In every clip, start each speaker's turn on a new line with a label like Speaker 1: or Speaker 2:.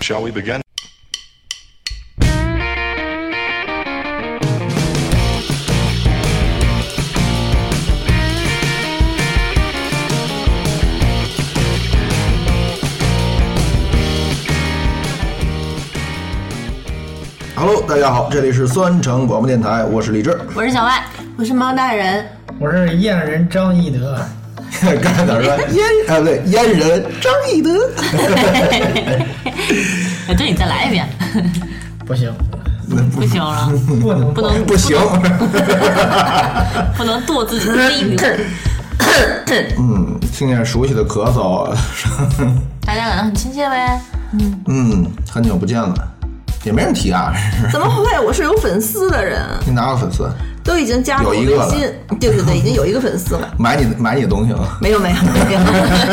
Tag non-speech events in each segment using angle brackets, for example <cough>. Speaker 1: Shall we begin?
Speaker 2: 哈喽，大家好，这里是酸橙广播电台，我是李志。 <laughs>
Speaker 3: 我是小万，我是猫大人。
Speaker 4: 我是燕人张翼德，
Speaker 2: 刚才哪
Speaker 3: <laughs>
Speaker 2: 儿说燕啊？不对，燕人张翼德。
Speaker 3: 哎，对，你再来一 <laughs> 遍，
Speaker 4: 不行，
Speaker 3: <laughs> 不行了，
Speaker 4: 不能
Speaker 3: 不能
Speaker 2: 不行，
Speaker 3: 不能剁自己的利润。
Speaker 2: 嗯，听见熟悉的咳嗽，啊
Speaker 3: 大家感到很亲切呗？
Speaker 2: <laughs> 嗯，很久不见了，也没人提啊。
Speaker 5: 怎么会？我是有粉丝的人，
Speaker 2: 你哪有粉丝？
Speaker 5: 都已经加了我
Speaker 2: 有一个
Speaker 5: 微
Speaker 2: 了
Speaker 5: 信，对对对，已经有一个粉丝了。
Speaker 2: 买你的买你的东西了
Speaker 5: 没有没有没有，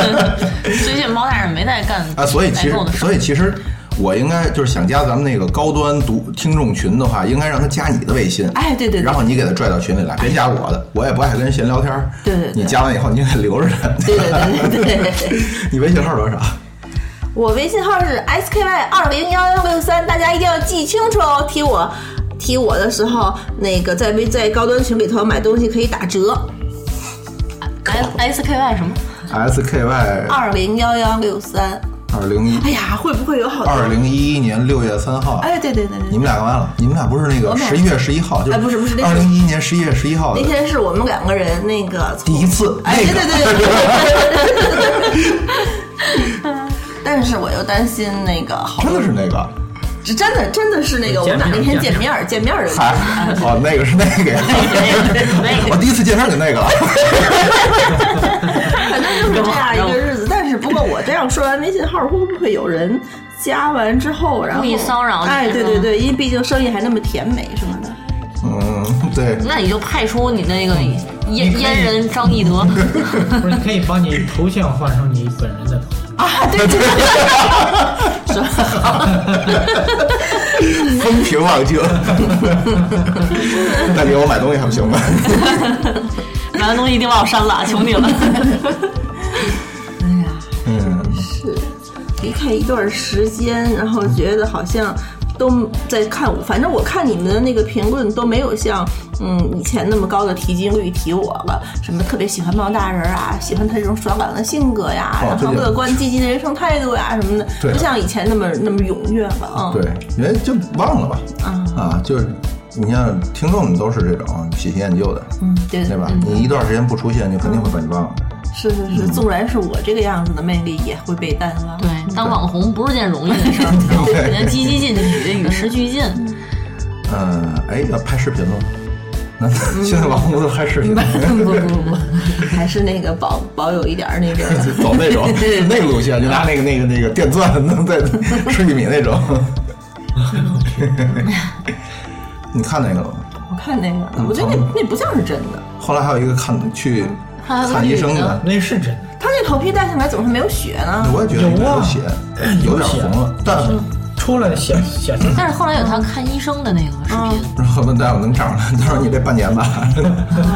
Speaker 5: <laughs>
Speaker 3: 最近猫大人没在干
Speaker 2: 啊？所以其
Speaker 3: 代
Speaker 2: 实
Speaker 3: 购的事儿，
Speaker 2: 所以其实我应该就是想加咱们那个高端读听众群的话，应该让他加你的微信。
Speaker 5: 哎对对对
Speaker 2: 然后你给他拽到群里来，别加我的，我也不爱跟人闲聊天儿。
Speaker 5: 对对对
Speaker 2: 你加完以后，你得留着他。
Speaker 5: 对对对对对。
Speaker 2: <laughs> 你微信号多少？
Speaker 5: 我微信号是 sky 二零幺幺六三，大家一定要记清楚哦。提我提我的时候，那个在微在高端群里头买东西可以打折，
Speaker 3: 哎 S S K Y 什么？
Speaker 2: S K Y
Speaker 5: 二零幺幺六三。
Speaker 2: 二零一
Speaker 5: 哎呀，会不会有好多？
Speaker 2: 二零一一年六月三号。
Speaker 5: 哎，对对对对
Speaker 2: 你
Speaker 5: 对，
Speaker 2: 们俩干嘛了？你们俩不是那个
Speaker 5: 我们俩
Speaker 2: 十一月十一号，就是
Speaker 5: 哎不是不是那
Speaker 2: 二
Speaker 5: 是
Speaker 2: 零一一年十一月十一号的
Speaker 5: 那天是我们两个人那个从
Speaker 2: 第一次，
Speaker 5: 哎，
Speaker 2: 那
Speaker 5: 对
Speaker 2: 个
Speaker 5: 对对对对对。但是我又担心那个，
Speaker 2: <laughs>
Speaker 5: 好
Speaker 2: 真的是那个，
Speaker 5: 是真的真的是那个，我
Speaker 4: 见
Speaker 5: 们
Speaker 4: 面
Speaker 5: 俩那天
Speaker 4: 见
Speaker 5: 见面儿见面儿的时候
Speaker 2: 嗨，哦，那个是那个呀，我第一次见面就那个了，
Speaker 5: 反
Speaker 3: 哎
Speaker 5: 正就是这样一个日子。但是不过我这样说完微信号，会不会有人加完之后，然后
Speaker 3: 故意骚扰你
Speaker 5: 哎，对
Speaker 3: 是
Speaker 5: 对
Speaker 3: 吗
Speaker 5: 对，因为毕竟生意还那么甜美什么的。
Speaker 2: 嗯，对，
Speaker 3: 那你就派出你那个阉阉人张翼 <laughs> 德，
Speaker 4: 不是你可以把你头像换成你本人的头像，
Speaker 2: 风平浪静。再给我买东西还不行吗？
Speaker 3: 买完东西一定把我删了，求你了。
Speaker 2: 嗯，
Speaker 5: 是离开一段时间，然后觉得好像都在看我，反正我看你们的那个评论都没有像嗯以前那么高的提及率提我了，什么特别喜欢猫大人啊，喜欢他这种爽朗的性格呀，
Speaker 2: 哦
Speaker 5: 然
Speaker 2: 这
Speaker 5: 后
Speaker 2: 点
Speaker 5: 乐观积极的人生态度呀什么的，
Speaker 2: 对
Speaker 5: 不像以前那么那么踊跃了啊。
Speaker 2: 对，人家就忘了吧，啊，就是你像听众们都是这种喜新厌旧的，
Speaker 5: 嗯，对
Speaker 2: 对吧？
Speaker 5: 嗯
Speaker 2: 你一段时间不出现，就肯定会把你忘了。
Speaker 5: 是是
Speaker 2: 嗯
Speaker 5: 是，纵然是我这个样子的魅力也会被淡
Speaker 3: <laughs>
Speaker 5: 忘。
Speaker 3: 对，当网红不是件容易
Speaker 2: <laughs>
Speaker 3: 的事儿，你要积极进取，与时俱 <laughs> 进。
Speaker 2: 嗯，哎，要拍视频了吗？那现在网红都拍视频，
Speaker 5: 不不不不，还是那个保保有一点儿
Speaker 2: <laughs>
Speaker 5: 那个。
Speaker 2: 走那种那个路线，就拿那个那个那个电钻 <laughs> 弄在吃玉米那 <laughs> 种。你看那个了吗？
Speaker 5: 我看那
Speaker 2: 嗯
Speaker 5: 个，我觉得那那不像是真的。
Speaker 2: 后来还有一个看去
Speaker 3: 还有个
Speaker 2: 看医生
Speaker 3: 女
Speaker 2: 的
Speaker 3: 的，
Speaker 4: 那是真的。
Speaker 5: 他那头皮戴上来怎么还没有血呢？
Speaker 2: 我也觉得里面
Speaker 4: 有啊
Speaker 2: 有血，有点红了，但
Speaker 4: 出了小小青
Speaker 3: 但是后来有他看医生的那个视频，
Speaker 2: 然后问大夫能长了， <laughs> 他说你这半年吧。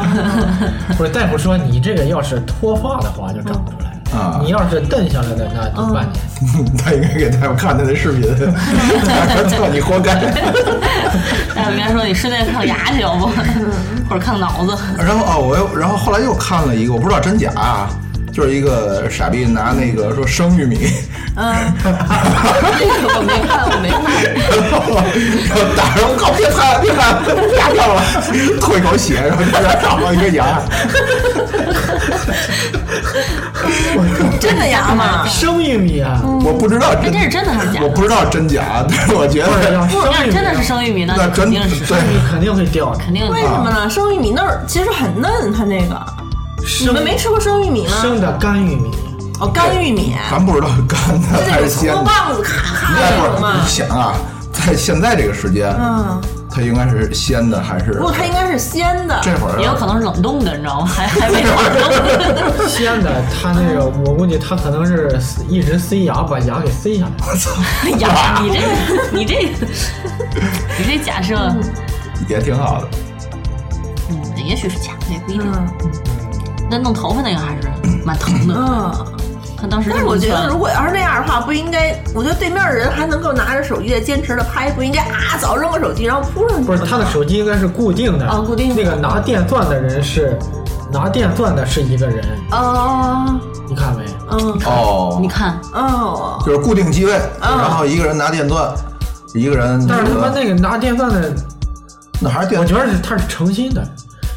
Speaker 2: <laughs>
Speaker 4: 不是大夫说你这个要是脱发的话就长不出来了，
Speaker 2: 啊
Speaker 4: 你要是蹬下来的那就半
Speaker 3: 嗯
Speaker 4: 年。
Speaker 2: 他应该给大夫看他的视频，他说操你活该。
Speaker 3: 大夫应该说你顺便看牙去，要不或者看脑子。
Speaker 2: 然后哦，我又然后后来又看了一个，我不知道真假啊，就是一个傻逼拿那个说生玉米，
Speaker 5: 这个我没看，我没
Speaker 2: <laughs>
Speaker 4: 啊
Speaker 5: 看。
Speaker 2: 然后然后打上我靠，别拍了，别拍了，牙掉了，吐一口血，然后这边长了一个牙，
Speaker 5: 真的牙吗？
Speaker 4: 生玉米啊，
Speaker 2: 我不知道
Speaker 3: 哎，
Speaker 2: 真
Speaker 3: 这是真的还是假
Speaker 2: 我
Speaker 3: 的？
Speaker 2: 不知道真假，但是我觉
Speaker 4: 不是要
Speaker 2: 得
Speaker 3: 不，要
Speaker 4: 生
Speaker 3: 是
Speaker 4: 玉米
Speaker 3: 真的
Speaker 4: 啊
Speaker 3: 是，生玉米，那
Speaker 2: 那
Speaker 3: 就
Speaker 2: 真
Speaker 3: 肯定是
Speaker 2: 对
Speaker 3: 生，
Speaker 4: 你肯定会掉的。
Speaker 3: 肯定
Speaker 5: 为什么呢？生玉米那儿其实很嫩，它那个。你
Speaker 4: 生
Speaker 5: 们没吃过生玉米吗？
Speaker 4: 生的干玉米，
Speaker 5: 哦，干玉米，
Speaker 2: 咱不知道干的
Speaker 5: 就
Speaker 2: 还
Speaker 5: 那
Speaker 2: 是
Speaker 5: 种
Speaker 2: 鲜
Speaker 5: 粗
Speaker 2: 的。
Speaker 5: 棒子咔咔
Speaker 2: 应该
Speaker 5: 那
Speaker 2: 不是，
Speaker 5: 种
Speaker 2: 你
Speaker 5: 嘛。
Speaker 2: 想啊，在现在这个时间，
Speaker 5: 嗯，
Speaker 2: 它应该是鲜的还是？
Speaker 5: 不，它应该是鲜的。
Speaker 2: 这会儿
Speaker 3: 也有可能是冷冻的，你知道吗？还还没冷冻。
Speaker 4: 鲜的，它那个我估计它可能是一直塞牙把牙给塞下来。
Speaker 3: 呀，你这个，你这个，你这假设，
Speaker 2: 也挺好的。
Speaker 3: 嗯，也许是假的，也不一定。
Speaker 5: 嗯
Speaker 3: 那弄头发那个还是蛮疼的，
Speaker 5: 嗯，
Speaker 3: 他当时这
Speaker 5: 但是
Speaker 3: 么
Speaker 5: 我觉得，
Speaker 3: 劝
Speaker 5: 如果要是那样的话，不应该。我觉得对面的人还能够拿着手机在坚持的拍，不应该啊，早扔个手机然后扑上去。
Speaker 4: 不是他的手机应该是固定的
Speaker 5: 啊固定
Speaker 4: 那
Speaker 5: 的
Speaker 4: 个拿电钻的人是拿电钻的是一个人，
Speaker 5: 哦，
Speaker 4: 你看没？
Speaker 5: 嗯，
Speaker 2: 哦
Speaker 3: 你，看，
Speaker 5: 哦，
Speaker 2: 就是固定机位，然后一个人拿电钻，一个
Speaker 5: 嗯
Speaker 2: 人
Speaker 4: 嗯但是他妈
Speaker 2: 那
Speaker 4: 那个拿电钻的，
Speaker 2: 那还是电
Speaker 4: 我
Speaker 2: 钻，
Speaker 4: 觉得是他是诚心的，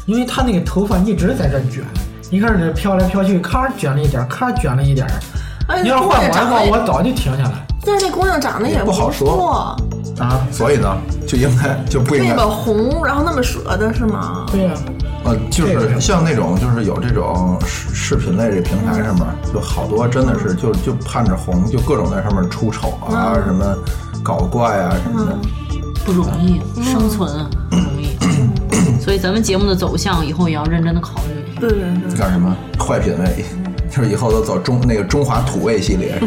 Speaker 4: 因为他那个头发一直在这卷，一开始飘来飘去，咔卷了一点儿，咔卷了一点儿。
Speaker 5: 哎，
Speaker 4: 你要
Speaker 5: 那
Speaker 4: 是
Speaker 5: 姑
Speaker 4: 换
Speaker 5: 娘
Speaker 4: 我的
Speaker 5: 长得
Speaker 4: 话，
Speaker 5: 也
Speaker 4: 我早就停下来。
Speaker 5: 但是那姑娘长得也
Speaker 2: 不好说
Speaker 5: 错
Speaker 4: 啊，
Speaker 2: 所以呢就应该就不应
Speaker 5: 那
Speaker 2: 该
Speaker 5: 么红，然后那么折的是吗？
Speaker 4: 对啊呀、
Speaker 2: 呃，就是像那种，就是有这种视视频类这平台上面，就好多真的是就就盼着红，就各种在上面出丑啊，什么搞怪啊什么的。
Speaker 3: 不容易，生存啊不容易。所以咱们节目的走向以后也要认真的考虑。
Speaker 5: 对对对，
Speaker 2: 干什么坏品味，就是以后都走中那个中华土味系列，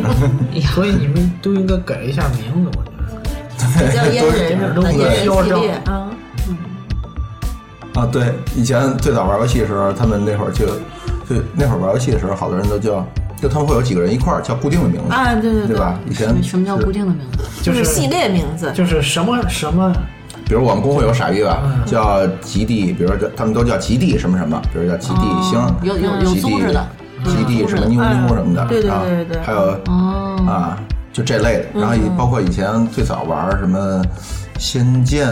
Speaker 3: 哎呀，
Speaker 4: 所以你们都应该改一下名字，我觉得。
Speaker 5: 比较
Speaker 2: 都
Speaker 5: 阉
Speaker 2: 是
Speaker 5: 人什么
Speaker 4: 都
Speaker 5: 的，
Speaker 4: 是
Speaker 5: 阉人
Speaker 4: 嚣
Speaker 5: 系
Speaker 4: 张
Speaker 5: 列啊。
Speaker 2: 啊。对，以前最早玩游戏的时候，他们那会儿就就那会儿玩游戏的时候，好多人都叫，就他们会有几个人一块儿叫固定的名字，
Speaker 5: 啊，对对
Speaker 2: 对？吧？以前
Speaker 3: 什么叫
Speaker 2: 是
Speaker 3: 固定的名字？
Speaker 4: 就
Speaker 5: 就是
Speaker 4: 是
Speaker 5: 系列名字，
Speaker 4: 就是什么什么，
Speaker 2: 比如我们公会有傻逼吧，
Speaker 4: 嗯
Speaker 2: 叫极地，比如说叫他们都叫极地什么什么，比如叫极地星，
Speaker 3: 哦有有有
Speaker 2: 极地
Speaker 3: 素质的
Speaker 2: 极地什么妞妞什么的，
Speaker 5: 嗯对对
Speaker 2: 啊
Speaker 5: 对对对
Speaker 2: 还有
Speaker 3: 哦，
Speaker 2: 啊，就这类的。然后也包括以前最早玩什么《仙剑》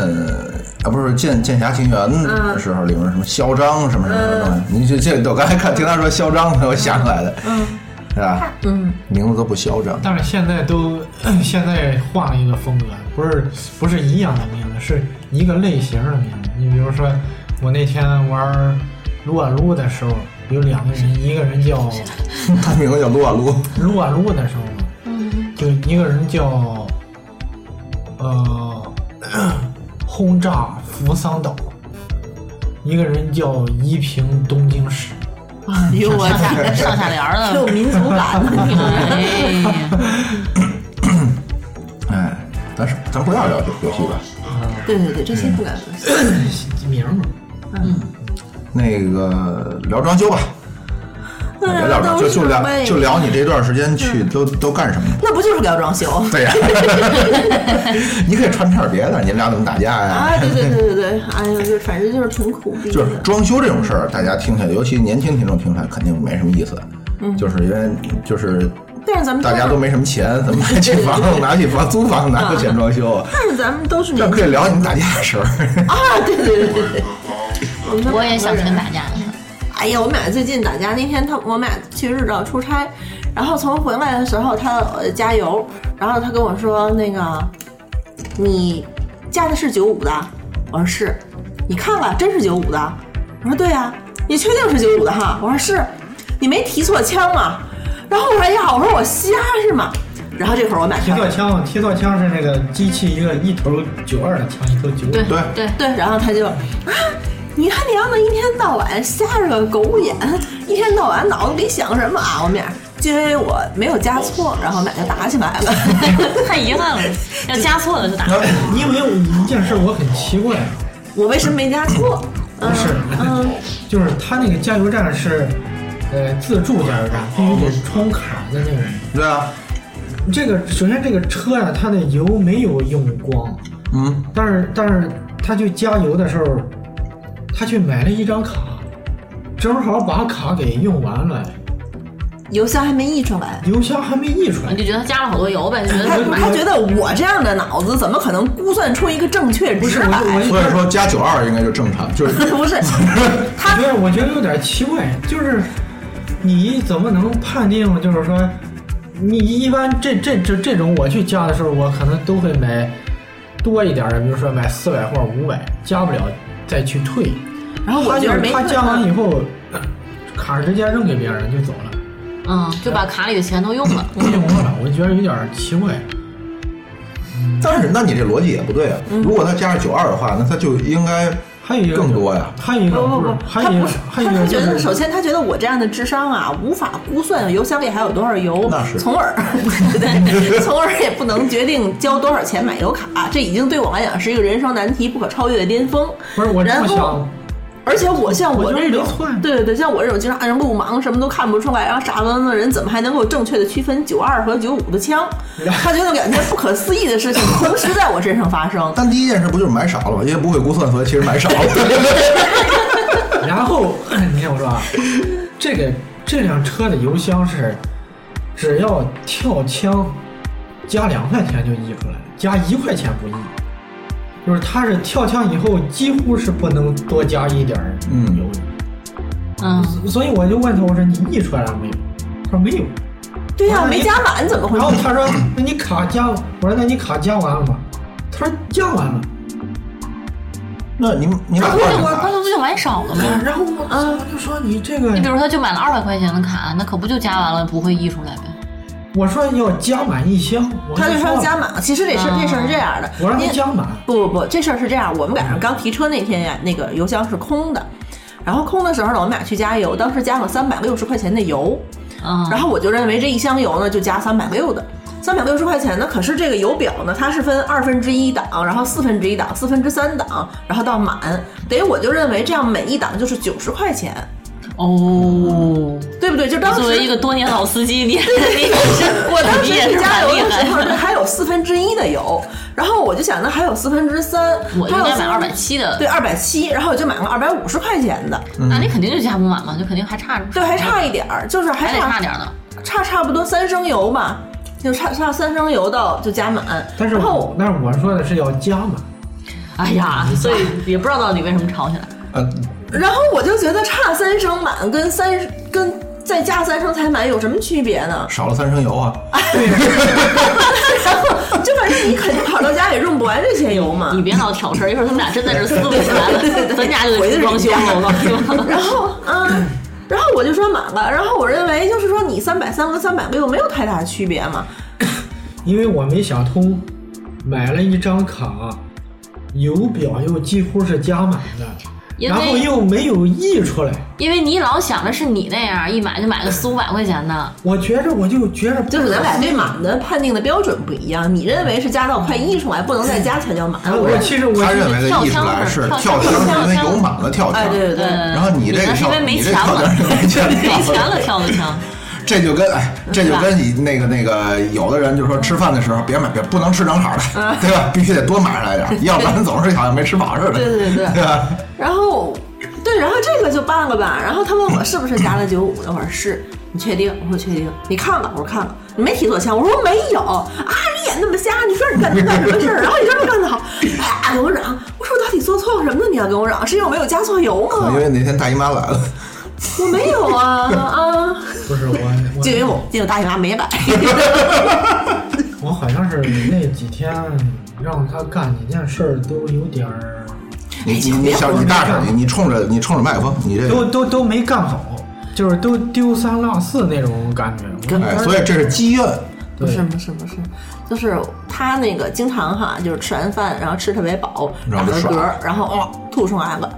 Speaker 2: 啊，不是《剑剑侠情缘》的时候，里面什么嚣张什么什么的东西。你这这，我刚才看听他说嚣张，我想起来的，嗯，是吧？嗯，名字都不嚣张， <laughs>
Speaker 4: 但是现在都 <clears throat> 现在换了一个风格，不是不是一样的名字，是一个类型的名字。你比如说，我那天玩撸啊撸的时候，有两个人，一个人叫
Speaker 2: 他名字叫撸啊撸，
Speaker 4: 撸啊撸的时候嘛，就一个人叫呃 <clears throat> 轰炸扶桑岛，一个人叫夷平东京市。
Speaker 5: 哎呦我
Speaker 3: 上下 <laughs>
Speaker 5: 打
Speaker 3: 上下联儿
Speaker 5: 挺有
Speaker 3: 了。
Speaker 5: 民族感的，你们
Speaker 3: 哎呀，
Speaker 2: 哎，咱是咱不要聊这游戏吧。
Speaker 5: 对对对，这些不敢说。
Speaker 2: 嗯
Speaker 4: 名儿嘛，
Speaker 2: 那个聊装
Speaker 5: <laughs>
Speaker 2: 修吧，聊哎聊装
Speaker 5: 都
Speaker 2: 修，
Speaker 5: 是
Speaker 2: 就聊
Speaker 5: 为嗯
Speaker 2: 就聊你这段时间去都都干什么了？
Speaker 5: 那不就是聊装修
Speaker 2: <laughs> 对
Speaker 5: <laughs>
Speaker 2: 呀，你可以穿插点别的，你们俩怎么打架呀？
Speaker 5: 啊？对对对对对，哎呦，就反正就是挺苦逼
Speaker 2: 就是
Speaker 5: 的。
Speaker 2: 装修这种事儿，大家听起来，尤其年轻听众听起来肯定没什么意思，
Speaker 5: 嗯
Speaker 2: 就是因为就是
Speaker 5: 但是咱们
Speaker 2: 大家都没什么钱，怎么买起房，拿起房租房，哪有钱装修啊？
Speaker 5: 但是咱们都是
Speaker 2: 这
Speaker 5: 年
Speaker 2: 样可以聊你们打架的事
Speaker 5: <laughs>
Speaker 2: 儿。
Speaker 5: 啊，对对对对对。
Speaker 3: <laughs>
Speaker 5: 你说
Speaker 1: 我也想
Speaker 5: 两个
Speaker 1: 跟
Speaker 5: 人
Speaker 1: 打架一下。
Speaker 5: 哎呀，我们俩最近打架那天他，我们俩去日照出差，然后从回来的时候他呃加油，然后他跟我说那个，你加的是九五的，我说是，你看看真是九五的，我说对呀、啊你确定是九五的哈？我说是，你没提错枪吗？然后我说哎呀，我说我瞎是吗？然后这会儿我买
Speaker 4: 铁钻枪，铁钻枪是那个机器一个一头九二的枪，一头九五。
Speaker 3: 对
Speaker 2: 对
Speaker 3: 对，
Speaker 5: 对，然后他就啊，你看你要能一天到晚瞎着个狗眼，一天到晚脑子里想什么啊？我们俩就因为我没有加错，然后我们俩就打起来了。 <laughs>
Speaker 3: 太遗憾了，要加错了就打。
Speaker 4: 因为有一件事我很奇怪，
Speaker 5: 我为什么没加错？嗯
Speaker 4: 不是， <laughs>
Speaker 5: 嗯，
Speaker 4: 就是他那个加油站是，呃，自助加油站，必须得充卡的那种。
Speaker 2: 对啊，
Speaker 4: 这个首先这个车呀、它的油没有用光，
Speaker 2: 嗯，
Speaker 4: 但是但是他去加油的时候，他去买了一张卡，正好把卡给用完了，
Speaker 5: 邮箱还没溢出来。
Speaker 4: 油箱还没溢出来
Speaker 3: 你。就觉得他加了好多油呗，就觉
Speaker 5: 他
Speaker 3: 得
Speaker 5: 他觉得我这样的脑子怎么可能估算出一个正确
Speaker 4: 不是
Speaker 5: 值
Speaker 4: 我
Speaker 5: 来？
Speaker 4: 我
Speaker 2: 所以说加九二应该就正常，就是
Speaker 5: <laughs> 不是，
Speaker 4: 他对，我觉得有点奇怪，就是你怎么能判定？就是说，你一般这这这这种我去加的时候，我可能都会买多一点的，比如说买四百或者五百，加不了再去退。
Speaker 5: 然后我
Speaker 4: 他
Speaker 5: 觉
Speaker 4: 就
Speaker 5: 得
Speaker 4: 是
Speaker 5: 没
Speaker 4: 他
Speaker 5: 退
Speaker 4: 加完以后，卡直接扔给别人就走了，
Speaker 3: 嗯，就把卡里的钱都用了。
Speaker 4: 不用了，我觉得有点奇怪。
Speaker 2: 但是那你这逻辑也不对啊。如果他加上九二的话，那他就应该
Speaker 4: 还有一个
Speaker 2: 更多呀
Speaker 4: 还有一个
Speaker 5: 不不
Speaker 4: 是
Speaker 5: 不，
Speaker 4: 还
Speaker 5: 他
Speaker 4: 有一
Speaker 5: 不
Speaker 4: 个
Speaker 5: 是，
Speaker 4: 还有
Speaker 5: 他
Speaker 4: 一个
Speaker 5: 他觉
Speaker 4: 就
Speaker 5: 得，
Speaker 4: 是
Speaker 5: 首先他觉得我这样的智商啊，无法估算邮箱里还有多少油，
Speaker 2: 那是
Speaker 5: 从而对 <laughs> 对对从而也不能决定交多少钱啊买油卡，这已经对我来讲是一个人生难题不可超越的巅峰。
Speaker 4: 不是我这
Speaker 5: 然
Speaker 4: 么
Speaker 5: 后
Speaker 4: 想，
Speaker 5: 而且我像我这
Speaker 4: 我
Speaker 5: 种
Speaker 4: 觉得没错呀，啊
Speaker 5: 对对对，像我这种经常按人路盲，什么都看不出来，然后傻愣愣的人，怎么还能够正确的区分九二和九五的枪？他觉得两件不可思议的事情同时在我身上发
Speaker 4: <laughs>
Speaker 5: 生。
Speaker 2: 但第一件事不就是买少了吗？因为不会估算，所以其实买少了。
Speaker 4: 然后你听我说啊，这个这辆车的油箱是，只要跳枪加两块钱就溢出来，加一块钱不溢。就是它是跳枪以后几乎是不能多加一点儿
Speaker 2: 嗯
Speaker 4: 油的，
Speaker 3: 嗯，
Speaker 4: 所以我就问他，我说你溢出来了没有？他说没有。
Speaker 5: 对呀、
Speaker 4: 我说
Speaker 5: 没
Speaker 4: 你
Speaker 5: 加满怎么会
Speaker 4: 然？后他说：“那你卡加？”我说：“那你卡加完了吗？”他说：“加完了。
Speaker 2: 那你你买
Speaker 3: 那
Speaker 2: 多少
Speaker 3: 我关
Speaker 2: 卡？
Speaker 3: 键不就买少了吗？”
Speaker 4: 然后我我就说：“你这个
Speaker 3: 你比，如说，就买了二百块钱的卡，那可不就加完了，不会溢出来呗？
Speaker 4: 我说要加满一箱，我
Speaker 5: 他就
Speaker 4: 说
Speaker 5: 说
Speaker 4: 了
Speaker 5: 加。满，其实这事儿这事儿是这样的，”
Speaker 4: 我让他
Speaker 5: 您
Speaker 4: 加满，
Speaker 5: 不不不，这事儿是这样，我们赶上刚提车那天呀，那个油箱是空的，然后空的时候呢，我们俩去加油，当时加了三百六十块钱的油，
Speaker 3: 啊、
Speaker 5: 然后我就认为这一箱油呢就加三百六的。三百六十块钱呢，可是这个油表呢，它是分二分之一档，然后四分之一档，四分之三档，然后到满，等于我就认为这样每一档就是九十块钱，
Speaker 3: 哦，
Speaker 5: 对不对？就当时
Speaker 3: 作为一个多年老司机，你你也是，
Speaker 5: 我当时
Speaker 3: 你也
Speaker 5: 去
Speaker 3: 是
Speaker 5: 加
Speaker 3: 蛮
Speaker 5: 油
Speaker 3: 厉
Speaker 5: 的时候，
Speaker 3: 害。 <laughs>
Speaker 5: 这还有四分之一的油，然后我就想，那还有四分之三，
Speaker 3: 我应
Speaker 5: 还有
Speaker 3: 该买
Speaker 5: 四
Speaker 3: 二
Speaker 5: 分
Speaker 3: 百
Speaker 5: 之，
Speaker 3: 七的，
Speaker 5: 对，二百七，然后我就买了二百五十块钱的，
Speaker 3: 那你肯定就加不满嘛，就肯定还差着，
Speaker 5: 对，还差一点儿，就是还
Speaker 3: 还得
Speaker 5: 差
Speaker 3: 差点呢。
Speaker 5: 差差不多三升油吧，就差差三升油到就加满，
Speaker 4: 但是
Speaker 5: 然后
Speaker 4: 我但是我说的是要加满，
Speaker 3: 哎呀，所以也不知道到底为什么吵起来。
Speaker 2: 呃，
Speaker 5: 然后我就觉得差三升满跟三跟再加三升才满有什么区别
Speaker 3: <laughs>
Speaker 5: 呢？
Speaker 2: 少了三升油啊。
Speaker 5: 然后就反正你肯定跑到家里用不完这些油嘛，
Speaker 3: 你别老挑事儿，一会儿他们俩真在这撕不起来了，咱家就得出装修了，我告诉你吧。
Speaker 5: <laughs> 然后嗯，然后我就说满了，然后我认为就是说你三百三跟三百六没有太大区别嘛，
Speaker 4: 因为我没想通，买了一张卡，油表又几乎是加满的，
Speaker 3: 因
Speaker 4: 然后
Speaker 3: 为
Speaker 4: 又没有溢出来，
Speaker 3: 因为你老想着是你那样，一买就买个四五百块钱的，
Speaker 4: 我觉着我就觉着
Speaker 5: 就是咱俩对满的判定的标准不一样，你认为是加到快溢出来，不能再加才叫满，
Speaker 4: 哎
Speaker 5: 嗯我
Speaker 4: 我其实我
Speaker 2: 他
Speaker 4: 其实
Speaker 2: 认为的溢出来是跳箱是因为油满了跳
Speaker 5: 哎
Speaker 2: 箱，
Speaker 5: 对对对，
Speaker 2: 然后你这个
Speaker 3: 呃那是因
Speaker 2: 跳
Speaker 3: 为，没
Speaker 2: 你这
Speaker 3: 钱
Speaker 2: 跳
Speaker 3: 了
Speaker 2: 箱是，没钱
Speaker 3: 没钱
Speaker 2: 跳
Speaker 3: 了
Speaker 2: 的，
Speaker 3: 跳 <laughs> 的枪。
Speaker 2: 这就跟哎，这就跟你那个那个，有的人就说吃饭的时候别买，别不能吃正好的，对吧？必须得多买上来点儿，要不然总是好像没吃饱似的。
Speaker 5: 对对对
Speaker 2: 对吧？
Speaker 5: 然后，对，然后这个就办了吧。然后他问我是不是加了九五，那会儿是。你确定？我说确定。你看了？我说看了。你没提左枪？我说没有。啊，你眼那么瞎，你说你干干什么事儿？然后你说你干得好，哎，跟我嚷。我说我到底做错了什么呢？你要跟我嚷，是因为我没有加错油吗
Speaker 2: 因？为那天大姨妈来了，
Speaker 5: 我没有啊啊！
Speaker 4: 不是我我
Speaker 5: 就因为我进入大姨妈没来。
Speaker 4: 我好像是那几天让他干几件事儿都有点儿，
Speaker 2: 你你你小你大声，你你冲着你冲着麦克风，你这
Speaker 4: 都都都没干好，就是都丢三落四那种感觉。我
Speaker 3: 嗯
Speaker 2: 哎，所以这是积怨。
Speaker 5: 不
Speaker 4: 对
Speaker 5: 是不是不是，就是他那个经常哈，就是吃完饭然后吃特别饱，
Speaker 2: 然
Speaker 5: 打
Speaker 2: 后就
Speaker 5: 个
Speaker 2: 耍
Speaker 5: 嗝，然后哇、吐出来了，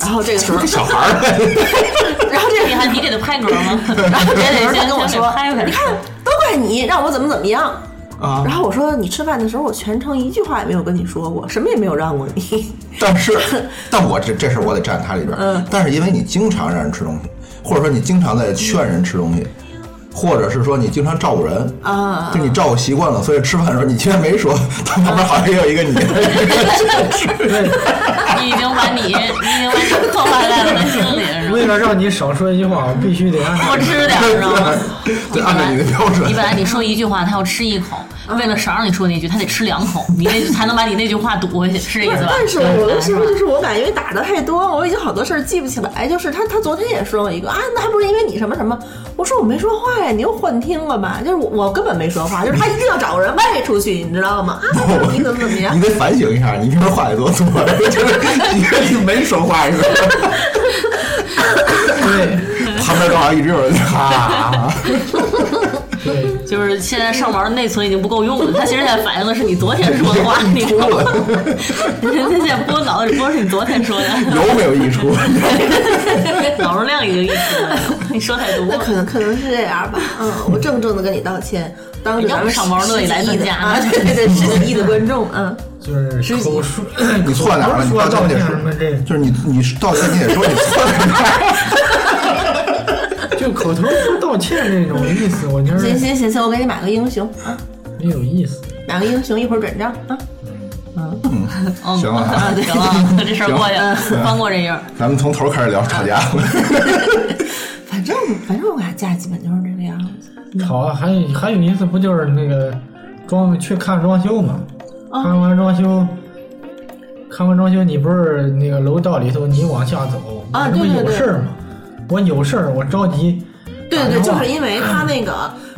Speaker 5: 然后这个时候
Speaker 2: 小孩儿，
Speaker 5: 然后这
Speaker 3: 你
Speaker 5: 个
Speaker 3: 还你给他拍嗝吗？
Speaker 5: <laughs> 然后
Speaker 3: 别
Speaker 5: 这
Speaker 3: 得
Speaker 5: 人
Speaker 3: 先
Speaker 5: 他跟我
Speaker 3: 先
Speaker 5: 说
Speaker 3: 得拍，
Speaker 5: 你
Speaker 3: 拍。 <laughs>
Speaker 5: 看都怪你，让我怎么怎么样。
Speaker 3: 嗯
Speaker 2: 啊
Speaker 5: 然后我说你吃饭的时候，我全程一句话也没有跟你说过，什么也没有让过你。
Speaker 2: 但是，
Speaker 3: <laughs>
Speaker 2: 但我这这事儿我得站他里边儿。
Speaker 5: 嗯
Speaker 2: 但是因为你经常让人吃东西，或者说你经常
Speaker 3: 嗯
Speaker 2: 在劝人吃东西，或者是说你经常照顾人
Speaker 5: 啊
Speaker 2: 就你照顾习惯了，所以吃饭的时候你居然没说，他旁边好像也有一个
Speaker 3: <laughs>
Speaker 2: 你。
Speaker 3: 你已经把你，你已经把你刻画在了心里，是
Speaker 2: <laughs>
Speaker 3: 吧？
Speaker 4: 为了让你少说一句话，我必须得按照
Speaker 5: <laughs>
Speaker 3: 多
Speaker 5: 哦
Speaker 3: 吃点儿，知道吗？
Speaker 2: <laughs> 对，按照你的标准
Speaker 3: <laughs> 你本来你说一句话，他要吃一口，
Speaker 5: 嗯
Speaker 3: 为了少让你说那句，他得吃两口，你那才能把你那句话堵回去，是这意思吧？
Speaker 5: 但是我的时候就是我感觉因为打的太多，我已经好多事儿记不起来。就是他他昨天也说我一个啊，那还不是因为你什么什么？我说我没说话呀，你又幻听了吧？就是我我根本没说话，就是他一定要找个人外出去，你知道吗？啊，你怎么怎么样
Speaker 2: 你？得反省一下，你平时话也多多，就是 <laughs> 你跟你没说话似的，
Speaker 5: <laughs>
Speaker 4: 对
Speaker 2: 旁边正好一直有人
Speaker 3: 啊
Speaker 2: 哈。
Speaker 4: 对，
Speaker 3: 就是现在上毛的内存已经不够用了，他其实现在反映的是你昨天说的话，你知道吗？人家现在播脑子里播的是你昨天说的，
Speaker 2: 有没有溢出？
Speaker 3: 脑容量已经溢出来了，你说太多
Speaker 5: 那
Speaker 3: 了。
Speaker 5: 可能可能是这样吧，嗯，我郑重的跟你道歉。当着咱们
Speaker 3: 要不上毛乐意来咱家
Speaker 5: 啊，对对对，十几亿的观众，嗯，
Speaker 4: 就是口说，
Speaker 2: 你错哪儿了？你
Speaker 4: 说
Speaker 2: 道
Speaker 4: 啊道
Speaker 2: 歉
Speaker 4: 歉
Speaker 2: 得
Speaker 4: 什么这
Speaker 2: 说，就是你你道歉你得说你错
Speaker 4: <laughs>
Speaker 2: 哪儿了。
Speaker 4: 就口头说道歉那种意思，我觉
Speaker 3: 嗯
Speaker 4: 得
Speaker 5: 行行行行，我给你买个英雄啊，
Speaker 4: 没有意思。
Speaker 5: 买个英雄，一会儿转账啊。
Speaker 3: 嗯
Speaker 2: 行了
Speaker 3: 啊行了，那这事儿过去了，
Speaker 5: 嗯
Speaker 3: 翻过这页儿。
Speaker 2: 咱们从头开始聊吵架
Speaker 5: 反正嗯反正我家家基本就是这个样子。
Speaker 4: 好，啊还有还有一次不就是那个装去看装修嘛？
Speaker 5: 啊
Speaker 4: 看完装修，看完装修，你不是那个楼道里头，你往下走，
Speaker 5: 啊
Speaker 4: 你不
Speaker 5: 对对
Speaker 4: 有
Speaker 5: 对
Speaker 4: 事儿吗？我有事儿，我着急。
Speaker 5: 对
Speaker 4: 打
Speaker 5: 对，
Speaker 4: 电
Speaker 5: 就
Speaker 4: 话嗯
Speaker 5: 是因为他那个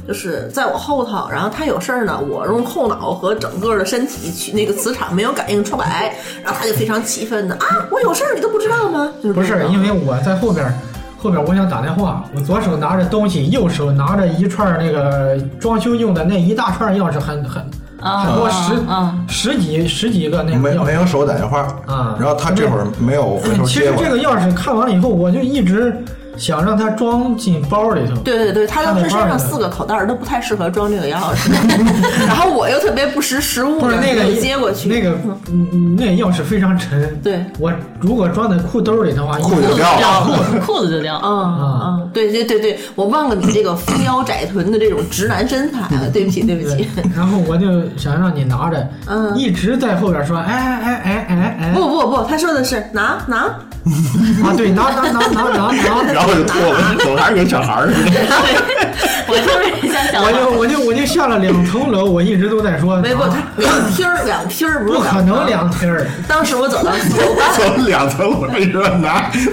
Speaker 5: 就是在我后头，然后他有事儿呢，我用后脑和整个的身体去那个磁场没有感应出来，然后他就非常气愤的啊，我有事儿你都不知道吗？就是
Speaker 4: 不是，因为我在后边儿，后边儿我想打电话，我左手拿着东西，右手拿着一串儿那个装修用的那一大串儿钥匙，很很
Speaker 3: 啊
Speaker 4: 很多十
Speaker 3: 啊
Speaker 4: 十几十几个那
Speaker 2: 没
Speaker 4: 个钥匙
Speaker 2: 没。有手打电话
Speaker 4: 啊
Speaker 2: 然后他这会儿没有回头
Speaker 4: 其实
Speaker 2: 接我
Speaker 4: 这，个钥匙看完了以后，我就一直想让它装进包里头。
Speaker 5: 对对对，他当时身上四个口袋儿都不太适合装这个钥匙， <laughs> 然后我又特别不识时务，
Speaker 4: 不是那个
Speaker 5: 没有接过去，
Speaker 4: 那个嗯嗯那个钥匙非常沉。
Speaker 5: 对
Speaker 4: 我如果装在裤兜里的话，
Speaker 2: 裤
Speaker 4: 一
Speaker 2: 就掉了。
Speaker 3: 了，裤子就掉了。
Speaker 4: 啊
Speaker 5: 嗯嗯，对对对对，我忘了你这个丰腰窄臀的这种直男身材了，对不起对不
Speaker 4: 对
Speaker 5: 起。，
Speaker 4: 然后我就想让你拿着，
Speaker 5: 嗯
Speaker 4: 一直在后边说，哎哎哎哎哎哎，
Speaker 5: <laughs> 不不不，他说的是拿拿，
Speaker 4: 啊，对，拿拿拿拿拿拿，
Speaker 2: 然后就脱了，走还是跟小孩儿似的。
Speaker 5: 嗯
Speaker 3: 我就是想想
Speaker 4: 我就我就我就下了两层楼，我一直都在说，
Speaker 5: 没不，
Speaker 4: 拿
Speaker 5: 他两 <laughs> 梯儿两梯儿不是
Speaker 4: 不可
Speaker 5: 两
Speaker 4: 能两天儿，
Speaker 5: 当时我走到四楼
Speaker 2: 走了两层，我跟你说拿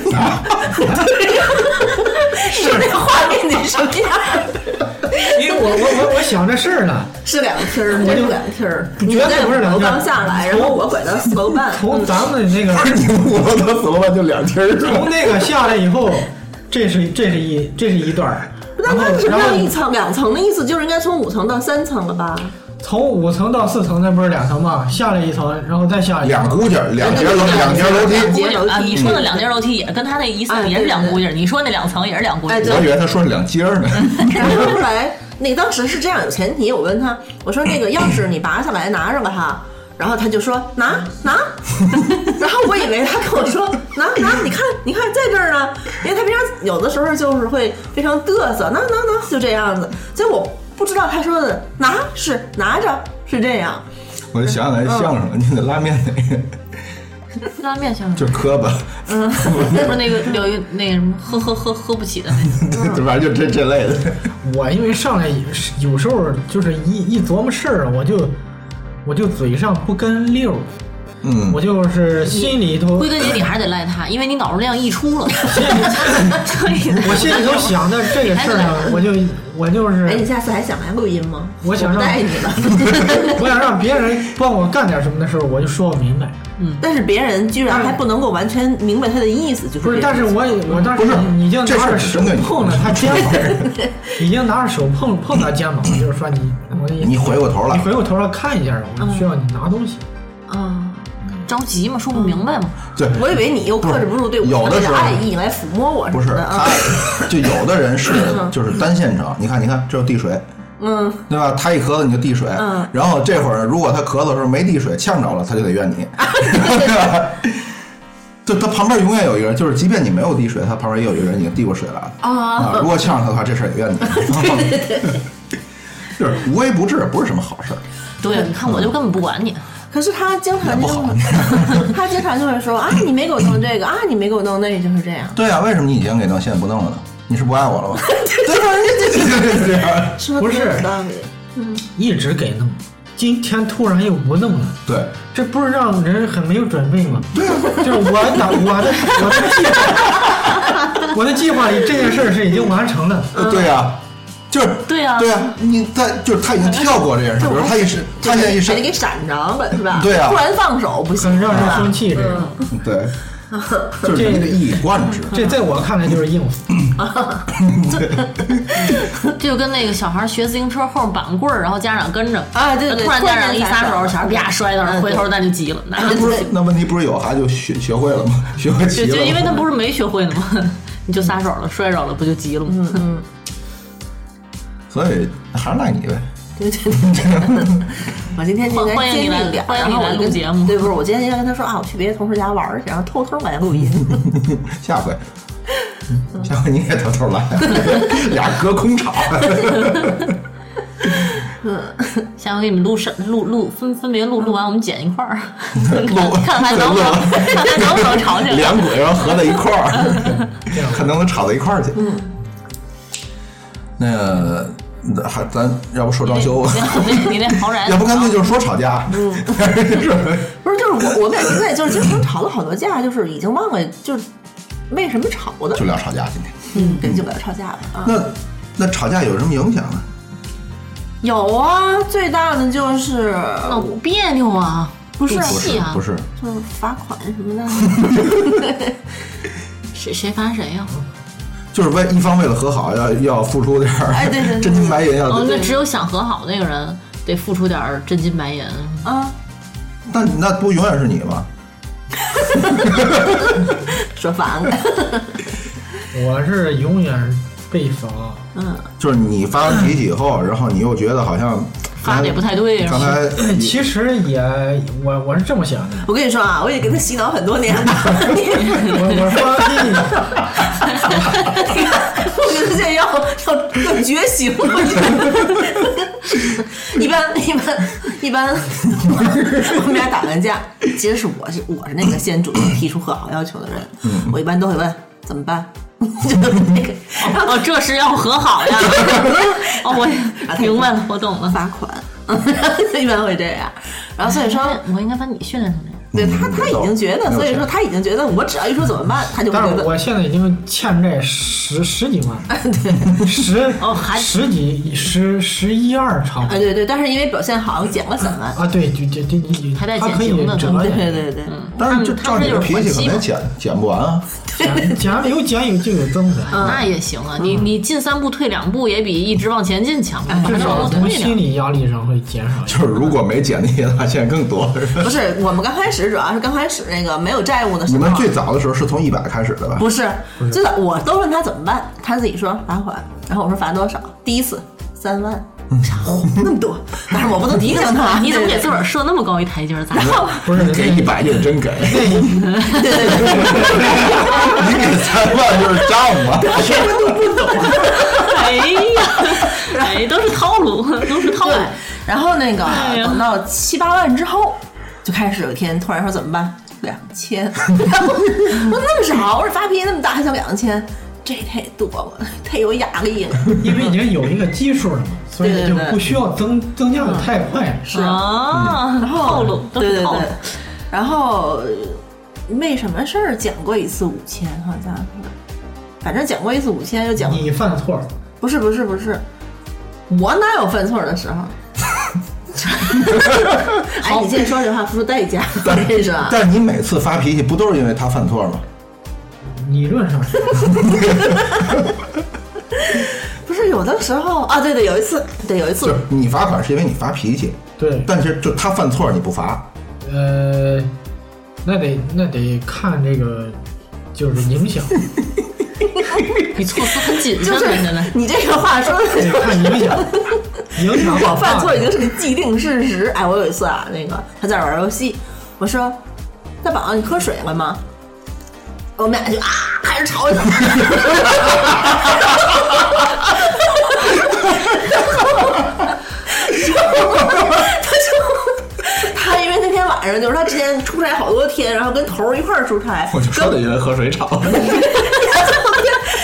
Speaker 2: 拿，
Speaker 5: 是那画面得什么样？
Speaker 4: 因为我我我我想这事儿呢，
Speaker 5: 是两梯儿，真是两梯儿。
Speaker 4: 绝对
Speaker 5: 你在
Speaker 4: 不是两
Speaker 5: 五
Speaker 4: 梯儿
Speaker 5: 楼刚下来，然后我拐到四楼半，
Speaker 4: 从咱们那个
Speaker 2: 不是
Speaker 5: 嗯
Speaker 2: 你们五楼到四楼半就两梯儿是吧
Speaker 4: 从？那个下来以后，这是这是一这是一段儿，
Speaker 5: 那
Speaker 4: 然后
Speaker 5: 那什么
Speaker 4: 然
Speaker 5: 叫一
Speaker 4: 后
Speaker 5: 层两层的意思？就是应该从五层到三层了吧？
Speaker 4: 从五层到四层，那不是两层吗？下来一层，然后再下一层
Speaker 2: 两姑姐儿，两节楼，两节楼梯。
Speaker 5: 两节楼
Speaker 3: 啊，
Speaker 5: 梯
Speaker 3: 你说的两阶楼梯也跟他那一
Speaker 5: 哎
Speaker 3: 层
Speaker 5: 嗯对
Speaker 3: 也是两估计，你说那两层也是两估计
Speaker 5: 哎，。对
Speaker 2: 我以为他说是两阶儿呢。
Speaker 5: <laughs> 但是后来那个当时是这样，有前提，我问他，我说那个钥匙你拔下来拿着吧哈。然后他就说拿拿， <laughs> 然后我以为他跟我说拿拿，你看你看在这儿呢，因为他平常有的时候就是会非常嘚瑟，拿拿拿就这样子，所以我不知道他说的拿是拿着是这样，
Speaker 2: <laughs> 我就想起来相声了，你那拉面那个
Speaker 3: 拉面像
Speaker 2: 就是磕巴，
Speaker 3: 不是 <laughs> 那个有一那个什么喝喝喝喝不起的那
Speaker 2: 对 <laughs> 反正就这这类的。
Speaker 4: 我因为上来有时候就是一一琢磨事儿，啊我就我就嘴上不跟溜儿，
Speaker 2: 嗯
Speaker 4: 我，就是心里头
Speaker 3: 个，归根结底还是得赖他，因为你脑容量溢出了， <laughs> 所以
Speaker 4: 我心里头想的这个事儿呢，我就我就
Speaker 5: 哎，你
Speaker 4: 是
Speaker 5: 下次还想来录音吗？
Speaker 4: 我想
Speaker 5: 不
Speaker 4: 让
Speaker 5: 带你了， <laughs>
Speaker 4: 我想让别人帮我干点什么的时候，我就说不明白，
Speaker 5: 但是别人居然还不能够完全明白他的意思，就是
Speaker 4: 不是，
Speaker 5: 这
Speaker 4: 但
Speaker 5: 样
Speaker 4: 是我我当时
Speaker 2: 不是
Speaker 4: 已经
Speaker 2: 这事
Speaker 4: 拿
Speaker 2: 儿
Speaker 4: 着
Speaker 2: 是
Speaker 4: 手
Speaker 2: 针对你
Speaker 4: 碰了他肩 <laughs> 膀，已经拿着手碰碰到肩膀，就是说你我的意思
Speaker 2: 你回过头
Speaker 4: 你
Speaker 2: 了，
Speaker 4: 回过头来看一下，我需要你拿东西。
Speaker 5: 啊。
Speaker 3: 着急嘛，说不明白嘛。
Speaker 2: 对，
Speaker 5: 我以为你又克制不住对我
Speaker 2: 有的
Speaker 5: 的
Speaker 2: 时候
Speaker 5: 爱意来抚摸我什
Speaker 2: 不
Speaker 5: 么
Speaker 2: 是
Speaker 5: 的
Speaker 2: 他
Speaker 5: 啊，，
Speaker 2: 就有的人是就是单现成，你看你看，这有滴水。
Speaker 5: 嗯，
Speaker 2: 对吧？他一咳嗽你就递水，
Speaker 5: 嗯
Speaker 2: 然后这会儿如果他咳嗽的时候没递水，呛着了，他就得怨你，对吧？ <laughs> 就他旁边永远有一个人，就是即便你没有递水，他旁边也有一个人已经递过水来了
Speaker 5: 哦
Speaker 2: 啊。如果呛着他的话，这事儿也怨你，就是无微不至，不是什么好事儿。
Speaker 3: 对，啊你看我就根本不管你，
Speaker 5: 可是他经常
Speaker 2: 那不
Speaker 5: 就
Speaker 2: 好
Speaker 5: <laughs> 他经常就会说啊，你没给我弄这个啊，你没给我弄那，就是这样，
Speaker 2: 对啊，为什么你以前给弄，现在不弄了呢？你是不爱我了吗？对吧？这这这这这样，
Speaker 5: 说
Speaker 4: 不
Speaker 5: 的
Speaker 4: 是
Speaker 5: 有道理。
Speaker 4: 一直给弄，今天突然又不弄了，
Speaker 2: <laughs> 对
Speaker 4: 这不是让人很没有准备吗？
Speaker 2: 啊
Speaker 4: 对，就是我打我的我的计划，我的计划里这件事儿是已经完成了，
Speaker 2: 呃对啊，就是
Speaker 3: 对啊
Speaker 2: 对啊，你他就是他已经跳过这件事，比如他一时，他现在一
Speaker 5: 给
Speaker 2: 时
Speaker 5: 你，给闪着了是吧？
Speaker 2: 对啊
Speaker 5: 突然放手不行，
Speaker 4: 很让人
Speaker 5: 是吧
Speaker 4: 生气。这个，
Speaker 2: 对，
Speaker 3: <laughs>
Speaker 2: 就是你得一以贯之。
Speaker 4: 这在我看来就是应付。
Speaker 3: 这就跟那个小孩学自行车后面绑棍儿，然后家长跟着
Speaker 5: 啊对对
Speaker 3: 突然
Speaker 5: 突然
Speaker 3: 家长一
Speaker 5: 间
Speaker 3: 撒
Speaker 5: 撒
Speaker 3: 手，
Speaker 5: 手
Speaker 3: 小孩啪摔那儿，
Speaker 5: 嗯
Speaker 3: 回头那就急了，那
Speaker 2: 那不是那问题不是有孩子就学学会了吗？学会骑
Speaker 3: 就
Speaker 2: 了吗，嗯
Speaker 3: 就因为他不是没学会呢吗？ <laughs> 你就撒手了，摔着了，不就急了
Speaker 5: 嗯
Speaker 3: 吗？
Speaker 2: 所以还是赖你呗。
Speaker 5: <laughs> 对对对，我今天就应该
Speaker 3: 欢迎
Speaker 5: 坚
Speaker 3: 你来
Speaker 5: 定点儿，
Speaker 3: 欢迎
Speaker 5: 然
Speaker 3: 你
Speaker 5: 后
Speaker 3: 来
Speaker 5: 我就
Speaker 3: 录
Speaker 5: 跟
Speaker 3: 节目
Speaker 5: 对，不是，我今天应该跟他说啊，我去别的同事家玩儿去，然后偷偷来录音。
Speaker 2: 下回，嗯下回你也偷偷来，俩隔空
Speaker 3: <laughs>
Speaker 2: 吵。
Speaker 3: 下回给你们录上录录分分别录录完，我们剪一块儿，
Speaker 2: 录
Speaker 3: 看还能不能看还能不能吵起来。
Speaker 2: 两轨然后合在一块儿，
Speaker 3: <laughs>
Speaker 2: 看能不能吵到一块儿去。嗯，那还咱要不说装修吧，
Speaker 3: 你那你那豪宅，
Speaker 2: <laughs> 要不干脆就是说吵架。嗯，是
Speaker 5: 不是，就是我，我们俩现在就是经常吵了好多架，就是已经忘了就是为什么吵的
Speaker 2: 就，聊吵架今天。
Speaker 5: 嗯，对，就给他吵架了啊。
Speaker 2: 那那吵架有什么影响呢？
Speaker 5: 有啊，最大的就是
Speaker 3: 老
Speaker 5: 哦
Speaker 3: 别扭啊，不
Speaker 5: 是
Speaker 2: 不
Speaker 3: 气
Speaker 2: 是
Speaker 3: 啊，
Speaker 2: 不是，
Speaker 5: 就是罚款什么的， <laughs>
Speaker 3: 谁谁罚谁啊呀？
Speaker 2: 就是为一方为了和好要要付出点儿，
Speaker 5: 哎对对
Speaker 2: <laughs>
Speaker 5: 对
Speaker 2: 真金白银啊要。
Speaker 3: 哦，那只有想和好那个人得付出点儿真金白银。
Speaker 5: 啊，
Speaker 2: 那那不永远是你吗？
Speaker 5: 说烦了，
Speaker 4: 我是永远被罚。
Speaker 5: 嗯，
Speaker 2: 就是你发完脾气以后，然后你又觉得好像
Speaker 3: 发的也不太对，是
Speaker 2: 刚
Speaker 3: 吧？
Speaker 2: 才
Speaker 4: 其实也，我我是这么想的，
Speaker 5: 我跟你说啊，我也给他洗脑很多年了，你
Speaker 4: 我我发现
Speaker 5: 我觉得现在要要要觉醒了。 <laughs> 一般一般一般，我们俩打完架，其实是我是我是那个先主动提出和好要求的人，我一般都会问怎么办， <laughs> 就是那个
Speaker 3: 哦，这是要和好
Speaker 5: <laughs>
Speaker 3: 呀！哦，
Speaker 5: 啊
Speaker 3: 我
Speaker 5: 太
Speaker 3: 明白了，我懂了。
Speaker 5: 罚款， <laughs> 一般会这样。然后所以说，
Speaker 3: 我应该把你训练成那样。
Speaker 5: 对他他已经觉得，所以说他已经觉得我只要一说怎么办，他就会
Speaker 4: 但
Speaker 5: 觉
Speaker 4: 是
Speaker 5: 得
Speaker 4: 我现在已经欠债十十几万，
Speaker 5: 对。
Speaker 4: 十
Speaker 3: 哦还
Speaker 4: 十几十十一二差不
Speaker 5: 哎，
Speaker 4: 多
Speaker 5: 对对，但是因为表现好，减了三万。
Speaker 4: 啊，对，就就就你
Speaker 3: 还带
Speaker 4: 他可
Speaker 3: 减
Speaker 4: 以
Speaker 3: 刑的
Speaker 4: 折
Speaker 3: 对
Speaker 5: 对
Speaker 4: 点，
Speaker 5: 对对，
Speaker 2: 但是就
Speaker 3: 他
Speaker 2: 照
Speaker 3: 们
Speaker 2: 你的
Speaker 3: 就是
Speaker 2: 脾
Speaker 3: 缓
Speaker 2: 气，
Speaker 3: 期
Speaker 2: 可能
Speaker 3: 嘛
Speaker 2: 减减不完啊。
Speaker 4: 减减有减有就有增的，
Speaker 3: 那也行啊，你你进三步退两步也比一直往前进强吧？还
Speaker 4: 至
Speaker 3: 能
Speaker 4: 少
Speaker 3: 往后
Speaker 4: 从
Speaker 3: 退
Speaker 4: 心
Speaker 3: 两步。
Speaker 4: 理压力上会减少一
Speaker 2: 就是如果没减那些大现在更多。是吧
Speaker 5: 不是我们刚开始主要是刚开始那个没有债务的时
Speaker 2: 你
Speaker 5: 候，
Speaker 2: 们最早的时候是从一百开始的吧？
Speaker 5: 不是，真的，我都问他怎么办，他自己说罚款，然后我说罚多少，第一次三万，那么多，但是我不能提醒
Speaker 3: <laughs>
Speaker 5: 他，
Speaker 3: 你怎么给自
Speaker 5: 个
Speaker 3: 个儿
Speaker 5: <laughs>
Speaker 3: 设那么高一台阶儿？咋？
Speaker 4: <laughs> 不是
Speaker 2: 给一百就是真给，
Speaker 5: 对对对，
Speaker 2: <laughs> 你给三万就是账嘛。
Speaker 3: 哎呀，哎，都是套路，都是套路
Speaker 5: 对。然后那个
Speaker 3: 嗯哎呀
Speaker 5: 等到七八万之后，就开始有一天突然说怎么办，两千，然后我说那么少，我说发脾气那么大还想两千，这太多了，太有压力
Speaker 3: <laughs> 啊
Speaker 5: 了。
Speaker 4: 因为已经有一个基数了嘛，所
Speaker 5: 对
Speaker 4: 以
Speaker 5: 对
Speaker 4: 就
Speaker 5: 对
Speaker 4: 不需要增增加的太快了。
Speaker 5: 是
Speaker 3: 啊，套路都
Speaker 5: 对
Speaker 3: 是
Speaker 5: 对
Speaker 3: 套路
Speaker 5: 对。，然后为什么事儿讲过一次五千，好像是，反正讲过一次五千，又讲
Speaker 4: 你犯错，
Speaker 5: 不是不是不是，我哪有犯错的时候？ <laughs> 哎，你现在说这话付出代价，我跟你说啊，
Speaker 2: 但你每次发脾气不都是因为他犯错吗？
Speaker 4: 理论上
Speaker 5: <laughs>
Speaker 4: 是
Speaker 5: 不是有的时候啊，对对，有一次，对有一
Speaker 2: 就是
Speaker 5: 次，
Speaker 2: 你罚款是因为你发脾气，
Speaker 4: 对，
Speaker 2: 但是就他犯错你不罚，
Speaker 4: 呃，那得那得看这个就是影
Speaker 5: <laughs>
Speaker 4: 响，
Speaker 3: 你措辞很谨慎
Speaker 5: 就
Speaker 3: 啊，
Speaker 5: 是
Speaker 3: 现在。
Speaker 5: 你这个话说的
Speaker 4: 得看影响，影响
Speaker 5: 我
Speaker 4: 很
Speaker 5: 犯
Speaker 4: 大
Speaker 5: 错已经是个既定事实。哎，我有一次啊，那个他在那玩游戏，我说：“大宝，你喝水了吗？”我们俩就啊，开始吵
Speaker 2: <laughs>
Speaker 5: <laughs> 起来。他就他因为那天晚上就是他之前出差好多天，然后跟头儿一块儿出差，
Speaker 2: 我就说得因为喝水吵。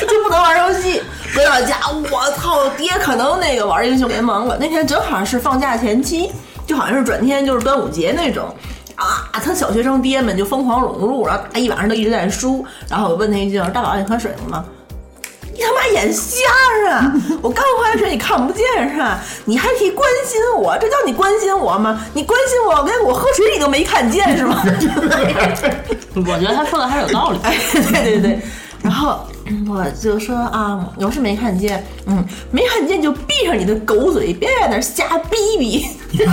Speaker 5: 就不能玩游戏。回到家，我操，爹可能那个玩英雄联盟了。那天正好是放假前期，就好像是转天就是端午节那种。啊，他小学生爹们就疯狂融入，然后一晚上都一直在输。然后我问他一句：“大宝，你喝水了吗？”你他妈眼瞎啊！我刚喝完水，你看不见是吧？你还提关心我，这叫你关心我吗？你关心我，连我喝水你都没看见是吗？ <laughs>
Speaker 3: 我觉得他说的还是有道理。
Speaker 5: 哎，对对对，然后我就说啊，我是没看见，嗯，没看见就闭上你的狗嘴，别在那儿瞎逼逼。 <laughs>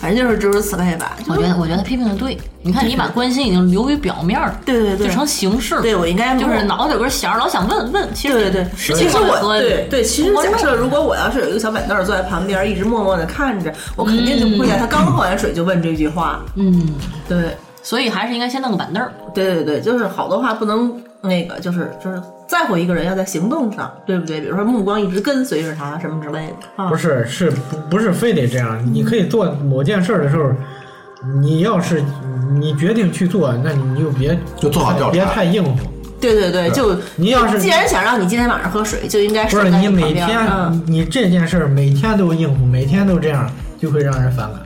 Speaker 5: 反正就是诸如此类吧。就
Speaker 3: 我觉得，我觉得他批评的对。你看，你把关心已经流于表面了，
Speaker 5: 对对对
Speaker 3: 就成形式了。
Speaker 5: 对我应该
Speaker 3: 就是脑子有根弦儿，老想问问。其实
Speaker 5: 对对对，
Speaker 3: 实
Speaker 5: 其
Speaker 3: 际
Speaker 5: 实
Speaker 3: 上
Speaker 5: 我
Speaker 3: 和
Speaker 5: 对对，其实
Speaker 3: 我
Speaker 5: 假设如果我要是有一个小板凳儿坐在旁边，一直默默的看着，我肯定就不会在他刚喝完水就问这句话。
Speaker 3: 嗯，
Speaker 5: 对
Speaker 3: 所以还是应该先弄个板凳儿。
Speaker 5: 对对对，就是好多话不能那个，就是就是在乎一个人要在行动上，对不对？比如说目光一直跟随着他什么之类的啊
Speaker 4: 不。是，是不不是非得这样？你可以做某件事儿的时候，你要是你决定去做，那你就别
Speaker 2: 就做好调查
Speaker 4: 别太应付。
Speaker 5: 对对对，就
Speaker 4: 你要是
Speaker 5: 既然想让你今天晚上喝水，就应该
Speaker 4: 不是
Speaker 5: 守在
Speaker 4: 你每
Speaker 5: 旁边
Speaker 4: 天、
Speaker 5: 嗯，
Speaker 4: 你这件事儿每天都应付，每天都这样，就会让人反感。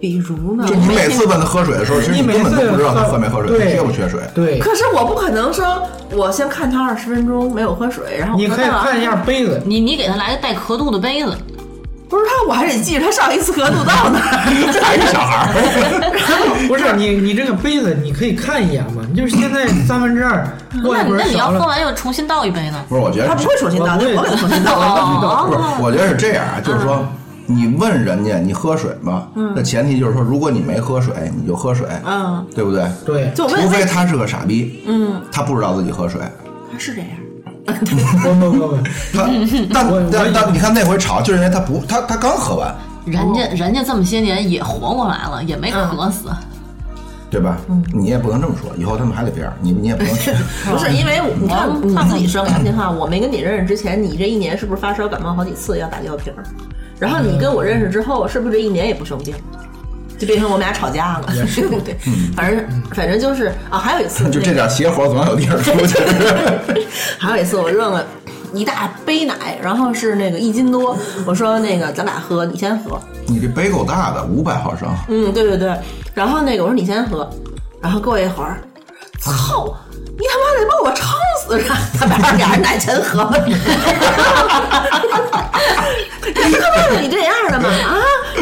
Speaker 5: 比如呢？
Speaker 2: 就你每次问他喝水的时候，其实
Speaker 4: 你每
Speaker 2: 根本
Speaker 4: 次
Speaker 2: 都不知道他喝没喝水，他
Speaker 4: 对
Speaker 2: 缺不缺水。
Speaker 4: 对，
Speaker 5: 可是我不可能说，我先看他二十分钟没有喝水，然后
Speaker 4: 你
Speaker 5: 我
Speaker 4: 可
Speaker 5: 说
Speaker 4: 以
Speaker 5: 那
Speaker 4: 看一下杯子，
Speaker 3: 你你给他来个带刻度的杯子，
Speaker 5: 不是他，我还得记着他上一次喝肚
Speaker 4: <laughs>
Speaker 5: 到呢。
Speaker 2: 还是小孩儿，
Speaker 4: 不是你你这个杯子你可以看一眼嘛，你就是现在三分之二过
Speaker 3: 那
Speaker 4: 一
Speaker 3: 你
Speaker 4: 会儿
Speaker 3: 那你
Speaker 4: 少
Speaker 3: 要喝
Speaker 4: 了，
Speaker 3: 完又重新倒一杯
Speaker 2: <laughs>
Speaker 3: 呢？
Speaker 2: 不是？我觉得
Speaker 5: 他不会重新倒，那我给他重新倒
Speaker 2: 不
Speaker 5: 了。
Speaker 2: 是，我觉得是这样啊，就是说，你问人家你喝水吗？那前提就是说，如果你没喝水，你就喝水，
Speaker 5: 嗯，
Speaker 2: 对不对？
Speaker 4: 对，
Speaker 5: 就我
Speaker 2: 除
Speaker 5: 问
Speaker 2: 非
Speaker 5: 他，
Speaker 2: 他是个傻逼，
Speaker 5: 嗯，
Speaker 2: 他不知道自己喝水。
Speaker 5: 他是这样，
Speaker 4: 不不不不，
Speaker 2: 他，但
Speaker 4: 我我
Speaker 2: 但但你看那回吵，就是因为他不，他他刚喝完，
Speaker 3: 人家人家这么些年也活过来了，也没渴死。
Speaker 2: 对吧？你也不能这么说，以后他们还得这样，你你也不能去。
Speaker 5: <laughs> 不是因为我你看
Speaker 3: 嗯
Speaker 5: 他自己说良心话，我没跟你认识之前，你这一年是不是发烧感冒好几次要打吊瓶儿？然后你跟我认识之后，是不是这一年也不生病？就变成我们俩吵架了，对不 <laughs> 对？反正反正就是啊，还有一次
Speaker 2: 嗯就
Speaker 5: 那
Speaker 2: 这
Speaker 5: 个
Speaker 2: 点邪火总要有地儿出去。
Speaker 5: 还有一次我扔了一大杯奶，然后是那个一斤多，我说那个咱俩喝，你先喝。
Speaker 2: <laughs> 你这杯够大的，五百毫升，
Speaker 5: 嗯，对对对。然后那个我说你先喝，然后过一会儿，操！你他妈得把我撑死是吧？他把俩人奶全喝了，你他妈的你这样的嘛啊！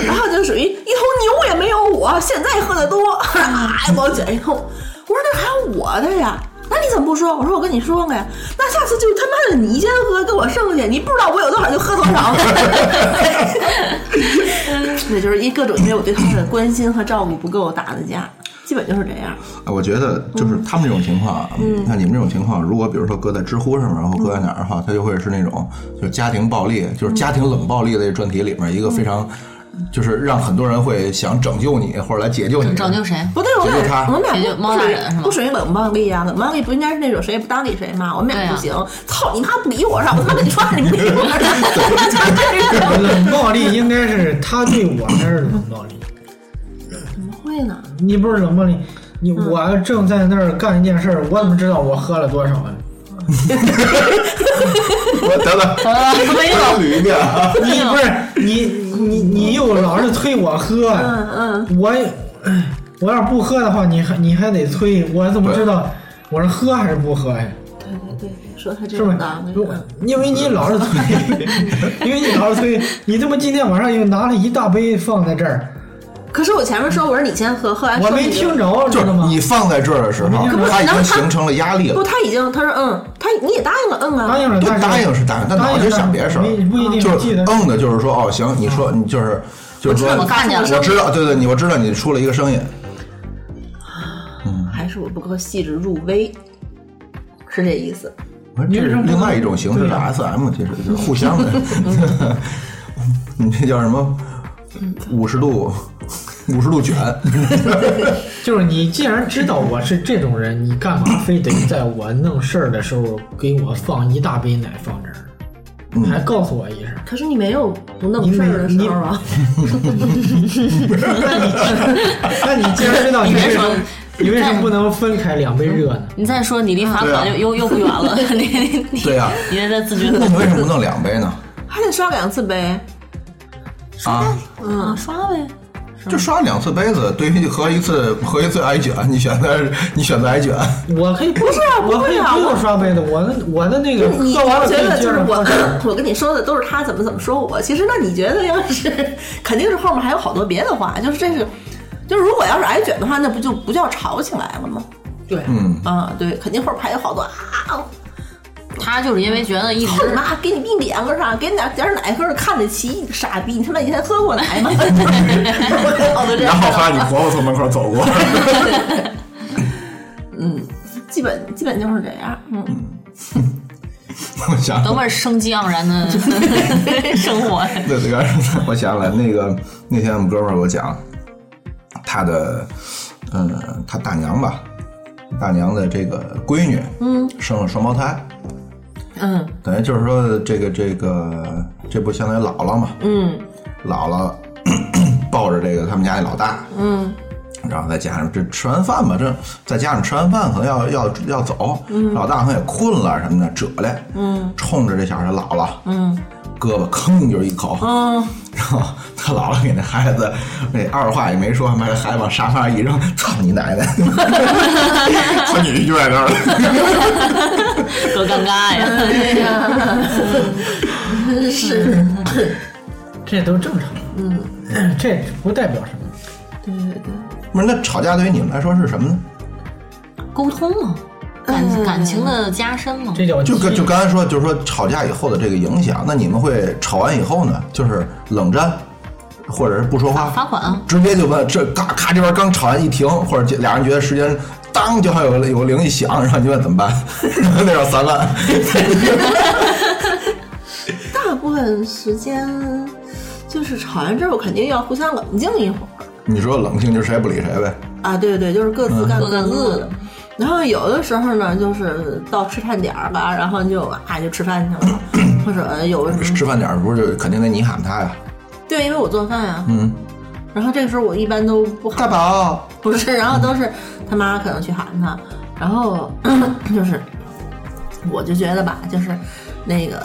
Speaker 5: 然后就属于一头牛也没有我，现在喝的多， <laughs> 哎，我卷一通。我说那还有我的呀？那你怎么不说？我说我跟你说了呀，那下次就他妈的你先喝，给我剩下，你不知道我有多少就喝多少。 <laughs> 那就是一各种因为我对他的关心和照顾不够打的架，基本就是这样。
Speaker 2: 啊我觉得就是他们这种情况啊，像你们这种情况，如果比如说搁在知乎上面，然后搁在哪儿的话，它就会是那种就家庭暴力，就是家庭冷暴力的专题里面一个非常，就是让很多人会想拯救你或者来解救你。
Speaker 3: 拯救谁？
Speaker 5: 不对，我们
Speaker 2: 解救他
Speaker 5: 俩我们俩
Speaker 3: 解救
Speaker 5: 不
Speaker 3: 猫
Speaker 5: 不
Speaker 3: 大
Speaker 5: 属于
Speaker 3: 人是吗
Speaker 5: 不属于冷暴力啊，冷暴力不应该是那种谁也不搭理谁吗？我们俩不行，操你妈不理我，让我他妈给你说你不理我，
Speaker 4: <laughs>
Speaker 5: 就是这种
Speaker 4: 冷暴力应该是他对我才是冷暴力，
Speaker 5: 怎么会呢？
Speaker 4: 你不是冷暴力，你
Speaker 3: 嗯
Speaker 4: 我正在那儿干一件事儿，我怎么知道我喝了多少啊？
Speaker 2: <laughs> 我等等，
Speaker 3: 没有
Speaker 2: <laughs> 我捋一遍啊。
Speaker 4: 你不是
Speaker 3: 哎
Speaker 4: 你你你又老是催我喝，
Speaker 5: 嗯嗯，
Speaker 4: 我也唉我要是不喝的话，你还你还得催，我怎么知道我是喝还是不喝呀？
Speaker 5: 对对对，说他这
Speaker 4: 是
Speaker 5: 种啊
Speaker 4: 吧
Speaker 5: 的，？
Speaker 4: 因为你老是催， <laughs> 因为你老是催，你他妈今天晚上又拿了一大杯放在这儿，
Speaker 5: 可是我前面说我说你先喝，喝
Speaker 2: 啊
Speaker 5: 完
Speaker 4: 我
Speaker 5: 说
Speaker 4: 没
Speaker 5: 你就
Speaker 4: 听着，
Speaker 2: 就
Speaker 4: 知
Speaker 2: 是
Speaker 4: 道吗？
Speaker 2: 你放在这儿的时候，他已经形成了压力
Speaker 5: 不，
Speaker 2: 了。
Speaker 5: 他已经他说嗯，他你也答应了嗯啊，
Speaker 4: 答应了，
Speaker 2: 对
Speaker 4: 但，是
Speaker 2: 答应是答应，但
Speaker 4: 答
Speaker 2: 脑
Speaker 4: 应
Speaker 2: 子想别的事儿，
Speaker 4: 不一定
Speaker 2: 就
Speaker 4: 记
Speaker 2: 是
Speaker 4: 得。嗯
Speaker 2: 嗯的，就是说哦行，你说你就是就是说，
Speaker 3: 我看见了
Speaker 2: 我知道，对对，你我知道你出了一个声音，
Speaker 5: 嗯还是我不够细致入微，是这意思。
Speaker 2: 我说这是另外一种形式的
Speaker 4: 对啊
Speaker 2: SM，其实就是互相的。<laughs>
Speaker 4: <laughs>
Speaker 2: 你这叫什么？
Speaker 3: 嗯
Speaker 2: 五十度，五十度卷。 <laughs>
Speaker 4: 就是你既然知道我是这种人，你干嘛非得在我弄事儿的时候给我放一大杯奶放这儿，
Speaker 2: 嗯
Speaker 4: 还告诉我一声？ <laughs>
Speaker 5: 可是你没有不弄事儿的时候啊，
Speaker 4: 那你 <laughs> 那你既然知道，你
Speaker 3: 你别
Speaker 4: 为什
Speaker 3: 说
Speaker 4: 么你为什么不能分开两杯热呢？
Speaker 3: 你再说你离罚款
Speaker 2: 对
Speaker 3: 又
Speaker 2: 啊
Speaker 3: 又又不远了，你你你 <laughs>
Speaker 2: 对呀
Speaker 3: 你这自觉
Speaker 2: 那你为什么不弄两杯呢？
Speaker 5: 还得刷两次呗。
Speaker 2: 啊，
Speaker 3: 嗯刷呗，
Speaker 2: 就刷两次杯子，对于和一次和一次挨卷，你选择你选择挨卷，
Speaker 4: 我可以不
Speaker 5: 是啊不
Speaker 4: 我可以
Speaker 5: 会啊
Speaker 4: 不
Speaker 5: 我
Speaker 4: 用刷杯的，我的我的那个
Speaker 5: 你
Speaker 4: 喝完了
Speaker 5: 觉
Speaker 4: 可以
Speaker 5: 得
Speaker 4: 接
Speaker 5: 就是
Speaker 4: 着喝。
Speaker 5: 我，我跟你说的都是他怎么怎么说我。其实那你觉得要是，肯定是后面还有好多别的话，就是这是，就是如果要是挨卷的话，那不就不叫吵起来了吗？对，
Speaker 2: 嗯
Speaker 5: 啊，对，肯定后排有好多啊，
Speaker 3: 他就是因为觉得一直
Speaker 5: 操你妈，给你病点个啥？给你点点奶，可是看得起，傻逼！你他妈以前喝过奶吗？ <laughs> 好多这
Speaker 3: 啊
Speaker 2: 嗯然
Speaker 5: 样的
Speaker 2: 后发现你婆婆从门口走过，
Speaker 5: 基本基本就是这样，嗯，
Speaker 2: <laughs> 我想
Speaker 3: 多么生机盎然 <laughs> 的生活。
Speaker 2: <laughs> 对对，我想起来那个那天我们哥们儿给我讲，他的呃他大娘吧，大娘的这个闺女，嗯，生了双胞胎，
Speaker 5: 嗯，
Speaker 2: 等于就是说这个这个这不相当于姥姥嘛，
Speaker 5: 嗯，
Speaker 2: 姥姥 <clears throat> 抱着这个他们家那老大，嗯。然后再加上这吃完饭吧，这在家里吃完饭可能要要要走，老大可能也困了什么的，折来，嗯，冲着这小孩姥姥，嗯，胳膊吭就是一口，
Speaker 3: 啊
Speaker 2: 嗯，然后他姥姥给那孩子那二话也没说，把这孩子往沙发一扔， <laughs> 操你奶
Speaker 3: <laughs>
Speaker 2: 奶，操你一句在那儿了。
Speaker 3: 多尴尬呀！
Speaker 5: 哎呀，是，
Speaker 4: 这都正常，嗯， <clears throat> 这不代表什么。
Speaker 5: 对对对。
Speaker 2: 不是，那吵架对于你们来说是什么呢？
Speaker 3: 沟通嘛，感感情的加深嘛。
Speaker 4: 这叫
Speaker 2: 就跟
Speaker 4: 激
Speaker 2: 就刚才说，就是说吵架以后的这个影响，那你们会吵完以后呢，就是冷战，或者是不说
Speaker 3: 罚
Speaker 2: 话，
Speaker 3: 款啊，
Speaker 2: 直接就问这嘎咔这边刚吵完一停，或者这俩人觉得时间当就好像有个有个铃一响，然后你问怎么办， <laughs> 然后那要三
Speaker 3: <laughs>
Speaker 2: 万，
Speaker 5: 大部分时间就是吵完之后肯定要互相冷静一会儿
Speaker 2: 你说冷静就谁也不理谁呗，
Speaker 5: 啊，对对，就是各自干各自的。
Speaker 3: 嗯
Speaker 5: 然后有的时候呢，就是到吃饭点儿吧，然后就啊就吃饭去了，或者有什么
Speaker 2: 吃饭点儿嗯不是就肯定得你喊他呀，
Speaker 5: 对，因为我做饭啊，
Speaker 2: 嗯，
Speaker 5: 然后这个时候我一般都不喊，
Speaker 2: 大宝，
Speaker 5: 不是，然后都是他妈可能去喊他，然后 <clears throat> 就是我就觉得吧，就是那个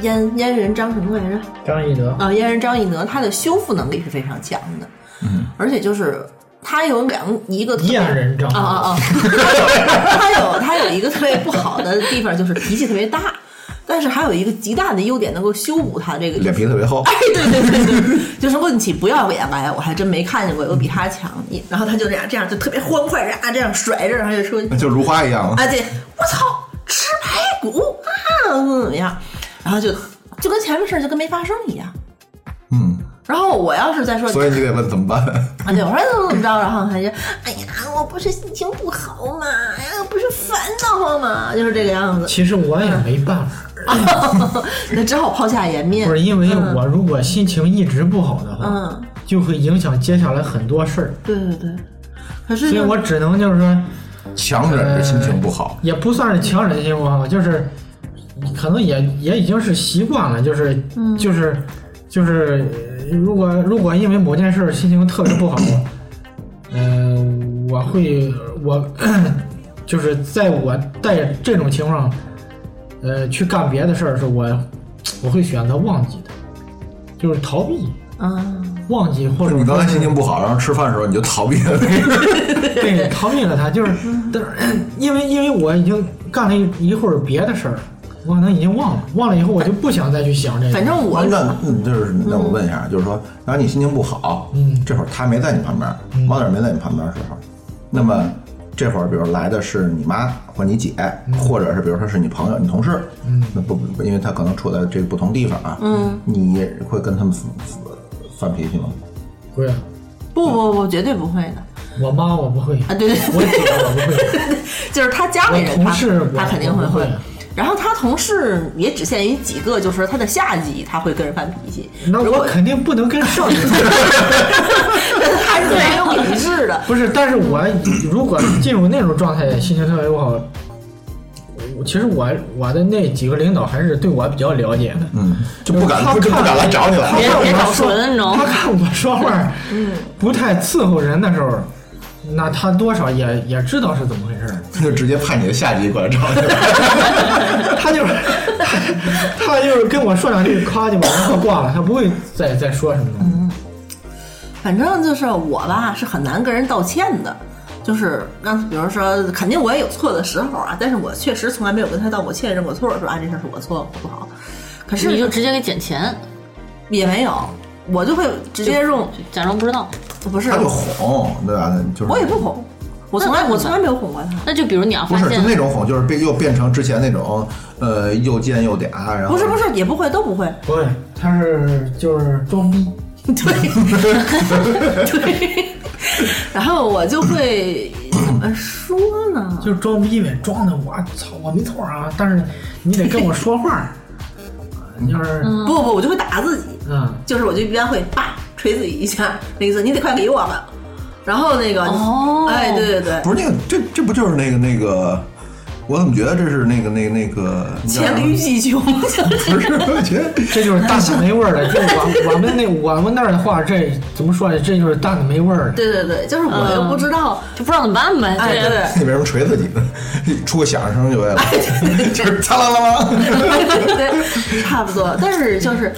Speaker 5: 阉阉人张什么来着？
Speaker 4: 张一德，
Speaker 5: 啊，燕人张翼德他的修复能力是非常强的，嗯，而且就是他有两一个特别
Speaker 4: 燕人张翼德
Speaker 5: 啊啊啊， <laughs> 他有他有一个特别不好的地方就是脾气特别大，但是还有一个极大的优点能够修补他这个
Speaker 2: 脸皮特别厚， <laughs>
Speaker 5: 对对对对对，就是问起不要脸来，我还真没看见过有比他强的。然后他就这样这样就特别欢快，然后这样甩着，然后就说
Speaker 2: 就如花一样嘛，
Speaker 5: 啊，对，我操，吃排骨啊，怎么怎么样，然后就就跟前面事儿就跟没发生一样。
Speaker 2: 嗯，
Speaker 5: 然后我要是再说，
Speaker 2: 所以你得问怎么办。 <laughs>
Speaker 5: 啊，对，我说怎么怎么着，然后他就，哎呀，我不是心情不好嘛，哎呀，不是烦得慌嘛，就是这个
Speaker 4: <laughs>
Speaker 5: 样子。 <laughs>
Speaker 4: 其实我
Speaker 5: 嗯
Speaker 4: 也没办法，
Speaker 5: 那只好抛下颜面
Speaker 4: 不。是因为我如果心情一直不好的话，
Speaker 5: 嗯，
Speaker 4: 就会影响接下来很多事儿，
Speaker 5: 对对对。可是
Speaker 4: 所以
Speaker 5: 就
Speaker 4: 我只能就是说，
Speaker 2: 强忍着心情不好，
Speaker 4: 也不算是强忍心情不好，就是可能也也已经是习惯了，就是就是就是，呃如果如果因为某件事儿心情特别不好，嗯，我会我 <coughs> 就是在我带这种情况，呃，去干别的事儿的时候，我我会选择忘记它，就是逃避。
Speaker 5: 嗯，
Speaker 4: 忘记或
Speaker 2: 或
Speaker 4: 者
Speaker 2: 者你刚才
Speaker 4: 说是
Speaker 2: 心情不好，然后吃饭的时候你就逃避了。 <laughs>
Speaker 5: <laughs>
Speaker 4: 对，逃避了他，就是，
Speaker 5: 嗯
Speaker 4: 但是 <clears throat> 因为因为我已经干了一一会儿别的事儿，我可能已经忘了，忘了以后我就不想再去想这个。
Speaker 5: 反正我
Speaker 2: 那那嗯就是那我问一下，就是说，然后你心情不好，
Speaker 4: 嗯
Speaker 2: 这会儿他没在你旁边，猫点没在你旁边的时候，那么这会儿比如来的是你妈或你姐，或者是比如说是你朋友、你同事，嗯，那不不因为他可能处在这个不同地方啊，嗯，你会跟他们翻翻脾气吗？
Speaker 4: 不是，
Speaker 5: 不不不，绝对不会的
Speaker 4: 我妈我不会，
Speaker 5: 啊！对对
Speaker 4: 我姐我不
Speaker 5: <laughs>
Speaker 4: 会，
Speaker 5: 就是他家里人，
Speaker 4: 我
Speaker 5: 他
Speaker 4: 同事我
Speaker 5: 他肯定
Speaker 4: 我不
Speaker 5: 会
Speaker 4: 会。
Speaker 5: 然后他同事也只限于几个，就是他的下级他会跟人犯脾气。
Speaker 4: 那
Speaker 5: 如
Speaker 4: 我
Speaker 5: 果
Speaker 4: 肯定不能跟上
Speaker 5: <laughs>
Speaker 4: 级。
Speaker 5: 他是没有理智的，
Speaker 4: 不是，但是我如果进入那种状态，心情特别不好，我其实我我的那几个领导还是对我比较了解的。
Speaker 2: 嗯，就不敢
Speaker 4: 他
Speaker 2: 不就不
Speaker 4: 看
Speaker 2: 敢来找你
Speaker 4: 他
Speaker 2: 了。
Speaker 3: 别
Speaker 4: 看
Speaker 3: 别
Speaker 4: 我
Speaker 3: 找
Speaker 4: 说
Speaker 3: 纯
Speaker 5: 哦
Speaker 3: 你知道吗
Speaker 4: 他看我说话，嗯，不太伺候人的时候，那他多少也也知道是怎么回
Speaker 5: <laughs>
Speaker 4: 事儿。
Speaker 2: 他就直接派你的下级过来找你了，
Speaker 4: 他就是 <laughs> 他他就是跟我说两句，夸就把电话挂了，他不会再再说什么的。
Speaker 5: 嗯反正就是我吧，是很难跟人道歉的。就是让，比如说，肯定我也有错的时候啊，但是我确实从来没有跟他道过歉、认过错，说啊这事儿是我错，我不好。可是
Speaker 3: 你就直接给减钱，
Speaker 5: 也没有，我就会直接用，
Speaker 3: 假装不知道。
Speaker 5: 不是
Speaker 2: 他，就哄，对吧？就是
Speaker 5: 我也不哄，
Speaker 3: 我从来
Speaker 5: 那我从来没有哄过他。
Speaker 3: 那就比如你要
Speaker 2: 不
Speaker 3: 发
Speaker 2: 是，就
Speaker 3: 现，
Speaker 2: 那种哄，就是变又变成之前那种，呃，又贱又嗲，然后
Speaker 5: 不是不是，也不会，都不会。
Speaker 4: 不会，他是就是装逼，
Speaker 5: <laughs> 对， <laughs> 然后我就会怎么说呢？
Speaker 4: 就是装逼呗，装的我操我没错啊，但是你得跟我说话， <laughs> 就是
Speaker 5: 不不，我就会打自己，
Speaker 4: 嗯，
Speaker 5: 就是我就一般会叭捶自己一下，那意思你得快给我吧。然后那个，
Speaker 3: 哦
Speaker 5: 哎，对对对，
Speaker 2: 不是那个，这这不就是那个那个？我怎么觉得这是那个那个那个？
Speaker 5: <laughs>
Speaker 2: 你知道吗
Speaker 5: 黔驴技穷，
Speaker 2: 不是，我觉得
Speaker 4: 这就是大奶没味儿了。就我我们那我们那儿的话，这怎么说呢？这就是大奶没味儿了。
Speaker 5: <laughs> 对对对，就是我又不知道，
Speaker 3: 就不知道怎么办呗。
Speaker 5: 哎，
Speaker 3: 这
Speaker 5: 对，
Speaker 2: 那边什么锤自己呢？出个响声就完
Speaker 5: 哎
Speaker 2: 了，就是 <laughs> 嚓啦啦啦。
Speaker 5: 对，差不多。但是就是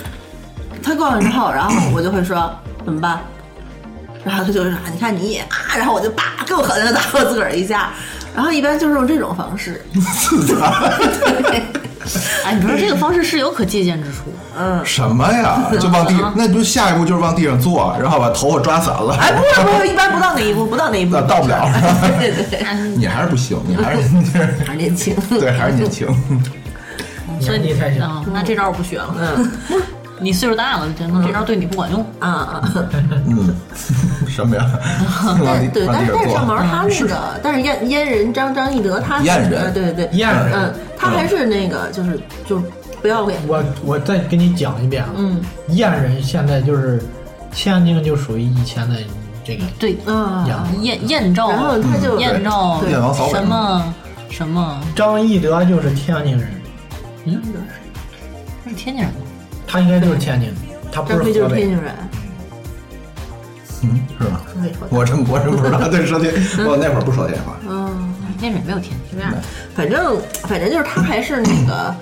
Speaker 5: 他逛完之后，然后我就会说怎么办？然后他就说啊你看你也啊，然后我就叭更狠的打我自个儿一下，然后一般就是用这种方式。
Speaker 3: 哎，你说这个方式是有可借鉴之处。
Speaker 2: 什么呀？就往地，那不下一步就是往地上坐，然后把头发抓散了。
Speaker 5: 哎，不是不是，一般不到那一步，不
Speaker 2: <laughs>
Speaker 5: 到那一步
Speaker 2: 那，到不了。
Speaker 5: 对对对，
Speaker 2: 你还是不行，你还是
Speaker 5: <laughs> 还是年轻。
Speaker 2: <laughs> 对，还是年轻。
Speaker 3: 所以
Speaker 4: 年纪太小
Speaker 3: 啊，那这招我不学了。嗯，你岁数大了，真的这招对你不管用。
Speaker 5: 啊啊！
Speaker 2: 嗯， <laughs> 什么呀？往地
Speaker 5: 对，
Speaker 2: 往
Speaker 5: 但
Speaker 2: 地
Speaker 5: 是但是上
Speaker 2: 上
Speaker 5: 毛
Speaker 2: 坐。
Speaker 5: 他那个，但是燕燕人张张翼德他
Speaker 2: 燕人
Speaker 5: 呃对对对，
Speaker 4: 燕人
Speaker 5: 嗯，他还是那个就是就不要脸，
Speaker 4: 我我再跟你讲一遍啊，
Speaker 5: 嗯
Speaker 4: 燕人现在就是天津就属于以前的这个
Speaker 3: 对，
Speaker 5: 啊，
Speaker 4: 燕国。
Speaker 3: 燕燕赵，
Speaker 5: 然后他就
Speaker 3: 燕赵
Speaker 2: 对燕王扫北
Speaker 3: 嗯什么什么，
Speaker 4: 张翼德就是天津人，
Speaker 3: 那是天津人吗？
Speaker 4: 他应该就是天津，他不
Speaker 5: 张飞
Speaker 4: 是
Speaker 5: 就
Speaker 4: 河
Speaker 5: 是
Speaker 4: 北。
Speaker 5: 天津人，
Speaker 2: 嗯，是吧？
Speaker 5: 张飞说的
Speaker 2: 我真我真不知道，对，说的我那会儿不说这话。 <laughs>
Speaker 5: 嗯，
Speaker 3: 天津人没有天津人。
Speaker 5: 反正反正就是他还是那个，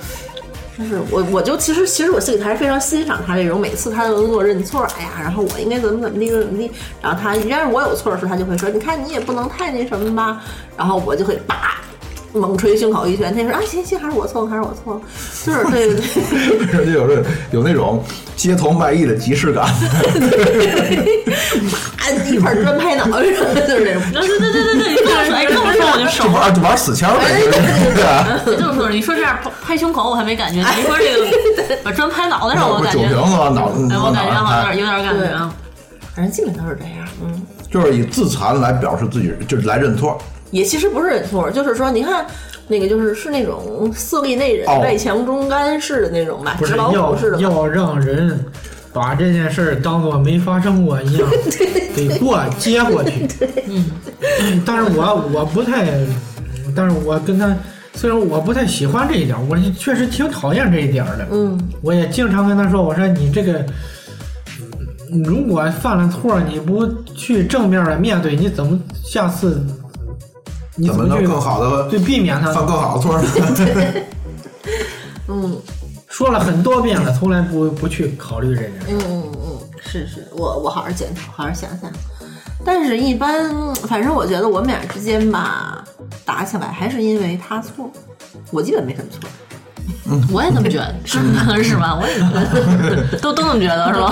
Speaker 5: 就是我我就其实其实我自己还是非常欣赏他这种，每次他都能给我认错，哎呀，然后我应该怎么怎么地怎么地，然后他要是我有错的时候，他就会说，你看你也不能太那什么吧，然后我就会叭。猛捶胸口一拳，他就说啊，行行，还是我错了，还是我错了，就是对对
Speaker 2: 就
Speaker 5: 对， <laughs>
Speaker 2: 有这有那种街头卖艺的即视感。
Speaker 5: 啪一块砖拍脑袋上，就是这种。
Speaker 3: 对对对对对，你这么说，哎，这么说我就
Speaker 2: 这
Speaker 3: 手。
Speaker 2: 不 <laughs> 玩就玩死腔了，对吧？
Speaker 3: <laughs> 你这么说，你说这样拍拍胸口我还没感觉，
Speaker 5: <laughs>
Speaker 3: 你说这个把砖拍脑袋上，我
Speaker 2: 不
Speaker 3: 感
Speaker 2: 酒
Speaker 3: 觉
Speaker 2: <laughs> 瓶，子往脑
Speaker 3: 哎，我
Speaker 2: 往
Speaker 3: 感
Speaker 2: 脑
Speaker 3: 觉
Speaker 2: 上
Speaker 3: 好像
Speaker 2: 拍
Speaker 3: 有，点有点感觉啊。
Speaker 5: 反正基本都是这样，嗯。
Speaker 2: 就是以自残来表示自己，就是来认错。
Speaker 5: 也其实不是认错，就是说，你看那个就是是那种色厉内荏、
Speaker 2: 哦
Speaker 5: 外强中干式的那种吧，
Speaker 4: 不
Speaker 5: 纸
Speaker 4: 是
Speaker 5: 老虎似
Speaker 4: 要
Speaker 5: 的吧。
Speaker 4: 要让人把这件事儿当做没发生过
Speaker 5: <laughs>
Speaker 4: 一样，得过接过去。嗯，但是我我不太，但是我跟他虽然我不太喜欢这一点儿，我确实挺讨厌这一点儿的。
Speaker 5: 嗯，
Speaker 4: 我也经常跟他说，我说你这个。嗯如果犯了错，你不去正面的面对，你怎么下次你
Speaker 2: 怎么
Speaker 4: 么
Speaker 2: 能
Speaker 4: 去
Speaker 2: 更好的
Speaker 4: 对啊避免它？
Speaker 2: 犯更好的错呢？
Speaker 5: 嗯
Speaker 4: 说了很多遍了，从来不不去考虑这件事。
Speaker 5: 嗯嗯嗯，是是，我我好好检讨，好好想想。但是，一般反正我觉得我们俩之间吧，打起来还是因为他错，我基本没什么错。
Speaker 3: 我也这么觉得， <laughs> 是
Speaker 5: <laughs>
Speaker 3: 吧？是吧？我也觉得都都这么觉得，是吧？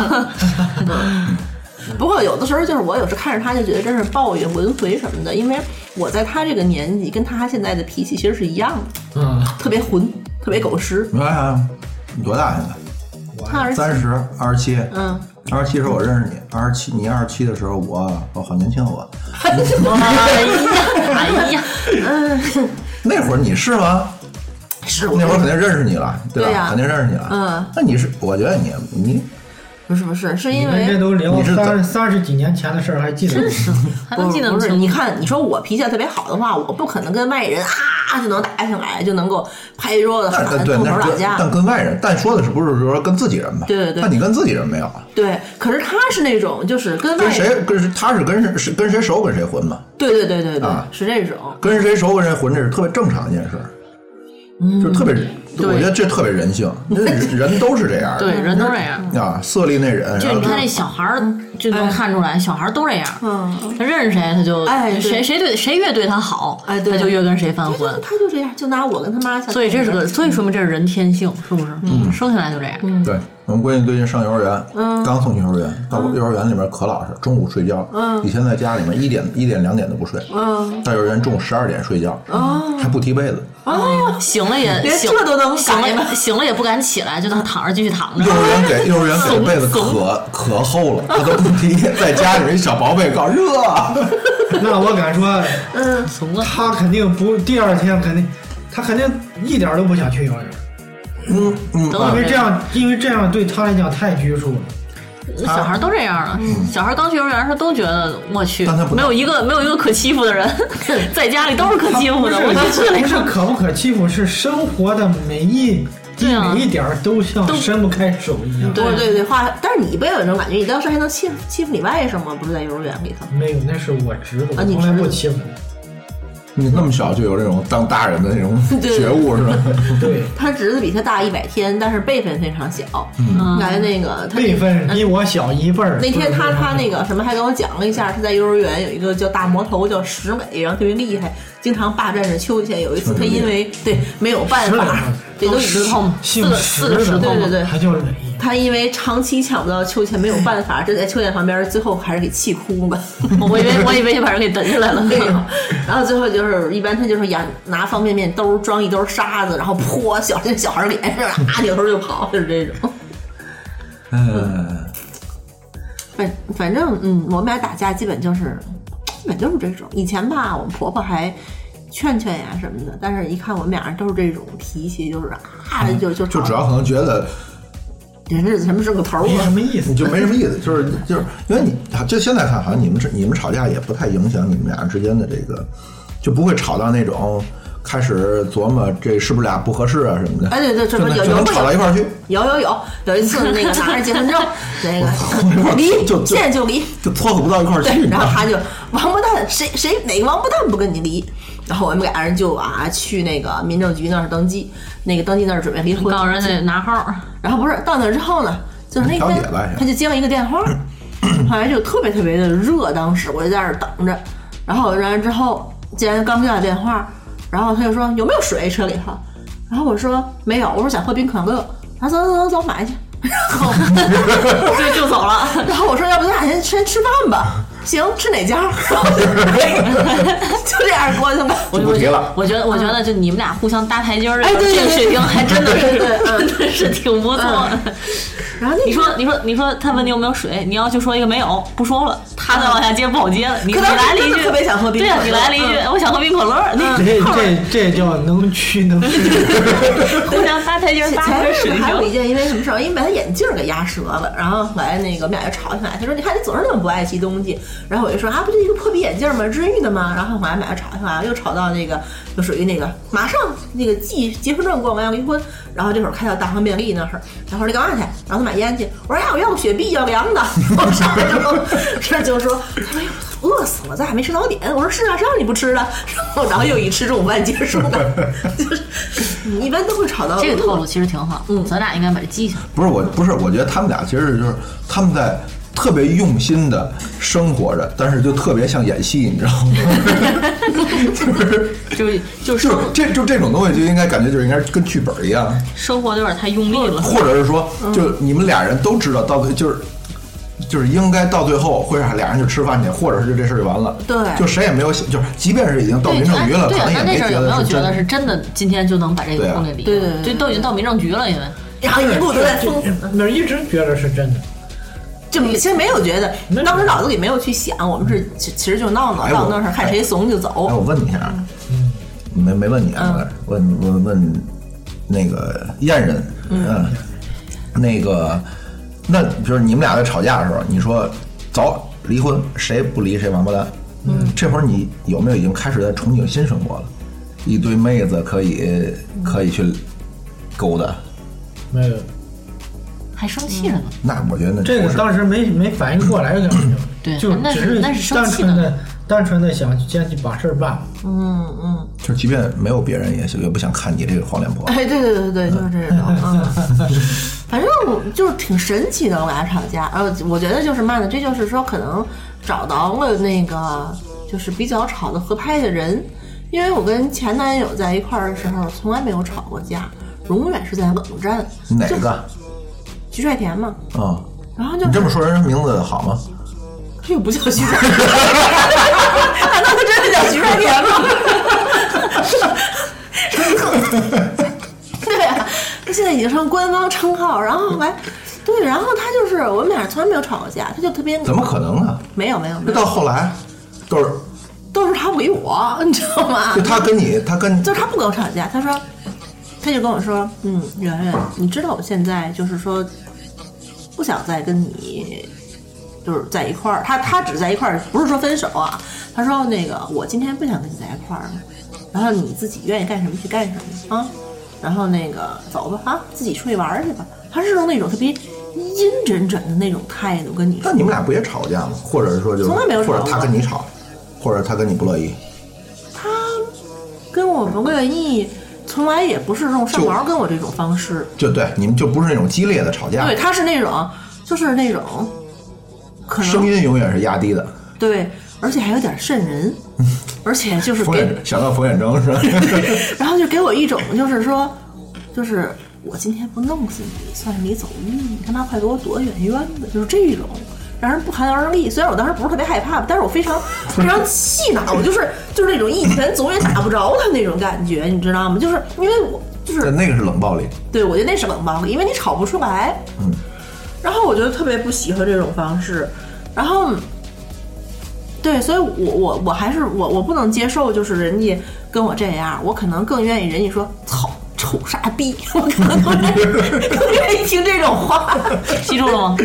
Speaker 5: 不过有的时候就是我有时看着他就觉得真是抱怨轮回什么的，因为我在他这个年纪跟他现在的脾气其实是一样的，
Speaker 4: 嗯，
Speaker 5: 特别混，特别狗食。
Speaker 2: 你看，你多大现在？
Speaker 5: 他儿子
Speaker 2: 三十二十七。
Speaker 5: 嗯，
Speaker 2: 二十七时候我认识你，二十七你二十七的时候我我好年轻啊我，
Speaker 3: 哎呀， <laughs> 哎呀，
Speaker 2: 那会儿你是吗？
Speaker 5: 是我
Speaker 2: 那会儿肯定认识你了，对吧？
Speaker 5: 对呀
Speaker 2: 肯定认识你了。
Speaker 5: 嗯，
Speaker 2: 那你是我觉得你你
Speaker 5: 不是不是，是
Speaker 4: 你
Speaker 5: 因
Speaker 4: 们
Speaker 5: 为
Speaker 4: 这都聊
Speaker 2: 你是怎
Speaker 4: 三三十几年前的事儿，还记得吗？
Speaker 3: 还能记得
Speaker 5: 不是，
Speaker 3: 清？
Speaker 5: 你看，你说我脾气特别好的话，我不可能跟外人啊就能打起来，就能够拍桌子
Speaker 2: 但
Speaker 5: 喊
Speaker 2: 但对
Speaker 5: 吐
Speaker 2: 那
Speaker 5: 口
Speaker 2: 是
Speaker 5: 打
Speaker 2: 跟
Speaker 5: 架。
Speaker 2: 但跟外人，但说的是不是说跟自己人吧？
Speaker 5: 对对对
Speaker 2: 但你跟自己人没有啊？
Speaker 5: 对，可是他是那种就是跟外
Speaker 2: 跟
Speaker 5: 人，
Speaker 2: 谁跟谁他是跟谁是跟谁熟跟谁混嘛？
Speaker 5: 对对对对对，
Speaker 2: 啊
Speaker 5: 是这种。
Speaker 2: 跟谁熟跟谁混，这是特别正常一件事儿，就是特别，
Speaker 5: 嗯对
Speaker 2: 我觉得这特别人性，因
Speaker 5: <laughs>
Speaker 2: 为人人都是这样
Speaker 3: 对，
Speaker 2: 的，
Speaker 3: 人都这
Speaker 5: 嗯
Speaker 3: 样。
Speaker 2: 啊，色厉内荏，
Speaker 3: 就
Speaker 2: 然
Speaker 3: 是
Speaker 2: 后
Speaker 3: 你看那小孩儿就能看出来，小孩儿都这样。
Speaker 5: 嗯，
Speaker 3: 他认识谁他就
Speaker 5: 哎对
Speaker 3: 谁谁对谁越对他好，
Speaker 5: 哎对
Speaker 3: 他就越跟谁犯
Speaker 5: 他就
Speaker 3: 浑。
Speaker 5: 他嗯就这样，就拿我跟他妈相比嗯
Speaker 3: 所以这是个，所以说明这是人天性，是不是？生下来就这样。
Speaker 2: 对，我们闺女最近上幼儿园，
Speaker 3: 嗯
Speaker 2: 刚送去幼儿园，到幼儿园里面可老实，中午睡觉，
Speaker 3: 嗯
Speaker 2: 以前在家里面一点一点两点都不睡，到幼儿园中午十二点睡觉，
Speaker 3: 哦
Speaker 2: 还不踢被子，
Speaker 3: 醒了也
Speaker 5: 连
Speaker 3: 醒，
Speaker 5: 这都能
Speaker 3: 醒了
Speaker 5: 改
Speaker 3: 也醒了也不敢起来，就他躺着继续躺着
Speaker 2: 幼。儿园给幼儿园给的被子
Speaker 3: 怂
Speaker 2: 可可厚了，他都不踢，在家里面一小薄被告热， <laughs>
Speaker 4: 那我敢说，
Speaker 3: <laughs> 怂了，
Speaker 4: 他肯定不第二天肯定，他肯定一点都不想去幼儿园，
Speaker 2: 嗯嗯
Speaker 3: 等
Speaker 2: 啊
Speaker 4: 因
Speaker 3: 会
Speaker 4: 为这样，因为这样对他来讲太拘束了。
Speaker 3: 小孩都这样了。小孩刚去幼儿园的时候都觉得我去
Speaker 2: 嗯但他，不
Speaker 3: 没有一个没有一个可欺负的
Speaker 5: <laughs>
Speaker 3: 人，在家里都是可欺负
Speaker 4: 不
Speaker 3: 的。
Speaker 4: 是
Speaker 3: 我就去了
Speaker 4: 不
Speaker 3: 一
Speaker 4: 是
Speaker 3: 趟，
Speaker 4: 可不可欺负，是生活的每一滴、
Speaker 3: 对啊
Speaker 4: 每一点儿都像
Speaker 3: 都
Speaker 4: 伸不开手一样。
Speaker 3: 对
Speaker 5: <laughs> 对对对，话，但是你不也有那种感觉？你当时还能欺负欺负你外甥吗？不是在幼儿园里头，
Speaker 4: 没有，那是我侄子，我
Speaker 5: 啊你
Speaker 4: 从来
Speaker 5: 侄
Speaker 4: 不
Speaker 5: 子
Speaker 4: 欺负他。
Speaker 2: 你那么小就有这种当大人的那种
Speaker 5: 对
Speaker 2: 觉悟是吧？ <laughs>
Speaker 3: <laughs>
Speaker 4: 对，
Speaker 5: 他侄子比他大一百天，但是辈分非常小。
Speaker 3: 嗯
Speaker 5: 来那个他嗯
Speaker 4: 辈分比我小一辈儿。
Speaker 5: 那天他
Speaker 4: 所以说
Speaker 5: 他那个什么还跟我讲了一下，他在幼儿园有一个叫大魔头叫石美，然后特别厉害，经常霸占着秋千。有一次他因为对没有办
Speaker 4: 石磊
Speaker 5: 法
Speaker 4: 吗，
Speaker 5: 对都已
Speaker 3: 石
Speaker 5: 经
Speaker 3: 头嘛，四
Speaker 4: 姓
Speaker 3: 个
Speaker 4: 石
Speaker 3: 四个石
Speaker 4: 的
Speaker 3: 头
Speaker 5: 对对
Speaker 3: 嘛。
Speaker 5: 对
Speaker 4: 还叫磊。
Speaker 5: 他因为长期抢不到秋千，没有办法，站在秋千旁边，最后还是给气哭了。
Speaker 3: <laughs> 我以为我以为你把人给蹬下来了
Speaker 5: 对，然后最后就是一般他就是呀拿方便面兜装一兜沙子，然后泼小那小孩脸上，啊扭头就跑，就是这种。
Speaker 2: 嗯，
Speaker 5: 反反正嗯，我们俩打架基本就是，基本就是这种。以前吧，我们婆婆还劝劝呀什么的，但是一看我们俩人都是这种脾气，就是啊就就
Speaker 2: 嗯就
Speaker 5: 吵
Speaker 2: 主要可能觉得
Speaker 5: 人是什么是个头
Speaker 4: 没什
Speaker 5: 啊。
Speaker 4: 么意思
Speaker 2: 你，就没什么意思，就是就是因为你就现在看，好像你们这你们吵架也不太影响你们俩之间的这个，就不会吵到那种开始琢磨这是不是俩不合适啊什么的，
Speaker 5: 哎对对，这不
Speaker 2: 就能
Speaker 5: 有
Speaker 2: 就
Speaker 5: 有
Speaker 2: 能吵到一块儿去，
Speaker 5: 有有有有一次那个拿着结婚证，那
Speaker 2: 我
Speaker 5: 个离
Speaker 2: 就就
Speaker 5: 现在就离，
Speaker 2: 就撮合不到一块儿去。
Speaker 5: 对，
Speaker 2: 你知
Speaker 5: 然
Speaker 2: 道
Speaker 5: 后
Speaker 2: 吗
Speaker 5: 他就王八蛋，谁谁哪个王八蛋不跟你离？然后我们俩人就啊去那个民政局那儿登记，那个登记那儿准备离婚。
Speaker 3: 告人家拿号，
Speaker 5: 然后不是到那儿之后呢，就是那
Speaker 2: 调解
Speaker 5: 天
Speaker 2: 了还
Speaker 5: 他就接了一个电
Speaker 2: <coughs>
Speaker 5: 话，后来就特别特别的热，当时我就在那儿等着，然后然后之后既然刚接到电话，然后他就说有没有水车里头，然后我说没有，我说想喝冰可乐，他说走走走走买去， <laughs> 然后
Speaker 3: 就就走了。
Speaker 5: 然后我说要不咱俩先先吃饭吧，行，吃
Speaker 2: <laughs>
Speaker 5: 哪家？ <laughs> 然后就就这样过去了。
Speaker 3: 我
Speaker 2: 就不提了
Speaker 3: 我觉得，我觉得，就你们俩互相搭台阶儿，
Speaker 5: 哎对对
Speaker 3: 这个水平还真的是，
Speaker 5: 对对对嗯嗯
Speaker 3: 真的是挺不错的。
Speaker 5: 然后那
Speaker 3: 你说，你说，你说，他问你有没有水，你要就说一个没有，不说了，他再往下接不好接了。你你
Speaker 5: 可当时
Speaker 3: 来了一
Speaker 5: 真
Speaker 3: 句，
Speaker 5: 的特别想喝冰
Speaker 3: 对呀，啊
Speaker 5: 可乐嗯
Speaker 3: 你来了一句，哎我想喝冰可乐，你
Speaker 4: 这
Speaker 3: <laughs>
Speaker 4: 这这叫能屈能伸。
Speaker 3: 互相搭台阶儿，搭
Speaker 5: 前
Speaker 3: 台
Speaker 5: 阵
Speaker 3: 水
Speaker 5: 子
Speaker 3: 平
Speaker 5: 还。有一件因为什么事儿，因为把他眼镜儿给压折了，然后后来那个我们俩就吵起来。他说：“你看你总是那么不爱惜东西。”然后我就说：“啊，不就一个破逼眼镜儿吗？至于的吗？”然后后来我们俩就吵起来了，又吵到那个就属于那个马上那个寄结婚证过我们要离婚，然后这会儿开到大方便利那儿，然后你干嘛去？然后他买烟去。我说：“哎呀，我要个雪碧，要凉的。” <laughs> 我上来之后，这就说：“他说哎呦，饿死了，咱还没吃早点。”我说：“是啊，谁让你不吃的？”然后然后又以吃中午饭结束的， <laughs> 就是嗯你一般都会吵到
Speaker 3: 这个
Speaker 5: 饿
Speaker 3: 套路其实挺好，嗯，咱俩应该把这记下来。
Speaker 2: 不是我，不是我觉得他们俩其实就是他们在特别用心的生活着，但是就特别像演戏，你知道吗？ <laughs> 就是
Speaker 3: 就是就是
Speaker 2: 就是
Speaker 3: 生
Speaker 2: 这就这种东西就应该感觉就应该跟剧本一样，
Speaker 3: 生活有点太用力了。嗯
Speaker 2: 或者是说，就你们俩人都知道到最就是。就是应该到最后会让俩人去吃饭去，或者是就这事儿就完了。
Speaker 5: 对
Speaker 2: 就谁也没有想，就是即便是已经到
Speaker 3: 对，
Speaker 2: 民政局了，
Speaker 3: 哎对
Speaker 2: 可
Speaker 3: 啊
Speaker 2: 能，也
Speaker 3: 那那
Speaker 2: 没
Speaker 3: 阵儿
Speaker 2: 觉
Speaker 3: 有没
Speaker 2: 得
Speaker 3: 有
Speaker 2: 是
Speaker 3: 觉
Speaker 2: 真
Speaker 3: 得。是真的？今天就能把这
Speaker 2: 对
Speaker 3: 个
Speaker 2: 啊
Speaker 3: 婚给离了？
Speaker 5: 对对对对
Speaker 3: 就都已经到民政局了，因为
Speaker 5: 然后一路都在疯，
Speaker 4: 那一直觉得是真的，
Speaker 5: 就其实没有觉得
Speaker 4: 没，有
Speaker 5: 当时脑子里没有去想，我们是其其实就闹闹
Speaker 2: 哎
Speaker 5: 到
Speaker 2: 我
Speaker 5: 那儿看谁怂就走
Speaker 2: 哎，。我问你一下啊，没没问你啊，我问我问那个燕人，嗯，那个那就是你们俩在吵架的时候，你说走离婚，谁不离谁王八蛋，嗯，这会儿你有没有已经开始在憧憬新生活了？一堆妹子可以可以去勾搭，
Speaker 4: 没有。
Speaker 3: 还生气了呢。
Speaker 2: 那我觉得那
Speaker 4: <laughs> 这
Speaker 2: 不
Speaker 4: 个
Speaker 2: 是
Speaker 4: 当时没没反应过来，感觉
Speaker 3: 嗯对
Speaker 4: 就
Speaker 3: 那
Speaker 4: 只
Speaker 3: 是那是生
Speaker 4: 单
Speaker 3: 气
Speaker 4: 纯
Speaker 3: 的
Speaker 4: 的单纯的想先去把事儿办了。
Speaker 5: 嗯嗯，
Speaker 2: 就即便没有别人也也不想看你这个黄脸婆。
Speaker 5: 哎，对对对对，就是
Speaker 2: <laughs>
Speaker 5: 这种。嗯，反正就是挺神奇的，我俩吵架。然后我觉得就是嘛呢，这就是说可能找到了那个就是比较吵的合拍的人，因为我跟前男友在一块儿的时候从来没有吵过架，永远是在冷战。
Speaker 2: 哪个？
Speaker 5: 徐帅田嘛，
Speaker 2: 啊。
Speaker 5: 然后就
Speaker 2: 你这么说人名字好吗？
Speaker 5: 他又不叫徐帅田， <laughs> 难道他真的叫徐帅田 <laughs> 吗？对啊，他现在已经成官方称号，然后后来，对，然后他就是我们俩从来没有吵过架，他就特别
Speaker 2: 怎么可能呢？
Speaker 5: 没有没有没
Speaker 2: 那
Speaker 5: 有，
Speaker 2: 到后来都是
Speaker 5: 都是他围我，你知道吗
Speaker 2: 就？他跟你，他跟
Speaker 5: 就是他不跟我吵架，他说，他就跟我说，嗯，圆圆，你知道我现在就是说，不想再跟你就是在一块儿，他他只在一块儿，不是说分手啊。他说那个我今天不想跟你在一块儿了，然后你自己愿意干什么去干什么啊，然后那个走吧啊，自己出去玩儿去吧。他是用那种特别阴沉沉的那种态度跟你说
Speaker 2: 那，你们俩不也吵架吗？或者是说就是
Speaker 5: 从来没有吵
Speaker 2: 或
Speaker 5: 过
Speaker 2: 者他跟你吵，或者他跟你不乐意，
Speaker 5: 他跟我不乐意，从来也不是用上毛跟我这种方式。
Speaker 2: 就对你们就不是那种激烈的吵架
Speaker 5: 对，，他是那种，就是那种，可
Speaker 2: 声
Speaker 5: 能
Speaker 2: 音永远是压低的。
Speaker 5: 对，而且还有点瘆人，
Speaker 2: 嗯
Speaker 5: <laughs> 而且
Speaker 2: <laughs>
Speaker 5: 就是
Speaker 2: 冯
Speaker 5: 给，
Speaker 2: 远想到冯远征是吧？
Speaker 5: 然后就给我一种就是说，就是我今天不弄死你，算是你走运，你他妈快给我躲远远的，就是这种。让人不寒而栗。虽然我当时不是特别害怕吧，但是我非常非常气恼，我就是就是那种一拳总也打不着他那种感觉，你知道吗？就是因为我就是
Speaker 2: <laughs> 那个是冷暴力，
Speaker 5: 对，我觉得那是冷暴力，因为你吵不出来。
Speaker 2: 嗯。
Speaker 5: 然后我就特别不喜欢这种方式，然后，对，所以我我我还是我我不能接受，就是人家跟我这样，我可能更愿意人家说操臭傻逼， <laughs> 我可能更愿意更愿意听这
Speaker 2: <laughs>
Speaker 5: 种话。
Speaker 3: <laughs> 记住了 <laughs> 吗？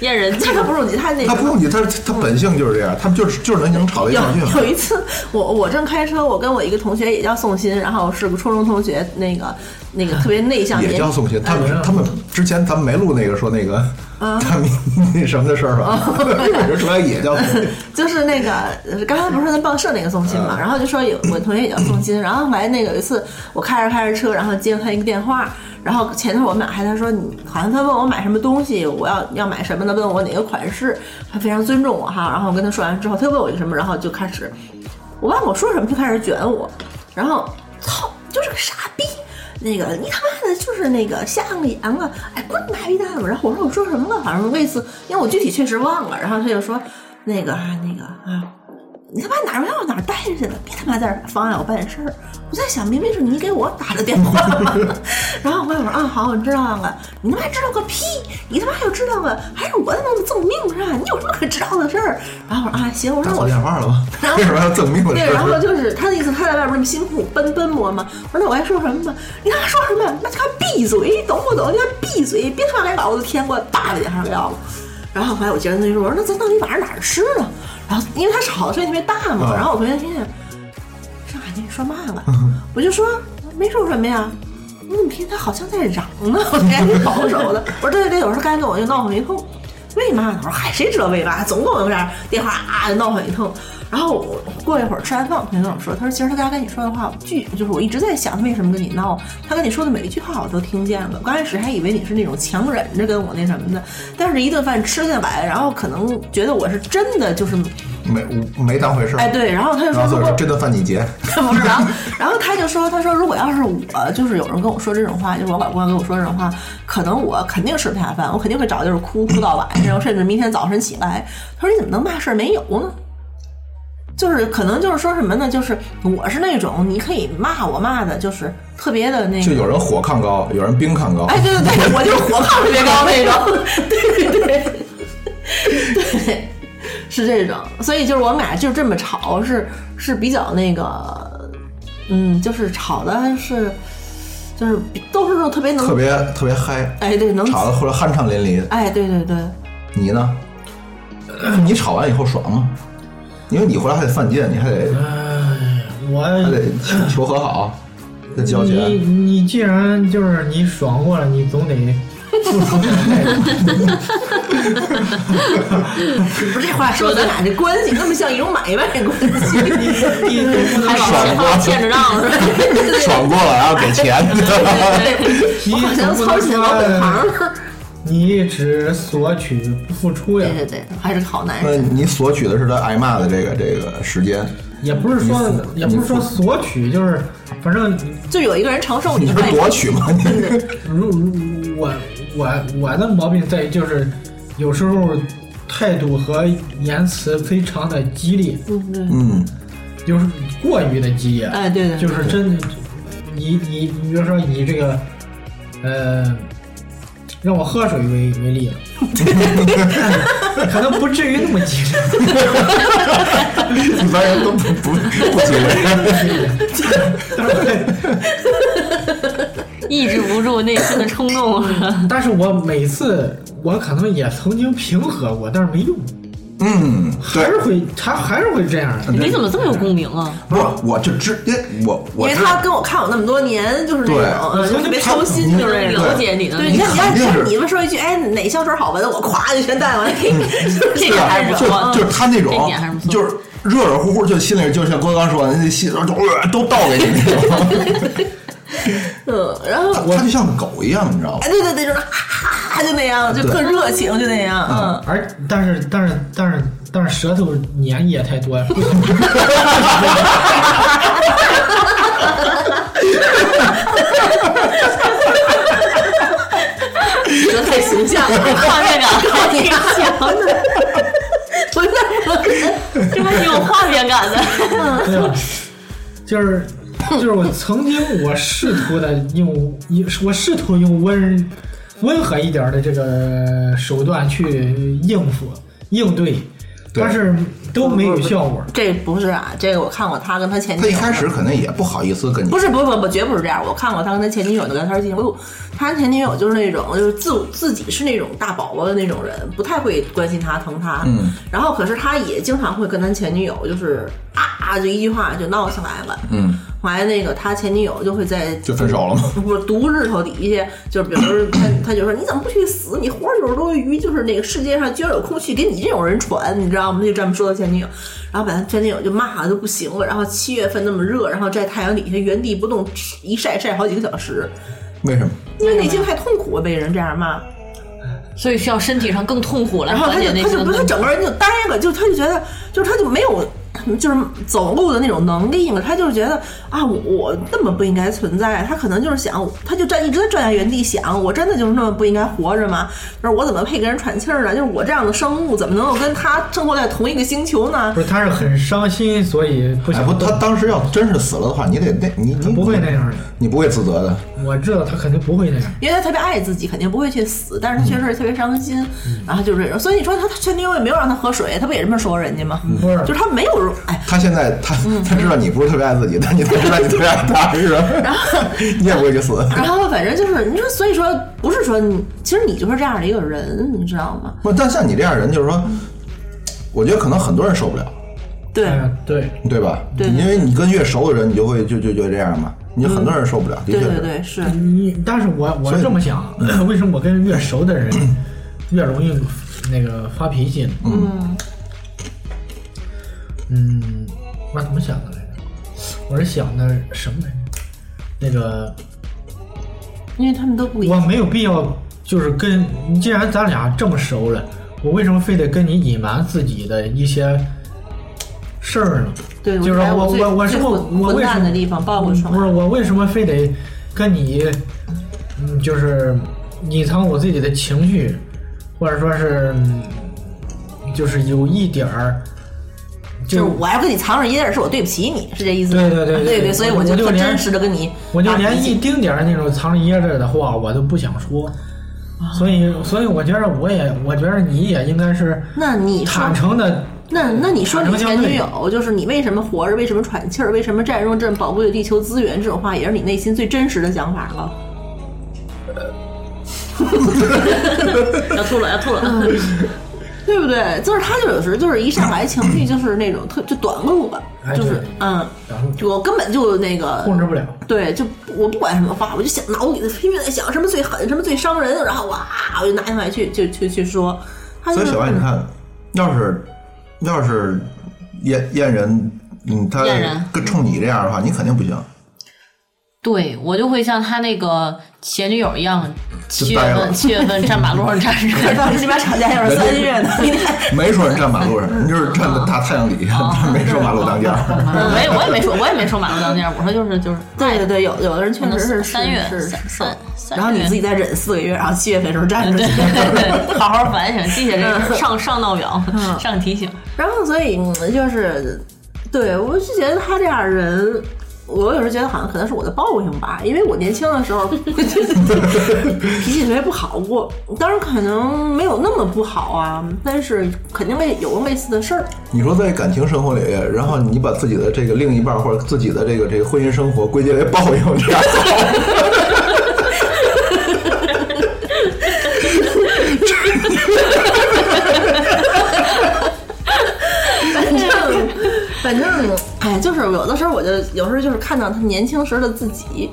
Speaker 3: 验人记
Speaker 5: 他
Speaker 3: 住
Speaker 5: 他不是，他那
Speaker 2: 他不用你，他他本性就是这样，他们就是就是能能吵来
Speaker 5: 有
Speaker 2: 吵去啊嘛
Speaker 5: 有一次，我我正开车，我跟我一个同学也叫宋鑫，然后是个初中同学，那个那个特别内向，
Speaker 2: 也
Speaker 5: 年
Speaker 2: 叫宋鑫，他
Speaker 4: 哎
Speaker 2: 们他们之前咱们没录那个说那个
Speaker 5: 啊
Speaker 2: 他们那什么的事儿吧，
Speaker 5: 哦
Speaker 2: <laughs> 人说也叫宋
Speaker 5: <laughs>
Speaker 2: 鑫，
Speaker 5: 就是那个呃刚才不是说咱报社那个宋鑫嘛，然后就说有我同学也叫宋鑫，然后后来那个有一次我开着开着车，然后接了他一个电话，然后前头我们俩还他说你好像他问我买什么东西，我要要买什么的，问我哪个款式，他非常尊重我哈，然后我跟他说完之后，他又问我一个什么，然后就开始我忘了我说什么，就开始卷我，然后操，就是个傻逼。那个你他妈的就是那个瞎了眼了，哎，滚你妈逼蛋吧！然后我说我说什么了，反正类似，因为我具体确实忘了。然后他就说那个啊那个啊，你他妈哪儿要哪儿待着去了，别他妈在这儿妨碍我办事儿。我在想，明明是你给我打的电话， <laughs> 然后我说啊好，我知道了。你他妈知道个屁！你他妈又知道了，还是我他妈的赠命是吧？你有什么可知道的事儿？然后我说啊行，我
Speaker 2: 打
Speaker 5: 说
Speaker 2: 错
Speaker 5: 我
Speaker 2: 电话了吗？
Speaker 5: 然后
Speaker 2: 为什么要赠命的
Speaker 5: 对，
Speaker 2: 事
Speaker 5: 然后
Speaker 2: 儿？
Speaker 5: 就是他的意思，他在外边那么辛苦奔奔波嘛。我说那我还说什么嘛？你让他说什么？那他闭嘴，懂不懂？你他闭嘴，别他妈来把我的天给我大了脸上要了。然后后来我接着他就说，我说那咱到底晚上哪儿吃呢？然后因为他吵的声音特别大嘛，
Speaker 2: 啊
Speaker 5: 然后我同学听见，上海那说嘛了？我就说没说什么呀。你怎么听他好像在嚷呢？我赶紧保守的。我说对对对，我说刚才跟我就闹腾一通，为嘛呢？我说嗨，谁知道为嘛？总跟我有点电话啊就闹腾一通。然后我过一会儿吃完饭，我同学跟我说，他说其实他刚才跟你说的话，我句就是我一直在想他为什么跟你闹，他跟你说的每一句话我都听见了。我刚开始还以为你是那种强忍着跟我那什么的，但是一顿饭吃下来，然后可能觉得我是真的就是
Speaker 2: 没没当回事儿
Speaker 5: 哎，对，然后他就说
Speaker 2: 然后所以
Speaker 5: 如果
Speaker 2: 说这顿饭你结，
Speaker 5: 不是，然后然后他就说，他说如果要是我，就是有人跟我说这种话，就是我老公跟我说这种话，可能我肯定吃不下饭，我肯定会找地儿哭，哭到晚上，甚至明天早晨起来。他说你怎么能嘛事儿没有呢？就是可能就是说什么呢？就是我是那种你可以骂我骂的，就是特别的那
Speaker 2: 就
Speaker 5: 个。
Speaker 2: 有人火炕高，有人冰炕高，
Speaker 5: 哎，对对对，我就是火炕特别高那种， <laughs> 对对对，对，是这种，所以就是我们俩就这么吵，是是比较那个，嗯，就是吵的是，就是都是那种特别能，
Speaker 2: 特别特别嗨，
Speaker 5: 哎，对，能，
Speaker 2: 吵得后来酣畅淋漓。
Speaker 5: 哎，对对对，
Speaker 2: 你呢？呃你吵完以后爽吗？因为你回来还得犯贱，你还得
Speaker 4: 哎，我
Speaker 2: 还得求和好，再交
Speaker 4: 你
Speaker 2: 钱。
Speaker 4: 你既然就是你爽过了，你总得付出点代价。
Speaker 5: 不是这话说咱俩这关系那么像一种买卖关系，
Speaker 2: <laughs>
Speaker 5: <laughs>
Speaker 3: <laughs>
Speaker 4: 你你不能
Speaker 3: 还
Speaker 4: 把
Speaker 2: 爽
Speaker 3: 有
Speaker 2: 过
Speaker 3: <laughs> 还有欠着账是吧？
Speaker 2: 爽过了，然后给钱，
Speaker 5: 我好像操起老本行了，
Speaker 4: 你只索取不付出呀
Speaker 5: 对，对对，还是个好男
Speaker 2: 那
Speaker 5: 人，
Speaker 2: 你索取的是他挨骂的这个这个时间，
Speaker 4: 也不是说
Speaker 2: 你付
Speaker 4: 也不是说索取，就是反正
Speaker 5: 就有一个人承受
Speaker 2: 你
Speaker 5: 你
Speaker 2: 这
Speaker 5: 的
Speaker 2: 不是夺
Speaker 5: 外
Speaker 2: 取吗？你
Speaker 4: 如如我我我的毛病在于就是有时候态度和言辞非常的激烈，
Speaker 5: 嗯对，
Speaker 2: <laughs> 嗯，
Speaker 4: 就是过于的激烈，
Speaker 5: 哎对的，
Speaker 4: 就是真的，你你你比如说你这个，呃，让我喝水为为例了， <laughs> 可能不至于那么激烈。
Speaker 2: 一般人都不不不急人。
Speaker 3: 抑制不住内心的冲动。 <laughs>
Speaker 4: 但是我每次我可能也曾经平和过，但是没用，
Speaker 2: <laughs> 嗯，
Speaker 4: 还
Speaker 2: 对
Speaker 4: 是，会他还是会这样的。
Speaker 3: 你怎么这么有共鸣啊？
Speaker 2: 不是，我就知，因为我
Speaker 5: 因
Speaker 2: 我
Speaker 5: 为
Speaker 2: 知
Speaker 5: 他
Speaker 2: 道，
Speaker 5: 跟我看我那么多年，就是那
Speaker 2: 对
Speaker 5: 种嗯就特别
Speaker 2: 他嗯
Speaker 5: 操心，就是那种。
Speaker 3: 了解你的，
Speaker 5: 对，
Speaker 2: 你
Speaker 5: 你看，
Speaker 2: 肯
Speaker 5: 你
Speaker 2: 定
Speaker 5: 看，
Speaker 2: 是
Speaker 5: 你们说一句，哎，哪香水好闻，我咵就全带过来，
Speaker 2: <laughs>
Speaker 5: 这
Speaker 3: 这
Speaker 5: 个
Speaker 3: 个
Speaker 5: 还
Speaker 3: 还
Speaker 5: 是
Speaker 3: 是
Speaker 5: 惹
Speaker 3: 惹
Speaker 2: 就
Speaker 5: 我
Speaker 2: 就是啊他那
Speaker 3: 这
Speaker 2: 种
Speaker 3: 点还是不，错
Speaker 2: 就是热热乎乎，就心里就像郭刚说的，那心就、呃、都倒给你那
Speaker 4: <laughs>
Speaker 2: 种，
Speaker 5: 嗯，然后
Speaker 2: 他就像个狗一样，你知道吗？
Speaker 5: 哎，对对对，就是哈哈哈，就那样，就
Speaker 2: 对啊
Speaker 5: 特热情，就那样，嗯，
Speaker 4: 而但是但是但是但是舌头粘液太多了，
Speaker 5: 这嗯太形象了，
Speaker 3: 画面感
Speaker 2: <laughs>
Speaker 3: 还挺强的，
Speaker 5: <laughs> 不是不是，
Speaker 3: 这还挺有画面感的。
Speaker 4: 对吧？就是就是我曾经我试图的用一我试图用温温和一点的这个手段去应付应对，
Speaker 2: 对
Speaker 4: 但是都没有效果。
Speaker 5: 这不是啊，这个我看过他跟他前
Speaker 2: 他
Speaker 5: 女
Speaker 2: 一
Speaker 5: 友，
Speaker 2: 开始可能也不好意思跟你
Speaker 5: 不，是不是不是不绝不是这样，我看过他跟他前女友的聊天记录，他前女友就是那种就是自自己是那种大宝宝的那种人，不太会关心他疼他，
Speaker 2: 嗯，
Speaker 5: 然后可是他也经常会跟他前女友就是啊啊就一句话就闹起来了，
Speaker 2: 嗯，
Speaker 5: 后来那个他前女友就会在
Speaker 2: 就分手了吗？
Speaker 5: <laughs> 不是毒日头底下，就是比如说他他就说你怎么不去死？你活着就是多余，就是那个世界上居然有空气给你这种人传，你知道吗？他就这么说他前女友，然后把他前女友就骂的都不行了。然后七月份那么热，然后在太阳底下原地不动一晒晒好几个小时，
Speaker 2: 为什么？
Speaker 5: 因为内心太痛苦了，被人这样骂。
Speaker 3: <laughs> 所以需要身体上更痛苦来
Speaker 5: 然后
Speaker 3: 缓
Speaker 5: 他就
Speaker 3: 解内
Speaker 5: 他
Speaker 3: 心
Speaker 5: 就
Speaker 3: 的
Speaker 5: 不
Speaker 3: 痛
Speaker 5: 他
Speaker 3: 苦。
Speaker 5: 整个人就呆了，就他就觉得就是他就没有就是走路的那种能力了，他就是觉得啊我我那么不应该存在，他可能就是想他就站一直在站在原地想，我真的就是那么不应该活着吗？就是我怎么配跟人喘气儿呢？就是我这样的生物怎么能够跟他生活在同一个星球呢
Speaker 4: 不？是，他是很伤心，所以不
Speaker 2: 哎，
Speaker 4: 想
Speaker 2: 不，
Speaker 4: 动。
Speaker 2: 他当时要真是死了的话，你得那你
Speaker 4: 他
Speaker 2: 你
Speaker 4: 不会那样的。
Speaker 2: 你不会自责的。
Speaker 4: 我知道他肯定不会那样。
Speaker 5: 因为他特别爱自己，肯定不会去死，但是他确实特别伤心，然后就是这种。所以你说他他前女友也没有让他喝水，他不也这么说人家吗？
Speaker 4: 不是
Speaker 5: 就是他没有哎，
Speaker 2: 他现在他
Speaker 3: 嗯
Speaker 2: 他知道你不是特别爱自己，但你他知道你特别爱他，是吧？ <laughs> 你也不会去死。
Speaker 5: 然后反正就是你说，所以说不是说你，其实你就是这样的一个人，你知道吗？
Speaker 2: 不，但像你这样的人，就是说，我觉得可能很多人受不了，
Speaker 5: 对，
Speaker 4: 嗯，对，
Speaker 2: 对吧？
Speaker 5: 对
Speaker 2: 因为你跟越熟的人，你就会就就就这样嘛，你很多人受不了，的
Speaker 5: 对
Speaker 2: 确
Speaker 5: 对
Speaker 2: 是。
Speaker 5: 对，是
Speaker 4: 你但是我我
Speaker 2: 所以
Speaker 4: 这么想， <clears throat> 为什么我跟越熟的人越容易那个发脾气呢？嗯，嗯，我怎么想的来着？我是想的什么来着？那个
Speaker 5: 因为他们都不一
Speaker 4: 我
Speaker 5: 样。
Speaker 4: 没有必要，就是跟你既然咱俩这么熟了，我为什么非得跟你隐瞒自己的一些事儿呢？
Speaker 5: 对，
Speaker 4: 就是
Speaker 5: 我
Speaker 4: 我
Speaker 5: 最
Speaker 4: 我我是
Speaker 5: 最
Speaker 4: 我
Speaker 5: 混
Speaker 4: 我
Speaker 5: 混
Speaker 4: 为什
Speaker 5: 蛋
Speaker 4: 么嗯
Speaker 5: 的地方爆过出
Speaker 4: 不是
Speaker 5: 来。
Speaker 4: 我为什么非得跟你，嗯，就是隐藏我自己的情绪，或者说是，嗯就是有一点儿，
Speaker 5: 就是
Speaker 4: 就
Speaker 5: 我要跟你藏着掖着，是我对不起你，是这意思吗？
Speaker 4: 对对对
Speaker 5: 对
Speaker 4: 对对
Speaker 5: 所以
Speaker 4: 我
Speaker 5: 就
Speaker 4: 我就
Speaker 5: 特
Speaker 4: 连
Speaker 5: 真实的跟你，
Speaker 4: 我就连一，丁点儿那种藏着掖着的话，我都不想说。
Speaker 5: 啊
Speaker 4: 所以，所以我觉得我也，我觉得你也应该是
Speaker 5: 那你说
Speaker 4: 坦诚的，
Speaker 5: 那那你说你
Speaker 4: 坦诚
Speaker 5: 前
Speaker 4: 相对
Speaker 5: 女友，就是你为什么活着，为什么喘气儿，为什么占用这么宝贵的地球资源，这种话也是你内心最真实的想法了。
Speaker 3: <laughs> 要吐了，要吐了。
Speaker 5: 嗯对不对？就是他，就有时就是一上来情绪就是那种特就短路了，
Speaker 4: 哎
Speaker 5: 就是
Speaker 4: 对
Speaker 5: 嗯，我根本就那个
Speaker 4: 控制不了。
Speaker 5: 对，就我不管什么话，我就想脑里拼命在想什么最狠，什么最伤人，然后哇，我就拿电话去就去去说。他
Speaker 2: 所
Speaker 5: 就
Speaker 2: 以
Speaker 5: 是
Speaker 2: 小白，你
Speaker 5: <laughs>
Speaker 2: 看，要是要是燕燕人，嗯，他
Speaker 3: 燕人
Speaker 2: 跟冲你这样的话，你肯定不行。
Speaker 3: 对我就会像他那个前女友一样，七月
Speaker 2: 呆了
Speaker 3: 份七月份站马路上站着，
Speaker 2: <laughs>
Speaker 5: 你起码吵架要是三月呢，你
Speaker 2: 没说人站马路上，人就是站在大太阳底下，但没说马路当间儿。
Speaker 3: 没我也没说我也没说马路当间儿，我说就是就是
Speaker 5: <laughs> 对对对，有有的人确
Speaker 3: 可能
Speaker 5: 实是
Speaker 3: 三月
Speaker 5: 是
Speaker 3: 三
Speaker 5: 是
Speaker 3: 三，三
Speaker 5: 然后你
Speaker 3: 月
Speaker 5: 自
Speaker 3: <laughs>
Speaker 5: 己再忍四个月，然后七月份的时候站出去。 <laughs>
Speaker 3: 对，好好反省，记下这
Speaker 5: 嗯
Speaker 3: 个上上闹表，上提醒。
Speaker 5: 然后所以嗯就是，对我就觉得他这样人。我有时候觉得好像可能是我的报应吧，因为我年轻的时候 <laughs> 脾气特别不好过，当然可能没有那么不好啊，但是肯定类有过类似的事儿。
Speaker 2: 你说在感情生活里，然后你把自己的这个另一半或者自己的这个这个婚姻生活归结为报应，这样
Speaker 5: <laughs> 反正，反正，哎，就是有的时候我就有时候就是看到他年轻时的自己，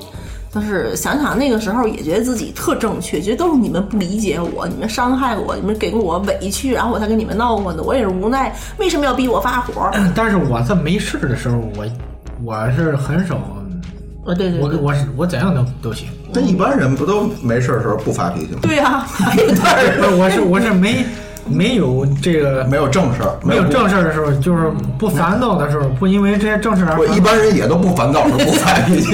Speaker 5: 就是想想那个时候也觉得自己特正确，觉得都是你们不理解我，你们伤害我，你们给我委屈，然后我才跟你们闹过的，我也是无奈，为什么要逼我发火？
Speaker 4: 但是我在没事的时候，我我是很少，
Speaker 5: 呃，对对
Speaker 4: 我
Speaker 5: 对，
Speaker 4: 我是我怎样都都行。 <laughs>
Speaker 2: 但一般人不都没事儿的时候不发脾气吗？
Speaker 5: <laughs> 对啊呀、还有一段儿
Speaker 4: 不是，我是我是没没有这个
Speaker 2: 没有正事儿，
Speaker 4: 没有
Speaker 2: 不
Speaker 4: 正事儿的时候，就是不烦躁的时候，不因为这些正事儿而
Speaker 2: 我一
Speaker 4: 烦。
Speaker 2: 般人也都不烦躁，是不发脾气。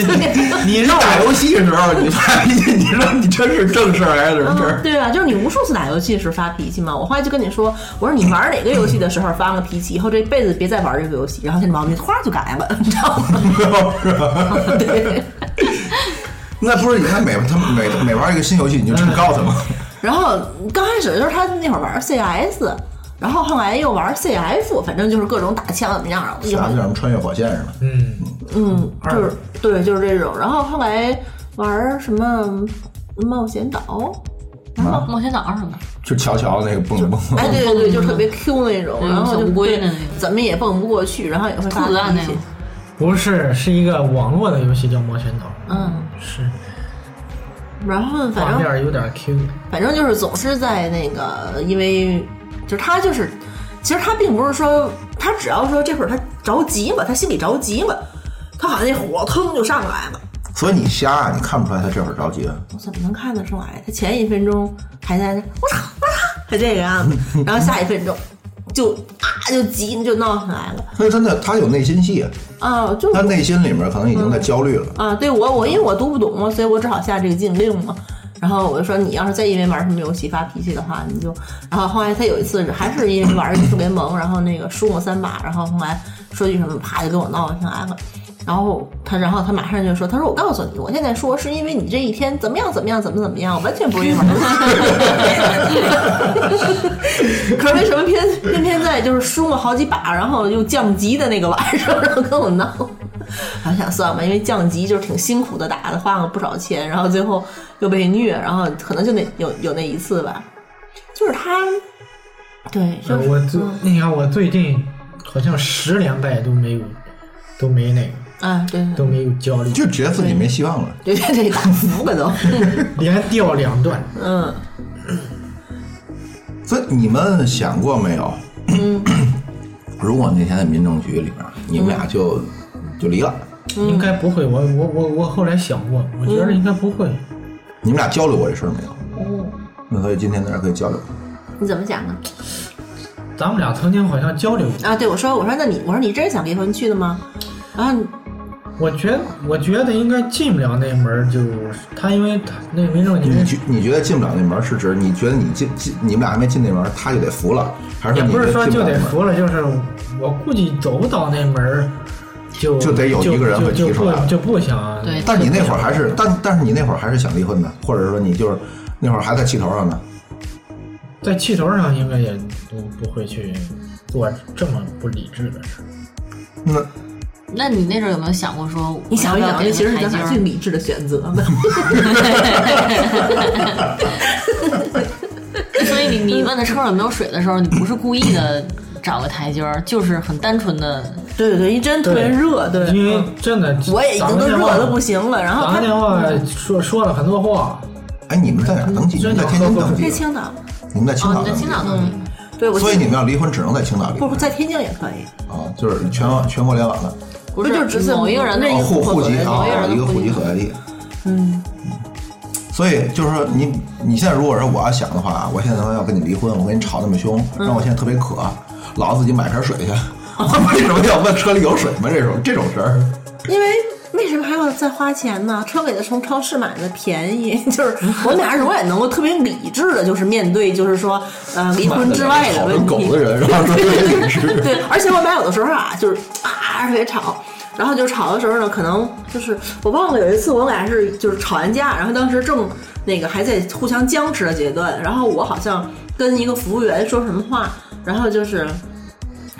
Speaker 4: 你
Speaker 2: 你
Speaker 4: 让
Speaker 2: 打
Speaker 4: 我
Speaker 2: 游戏的时候你发脾气，你说你这是正事儿还是什么事
Speaker 5: 嗯
Speaker 2: 儿？
Speaker 5: <laughs> 对啊，就是你无数次打游戏的时候发脾气嘛。我后来就跟你说，我说你玩哪个游戏的时候发了脾气，以后这辈子别再玩这个游戏。然后这毛病哗就改了，你知道吗？
Speaker 2: 是吧？
Speaker 5: 对。
Speaker 2: <laughs> 那不是你看每他每每玩一个新游戏你就
Speaker 5: 嗯
Speaker 2: 去告他吗？
Speaker 5: 然后刚开始的时候，他那会儿玩 CS，然后后来又玩 CF，反正就是各种打枪怎么样，然后一会
Speaker 2: 啥
Speaker 5: 儿
Speaker 2: 叫什么穿越火线是吧？
Speaker 4: 嗯，
Speaker 5: 嗯，
Speaker 4: 二
Speaker 5: 就是对，就是这种。然后后来玩什么冒险岛，
Speaker 2: 啊，
Speaker 3: 冒险岛上的，
Speaker 2: 就乔乔那个蹦蹦，
Speaker 5: 哎，对对对，就特别 Q 那种，
Speaker 3: 嗯
Speaker 5: 然后
Speaker 3: 小
Speaker 5: 就
Speaker 3: 乌龟的那
Speaker 5: 对
Speaker 3: 种
Speaker 5: 怎么也蹦不过去，然后也会发
Speaker 3: 兔子蛋
Speaker 5: 脾
Speaker 3: 那
Speaker 5: 气
Speaker 3: 个。
Speaker 4: 不是，是一个网络的游戏叫《冒险岛
Speaker 5: 嗯，》，
Speaker 4: 是
Speaker 5: 然后反
Speaker 4: 画
Speaker 5: 正
Speaker 4: 面有点 Q。
Speaker 5: 反正就是总是在那个，因为就是他就是，其实他并不是说他只要说这会儿他着急嘛，他心里着急嘛，他好像那火腾就上来了。
Speaker 2: 所以你瞎，啊你看不出来他这会儿着急。
Speaker 5: 我怎么能看得出来？他前一分钟还在那我操我操，他这个样子，然后下一分钟就啊就急就闹上来了
Speaker 2: 那真的，他有内心戏，
Speaker 5: 啊，就
Speaker 2: 他内心里面可能已经在焦虑了。
Speaker 5: 啊，对我我因为我读不懂嘛，所以我只好下这个禁令嘛。然后我就说，你要是再因为玩什么游戏发脾气的话，你就……然后后来他有一次还是因为玩英雄联盟，然后那个输我三把，然后后来说句什么，啪就跟我闹起来了。然后他，然后他马上就说：“他说我告诉你，我现在说是因为你这一天怎么样怎么样怎么怎么样，我完全不是因为玩游戏。可是为什么偏偏偏在就是输了好几把，然后又降级的那个晚上，然后 <laughs> 跟我闹？”然后想算吧，因为降级就是挺辛苦的打的，花了不少钱，然后最后又被虐，然后可能就那有有那一次吧，就是他，对，就嗯
Speaker 4: 呃
Speaker 5: 是
Speaker 4: 我最你看我最近好像十连败都没有，都没那个
Speaker 5: 啊，对
Speaker 4: 都没有焦虑，
Speaker 2: 就觉得自己没希望了，
Speaker 5: 对，对对，打服了都， <laughs>
Speaker 4: 连掉两段。
Speaker 5: 嗯，
Speaker 2: 所以你们想过没有？
Speaker 5: 嗯
Speaker 2: <clears throat> 如果那天在民政局里面，你们
Speaker 5: 嗯
Speaker 2: 俩就就离了，
Speaker 4: 应该不会，我我我我后来想过，我
Speaker 5: 嗯
Speaker 4: 觉得应该不会。
Speaker 2: 你们俩交流过这事儿没有？
Speaker 5: 哦，
Speaker 2: 那所以今天在这儿可以交流。
Speaker 5: 你怎么想呢？
Speaker 4: 咱们俩曾经好像交流过，
Speaker 5: 啊，对我说，我说那你，我说你真是想离婚去的吗？啊然后你
Speaker 4: 我觉得我觉得应该进不了那门儿，就是他因为他那民政局
Speaker 2: 你觉你觉得进不了那门儿是指你觉得你进进你们俩还没进那门儿，他就得服了，还是
Speaker 4: 也
Speaker 2: 说你
Speaker 4: 不是说
Speaker 2: 觉
Speaker 4: 就
Speaker 2: 得
Speaker 4: 得
Speaker 2: 进不了那门儿
Speaker 4: 服了，就是我估计走不到那门儿，就
Speaker 2: 就得有一个人会提
Speaker 4: 就就
Speaker 2: 出来
Speaker 4: 不就不想
Speaker 3: 对
Speaker 2: 但你那会儿还是但但是你那会儿还是想离婚的，或者说你就是那会儿还在气头上呢。
Speaker 4: 在气头上应该也不不会去做这么不理智的事儿。
Speaker 2: 那
Speaker 3: 那你那阵儿有没有想过说，
Speaker 5: 你想一
Speaker 3: 要
Speaker 5: 想，
Speaker 3: 不
Speaker 5: 这
Speaker 3: 要
Speaker 5: 其实是
Speaker 3: 给
Speaker 5: 咱
Speaker 3: 他
Speaker 5: 俩
Speaker 3: 台
Speaker 5: 最
Speaker 3: 阶
Speaker 5: 理智的选择呢。
Speaker 3: 儿？所
Speaker 5: <laughs>
Speaker 3: 以你你问他车上有没有水的时候，你不是故意的找个台阶儿，就是很单纯的，
Speaker 5: <laughs> 对对对，一真特别热，对，
Speaker 4: 因为真的，
Speaker 5: 嗯我也已经都热的不行了，然后
Speaker 4: 打
Speaker 5: 他
Speaker 4: 个电话说说了很多话，
Speaker 2: 哎，你们在哪儿登记？你
Speaker 4: 真
Speaker 2: 们
Speaker 4: 的
Speaker 2: 在天津
Speaker 4: 喝
Speaker 2: 登
Speaker 5: 在
Speaker 2: 记的，
Speaker 5: 青岛，
Speaker 2: 你们在青
Speaker 3: 哦，
Speaker 2: 岛
Speaker 3: 你
Speaker 2: 登
Speaker 3: 在
Speaker 2: 记
Speaker 3: 青
Speaker 2: 的，
Speaker 3: 岛弄的。
Speaker 5: 对我
Speaker 2: 所以
Speaker 5: 记
Speaker 2: 你们要离婚只能在青岛离
Speaker 5: 不
Speaker 2: 婚。
Speaker 5: 在天津也可以。
Speaker 2: 啊，就是全网全国联网的。
Speaker 3: 不
Speaker 5: 那就只是
Speaker 3: 某一个人的
Speaker 5: 那一
Speaker 2: 户户籍
Speaker 5: 口
Speaker 2: 啊
Speaker 5: 口
Speaker 3: 某一个，人
Speaker 2: 一个
Speaker 3: 的
Speaker 2: 户籍
Speaker 3: 籍
Speaker 2: 所在地。嗯，所以就是说你，你现在如果是我要想的话，我现在他妈要跟你离婚，我跟你吵那么凶，让我现在特别渴，老子自己买瓶水去。 <laughs> 为什么要问车里有水吗？这种这种事儿，
Speaker 5: 因为为什么还要再花钱呢？车尾的从超市买的便宜， <laughs> 就是我俩人永远能够特别理智的，就是面对，就是说，呃，离婚之外的
Speaker 2: 讨
Speaker 5: 问
Speaker 2: 论狗
Speaker 5: <laughs> 题
Speaker 2: 的。人，然后说这理智。
Speaker 5: <laughs> 对，啊而且我俩有的时候啊，就是啊特别吵，然后就吵的时候呢，可能就是我忘了有一次我俩是就是吵完架，然后当时正那个还在互相僵持的阶段，然后我好像跟一个服务员说什么话，然后就是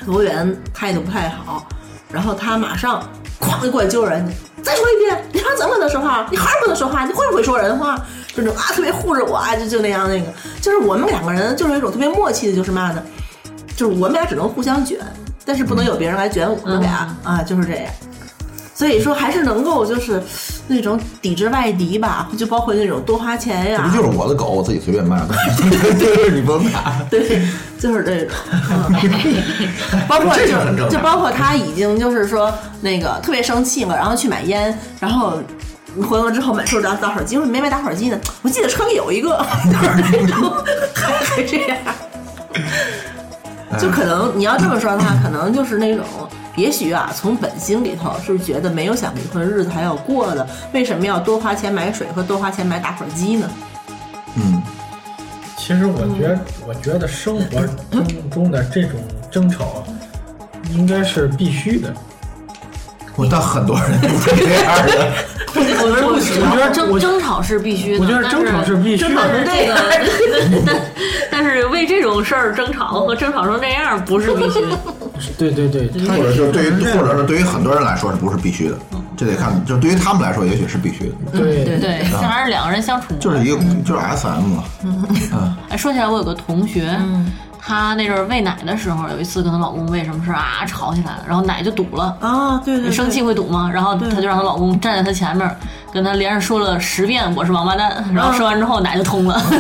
Speaker 5: 服务员态度不太好，然后他马上哐就过来揪人。再说一遍，你还怎么能说话？你还是不能说话？你会不会说人话？就那种啊，特别护着我啊，就就那样那个，就是我们两个人就是有一种特别默契的，就是嘛呢，就是我们俩只能互相卷，但是不能有别人来卷我们俩、啊，就是这样。所以说还是能够就是那种抵制外敌吧，就包括那种多花钱呀、
Speaker 2: 这不就是我的狗，我自己随便卖的， <laughs> 就是你不能打。
Speaker 5: 对， <laughs> 就是这
Speaker 2: <laughs>
Speaker 5: 种，嗯 <laughs> 包括
Speaker 2: 这就很正
Speaker 5: 就
Speaker 2: 常
Speaker 5: 就包括他已经就是说那个特别生气了，然后去买烟，然后回国之后满处找打火机，我说没买打火机呢，我记得车里有一个，就是那种还还这样，
Speaker 2: 哎
Speaker 5: 就可能你要这么说的话，可能就是那种。也许啊，从本心里头是觉得没有想离婚，日子还要过的，为什么要多花钱买水和多花钱买打火机呢？
Speaker 2: 嗯，
Speaker 4: 其实我觉
Speaker 5: 嗯
Speaker 4: 得，我觉得生活中中的这种争吵，应该是必须的。
Speaker 2: 我但很多人是这样的。
Speaker 3: 我我
Speaker 4: 我觉得
Speaker 3: 争
Speaker 4: 我
Speaker 3: 争吵是必须的，
Speaker 4: 我觉得争吵是必须
Speaker 3: 但
Speaker 4: 的。
Speaker 3: 是这个， <laughs> 但但是为这种事儿争吵和争吵成这样不是 <laughs> 必须的。
Speaker 4: 对对对，
Speaker 2: <laughs> 或者是对于，
Speaker 4: 嗯
Speaker 2: 或者是对于很多人来说，是不是必须的？这得看，就对于他们来说，也许是必须的，
Speaker 5: 嗯
Speaker 4: 对，
Speaker 3: 对，这还是两个人相处。
Speaker 2: 就是一个就是 S M 嘛。嗯，
Speaker 3: 哎，说起来，我有个同学，她那阵儿喂奶的时候，有一次跟她老公为什么事儿啊吵起来了，然后奶就堵了。
Speaker 5: 啊，对对对，
Speaker 3: 你生气会堵吗？然后她就让她老公站在她前面，跟她连着说了十遍“我是王八蛋”，然后说完之后奶就通了。 <laughs>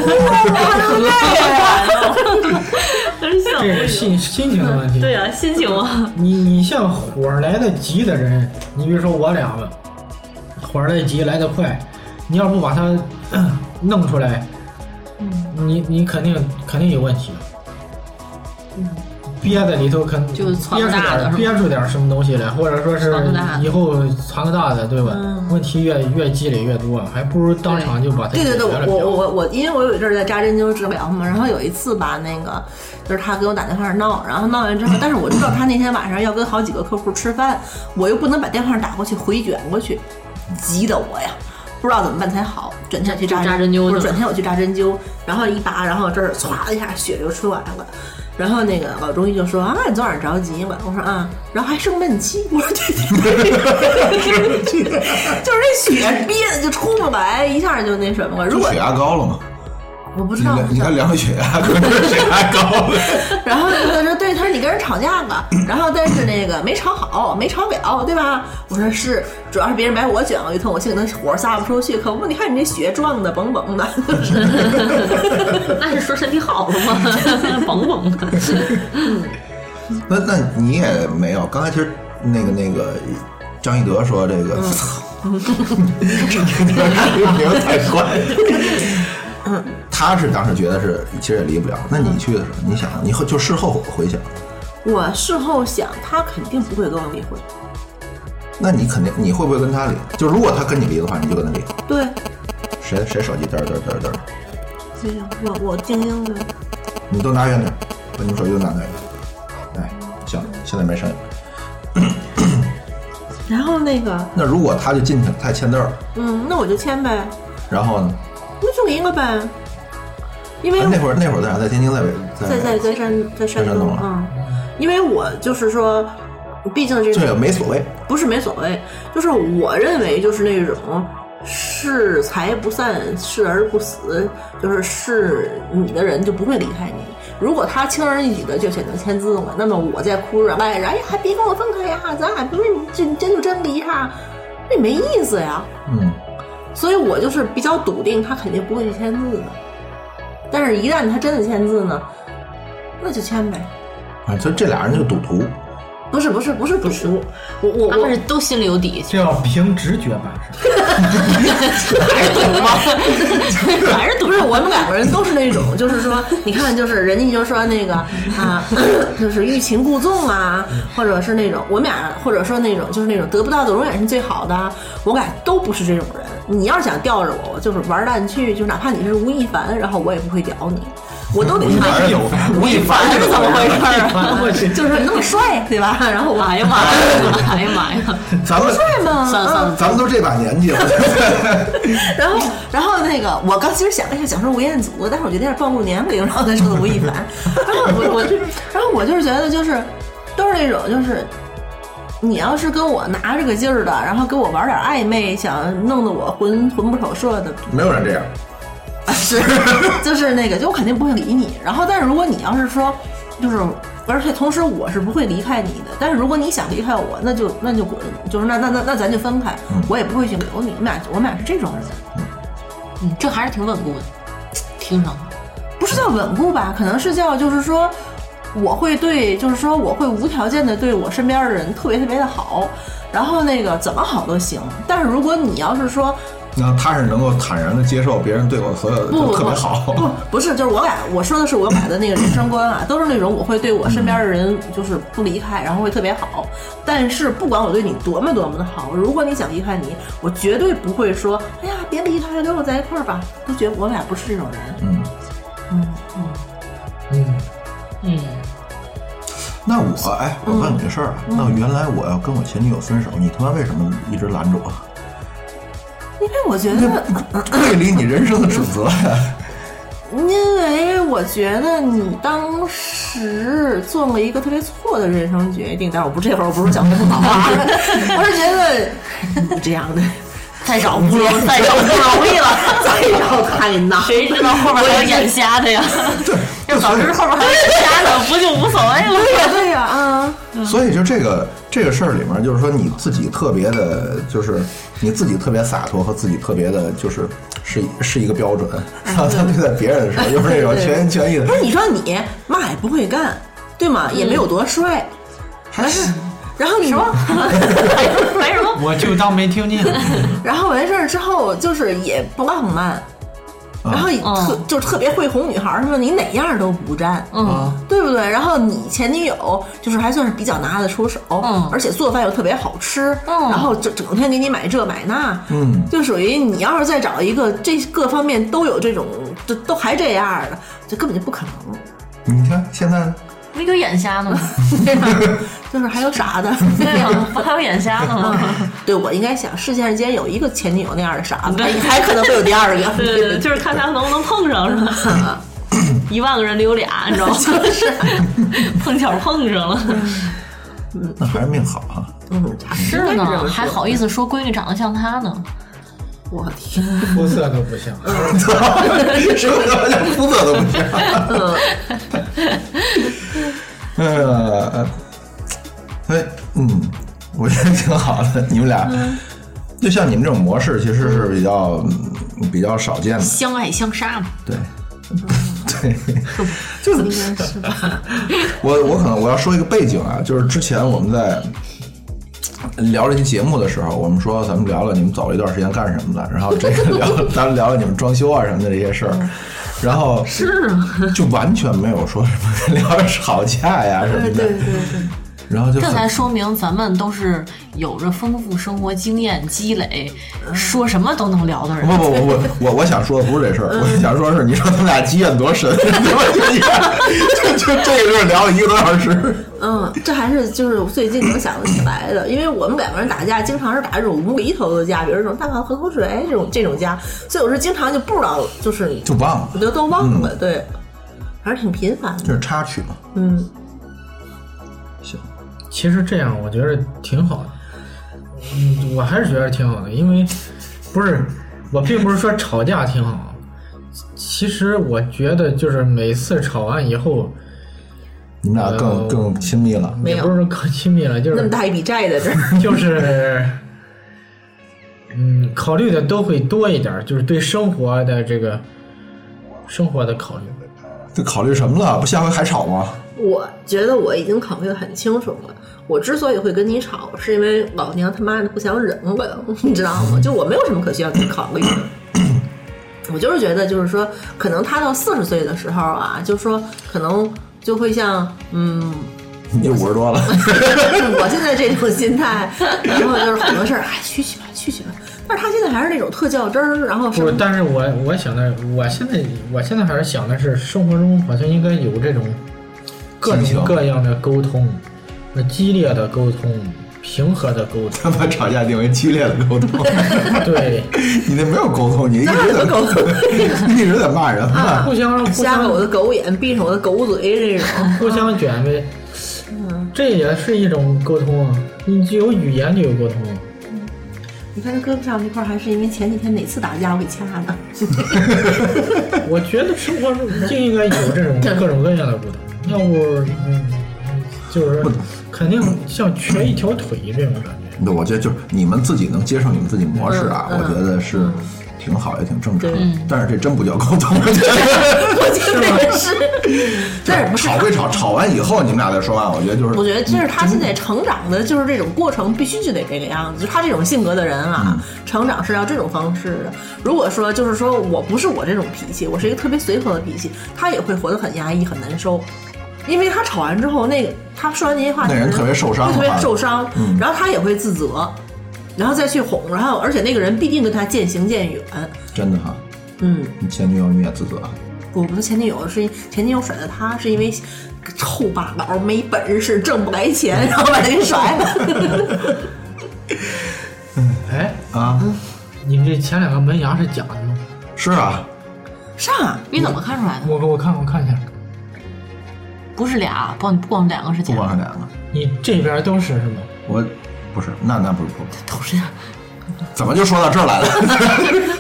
Speaker 3: 真笑
Speaker 4: 这是心心情的问题。
Speaker 3: 对呀、心情啊，
Speaker 4: 你你像火来得急的人，你比如说我俩吧，火来得急来得快，你要不把它 <clears throat> 咳弄出来，
Speaker 5: 嗯
Speaker 4: 你你肯定肯定有问题。
Speaker 5: 嗯
Speaker 4: 憋在里头肯
Speaker 3: 就窜
Speaker 4: 憋
Speaker 3: 个
Speaker 4: 出
Speaker 3: 大的是
Speaker 4: 点
Speaker 3: 吧
Speaker 4: 憋出点什么东西来，或者说是
Speaker 3: 窜个大的
Speaker 4: 以后藏个大的，对吧？问题越越积累越多，还不如当场就把它
Speaker 5: 嗯对
Speaker 4: 解决
Speaker 5: 对对，
Speaker 4: 了比
Speaker 5: 我
Speaker 4: 较
Speaker 5: 我我我，因为我有一阵儿在扎针灸治疗嘛，然后有一次吧，那个就是他给我打电话闹，然后闹完之后，但是我知道他那天晚上要跟好几个客户吃饭，我又不能把电话打过去回卷过去，急得我呀。不知道怎么办才好，转天我去扎
Speaker 3: 扎针灸
Speaker 5: 不
Speaker 3: 去了
Speaker 5: 是转天我去扎针灸，然后一拔，然后这儿唰一下血就出来了，然后那个老中医就说啊，你昨晚上着急嘛，我说啊，然后还生闷气， <laughs> 我说对，就是这血憋的就出不来，一下就那什么了。如
Speaker 2: 就
Speaker 5: 果
Speaker 2: 血压高了嘛？
Speaker 5: 我不知
Speaker 2: 你
Speaker 5: 道，
Speaker 2: 看，你看量血压，可能是血压高
Speaker 5: <laughs>
Speaker 2: 了。
Speaker 5: 然后他说对，他说你跟人吵架了，然后但是那个没吵好，没吵了，对吧？我说是，主要是别人把我卷了一通，我心里头火撒不出去。可不，你看你这血撞的嘣嘣的， <laughs>
Speaker 3: 那是说身体好了吗？ <laughs> 甭甭的。
Speaker 2: 那那你也没有，刚才其实那个那个张一德说这个，操，
Speaker 5: 嗯
Speaker 2: <laughs> 名字太快。
Speaker 5: 嗯
Speaker 2: 他是当时觉得是，其实也离不了。那你去的时候，你想，你后就事后回想，
Speaker 5: 我事后想，他肯定不会跟我离婚。
Speaker 2: 那你肯定你会不会跟他离？就如果他跟你离的话，你就跟他离。
Speaker 5: 对，
Speaker 2: 谁谁手机嘚儿嘚儿嘚儿嘚儿，
Speaker 5: 所以我我静静的，
Speaker 2: 你都拿远点儿，把你们手机都拿远点儿。哎，行，现在没声音。
Speaker 5: 然后那个，
Speaker 2: 那如果他就进去，他也签字儿了，
Speaker 5: 嗯，那我就签呗，
Speaker 2: 然后呢？
Speaker 5: 我就一个呗，因为
Speaker 2: 啊那会儿那会儿在哪？在天津，在北，
Speaker 5: 在在在山
Speaker 2: 在
Speaker 5: 在山
Speaker 2: 山
Speaker 5: 东
Speaker 2: 东啊
Speaker 5: 嗯，因为我就是说，毕竟这
Speaker 2: 这也没所谓。
Speaker 5: 不是没所谓，就是我认为就是那种是财不散，视而不死，就是是你的人就不会离开你。如果他轻而易举的就选择签字了，那么我在哭着赖着，哎呀，还别跟我分开呀，咱俩不是真真就真离哈，那没意思呀。
Speaker 2: 嗯，
Speaker 5: 所以我就是比较笃定他肯定不会去签字的。但是，一旦他真的签字呢，那就签呗。
Speaker 2: 啊，所以这俩人就赌徒，
Speaker 5: 不是不是不是不是，我我
Speaker 3: 他们
Speaker 5: 我
Speaker 3: 是都心里有底，
Speaker 4: 这要凭直觉办事。
Speaker 3: 还是懂 <laughs> 吗？还是懂
Speaker 5: 不是我们两个人都是那种，就是 <laughs> 说，你看，就是人家就说那个啊， <coughs> 就是欲擒故纵啊，或者是那种我们俩，或者说那种就是那种得不到的永远是最好的，我俩都不是这种人。你要是想吊着我，我就是玩蛋去，就哪怕你是吴亦凡，然后我也不会屌你，我都得看。
Speaker 2: 有吴亦凡
Speaker 5: 是怎么回事儿
Speaker 4: 我去
Speaker 5: 啊？就是那么帅，对吧？ <laughs> 然后我
Speaker 3: 哎呀妈 <laughs> 呀！哎呀妈呀！
Speaker 2: 咱们
Speaker 5: 帅吗？
Speaker 3: 算了算了，
Speaker 2: 咱们都这把年纪了，
Speaker 5: 然后，然后那个，我刚其实想了一哎下，想说吴彦祖，但是我觉得有点暴露年龄，然后再说的吴亦凡。 <laughs> 然后我我就，然后我就是觉得就是，都是那种就是，你要是跟我拿这个劲儿的，然后跟我玩点暧昧，想弄得我魂魂不守舍的，
Speaker 2: 没有人这样。
Speaker 5: <laughs> 是，就是那个，就我肯定不会理你。然后，但是如果你要是说，就是，而且同时我是不会离开你的。但是如果你想离开我，那就那就滚，就是那那那那咱就分开，我也不会去留你。我们俩我们俩是这种人，
Speaker 3: 你嗯这还是挺稳固的，听上去
Speaker 5: 不是叫稳固吧？可能是叫就是说。我会对，就是说我会无条件的对我身边的人特别特别的好，然后那个怎么好都行。但是如果你要是说
Speaker 2: 那他是能够坦然的接受别人对我所有的，
Speaker 5: 不
Speaker 2: 就
Speaker 5: 不
Speaker 2: 特别
Speaker 5: 不
Speaker 2: 好。
Speaker 5: 不是，就是我俩我说的是我俩的那个人生 <laughs> 观啊，都是那种我会对我身边的人就是不离开，然后会特别好。但是不管我对你多么多么的好，如果你想离开你，我绝对不会说，哎呀，别离开，留我在一块儿吧。都觉得我俩不是这种人。
Speaker 2: <laughs> 嗯，
Speaker 4: 嗯，
Speaker 3: 嗯，
Speaker 2: 那我哎，我问你个事儿啊，那原来我要跟我前女友分手，你他妈为什么一直拦着我？ <laughs>
Speaker 5: 因为我觉得，
Speaker 2: 背离你人生的准则呀！ <laughs>
Speaker 5: 因为我觉得你当时做了一个特别错的人生决定，但是我不是这会儿，我不是讲不好 <laughs> 啊，我是觉得你这样的。
Speaker 3: 再找不 <laughs> 容再找不容 <laughs> 易了，
Speaker 5: <laughs> 再找太难，
Speaker 3: 谁知道后面还有眼瞎 <laughs> 的呀？要早知道后面还有眼瞎的，不就无所谓了？
Speaker 5: 对呀对呀啊！
Speaker 2: 所以就这个这个事儿里面，就是说你自己特别的，就是你自己特别洒脱和自己特别的，就是是是一个标准。然后他对待别人的时候，又是那种全心全意的
Speaker 5: 不，是你说你嘛也不会干，对吗？也没
Speaker 3: 嗯
Speaker 5: 有多帅，还是。然后你说，
Speaker 3: <laughs> 没什么，
Speaker 4: <laughs> 我就当没听
Speaker 5: <laughs>
Speaker 4: 见。
Speaker 5: 然后完事儿之后就是也不浪漫，然后也
Speaker 3: 嗯
Speaker 5: 特就特别会哄女孩儿，什么你哪样都不占，
Speaker 3: 嗯，
Speaker 5: 对不对？然后你前女友就是还算是比较拿得出手，
Speaker 3: 嗯
Speaker 5: 而且做饭又特别好吃，
Speaker 3: 嗯
Speaker 5: 然后整整天给你买这买那，
Speaker 2: 嗯
Speaker 5: 就属于你要是再找一个这各方面都有这种，就都还这样的，就根本就不可能。
Speaker 2: 你看现在
Speaker 3: 不有眼瞎 <laughs> 的吗？
Speaker 5: 对呀，就是还有傻的。
Speaker 3: 对啊呀，不还有眼瞎的吗？
Speaker 5: 对，我应该想，世界上间有一个前女友那样的傻子，还哎还可能会有第二个。
Speaker 3: <laughs> <laughs> 对对对，就是看他能不能碰上，是吧？ <laughs> 一万个人里有俩，你知道吗？ <laughs> 就是碰巧碰上了。
Speaker 2: 那还是命好啊。
Speaker 5: 嗯，
Speaker 3: 是
Speaker 5: 应该这
Speaker 3: 呢，
Speaker 5: 么说
Speaker 3: 还好意思说闺女长得像他呢？
Speaker 5: 我的天，
Speaker 4: 肤色都不
Speaker 5: 嗯
Speaker 4: 像。
Speaker 2: 什么他妈叫肤色都不像。呃，所以嗯，我觉得挺好的，你们俩。就像你们这种模式，其实是比较、嗯比较少见的。
Speaker 3: 相爱相杀嘛。
Speaker 2: 对，对，就是 <laughs> 我我可能我要说一个背景啊，就是之前我们在聊这期节目的时候，我们说咱们聊聊你们走了一段时间干什么的，然后这个聊咱们聊聊你们装修啊什么的这些事儿，然后
Speaker 3: 是啊，
Speaker 2: 就完全没有说什么聊吵架呀什么
Speaker 5: <laughs> 对
Speaker 2: 的
Speaker 5: 对，对，
Speaker 2: 然后就
Speaker 3: 这
Speaker 2: 很
Speaker 3: 才说明咱们都是有着丰富生活经验积累，说什么都能聊的
Speaker 2: 不
Speaker 3: 人。
Speaker 2: 不不不，我我想说的不是这事儿，我想说是你说他们俩积怨多深， <laughs> 对吧？就就就这个事儿聊了一个多小时。
Speaker 5: 嗯，这还是就是最近能想得起来的，因为我们两个人打架，经常是打这种无厘头的架，比如这种大碗喝口水这种这种架，所以我是经常就不知道，就是
Speaker 2: 就忘了
Speaker 5: 我，都都忘了，对，还是挺频繁的，
Speaker 2: 这是插曲嘛。
Speaker 5: 嗯，
Speaker 2: 行，
Speaker 4: 其实这样我觉得挺好的，嗯，我还是觉得挺好的，因为不是我并不是说吵架挺好，其实我觉得就是每次吵完以后，
Speaker 2: 你们俩更
Speaker 4: 呃
Speaker 2: 更亲密了。
Speaker 5: 没有
Speaker 4: 也不是说更亲密了，就
Speaker 5: 那么
Speaker 4: 是
Speaker 5: 大一笔债在这儿，
Speaker 4: <laughs> 就是。嗯，考虑的都会多一点，就是对生活的这个生活的考虑。
Speaker 2: 这考虑什么了？不下回还吵吗？
Speaker 5: 我觉得我已经考虑的很清楚了。我之所以会跟你吵，是因为老娘他妈的不想忍了，你知道吗？就我 <laughs> 没有什么可需要去考
Speaker 4: <coughs>
Speaker 5: 虑的。我就是觉得，就是说，可能他到四十岁的时候啊，就说可能就会像，嗯， <laughs>
Speaker 2: 你五十多了，
Speaker 5: 我现在这种心
Speaker 4: <laughs>
Speaker 5: 态，然后就是很多事儿，哎，去去吧，去去吧。但是他现在还是那种特较真儿，然后什
Speaker 4: 不
Speaker 5: 么
Speaker 4: 是，但是我我想的，我现在我现在还是想的是，生活中好像应该有这种各
Speaker 2: 亲情
Speaker 4: 种各样的沟通，那激烈的沟通，平和的沟通，
Speaker 2: 他把吵架定为激烈的沟通， <laughs>
Speaker 4: <laughs> 对，
Speaker 2: 你那没有沟通，你一
Speaker 5: 哪
Speaker 2: 直
Speaker 5: 有
Speaker 2: 在 <laughs>
Speaker 5: 沟通啊
Speaker 2: 一直在骂人啊嘛。
Speaker 4: 互相互
Speaker 5: 瞎
Speaker 4: 相
Speaker 5: 狗的狗眼，闭上我的狗
Speaker 4: <laughs>
Speaker 5: 嘴这种。
Speaker 4: 互相卷呗，这也是一种沟通啊，你只有语言就有沟通。啊
Speaker 5: 你看这胳膊上这块儿，还是因为前几天哪次打架我给掐的。
Speaker 4: 我觉得生活中就应该有这 <laughs> 种各种各样的沟通，要不嗯，就是说肯定像缺一条腿这种感觉。
Speaker 2: 对，我觉得就是你们自己能接受你们自己模式啊，
Speaker 5: 嗯嗯
Speaker 2: 我觉得是挺好，也挺正常的
Speaker 5: 对。嗯
Speaker 2: 但是这真不叫沟通，我觉得
Speaker 5: <laughs> 我觉得也
Speaker 2: <laughs>
Speaker 5: 是，但是不是
Speaker 2: 吵归吵，吵完以后你们俩再说话，我觉得就是
Speaker 5: 我觉得这是
Speaker 2: 嗯
Speaker 5: 他现在成长的，就是这种过程必须就得这个样子。就他这种性格的人
Speaker 2: 嗯
Speaker 5: 啊，成长是要这种方式的。如果说就是说我不是我这种脾气，我是一个特别随和的脾气，他也会活得很压抑、很难受。因为他吵完之后，那个他说完那些话，
Speaker 2: 那人特别受伤嗯
Speaker 5: 会特别
Speaker 2: 反而
Speaker 5: 受伤，然后他也会自责，然后再去哄，然后而且那个人必定跟他渐行渐远。
Speaker 2: 真的哈。
Speaker 5: 嗯，
Speaker 2: 你前女友你也自责，啊
Speaker 5: 我不是前女友，是前女友甩的他，是因为臭霸道没本事，挣不来钱，然后把他给甩了。
Speaker 4: 哎，
Speaker 2: 啊？
Speaker 5: 嗯
Speaker 4: 你们这前两个门牙是假的吗？
Speaker 2: 是啊，
Speaker 5: 上，
Speaker 3: 你怎么看出来的？
Speaker 4: 我我看我看一下，
Speaker 3: 不是俩，不光不光两个是假
Speaker 2: 不光
Speaker 3: 的，
Speaker 2: 是两个，
Speaker 4: 你这边都是是吗？
Speaker 2: 我不是，那那不是不是，
Speaker 3: 都是假的。
Speaker 2: 怎么就说到这儿来了？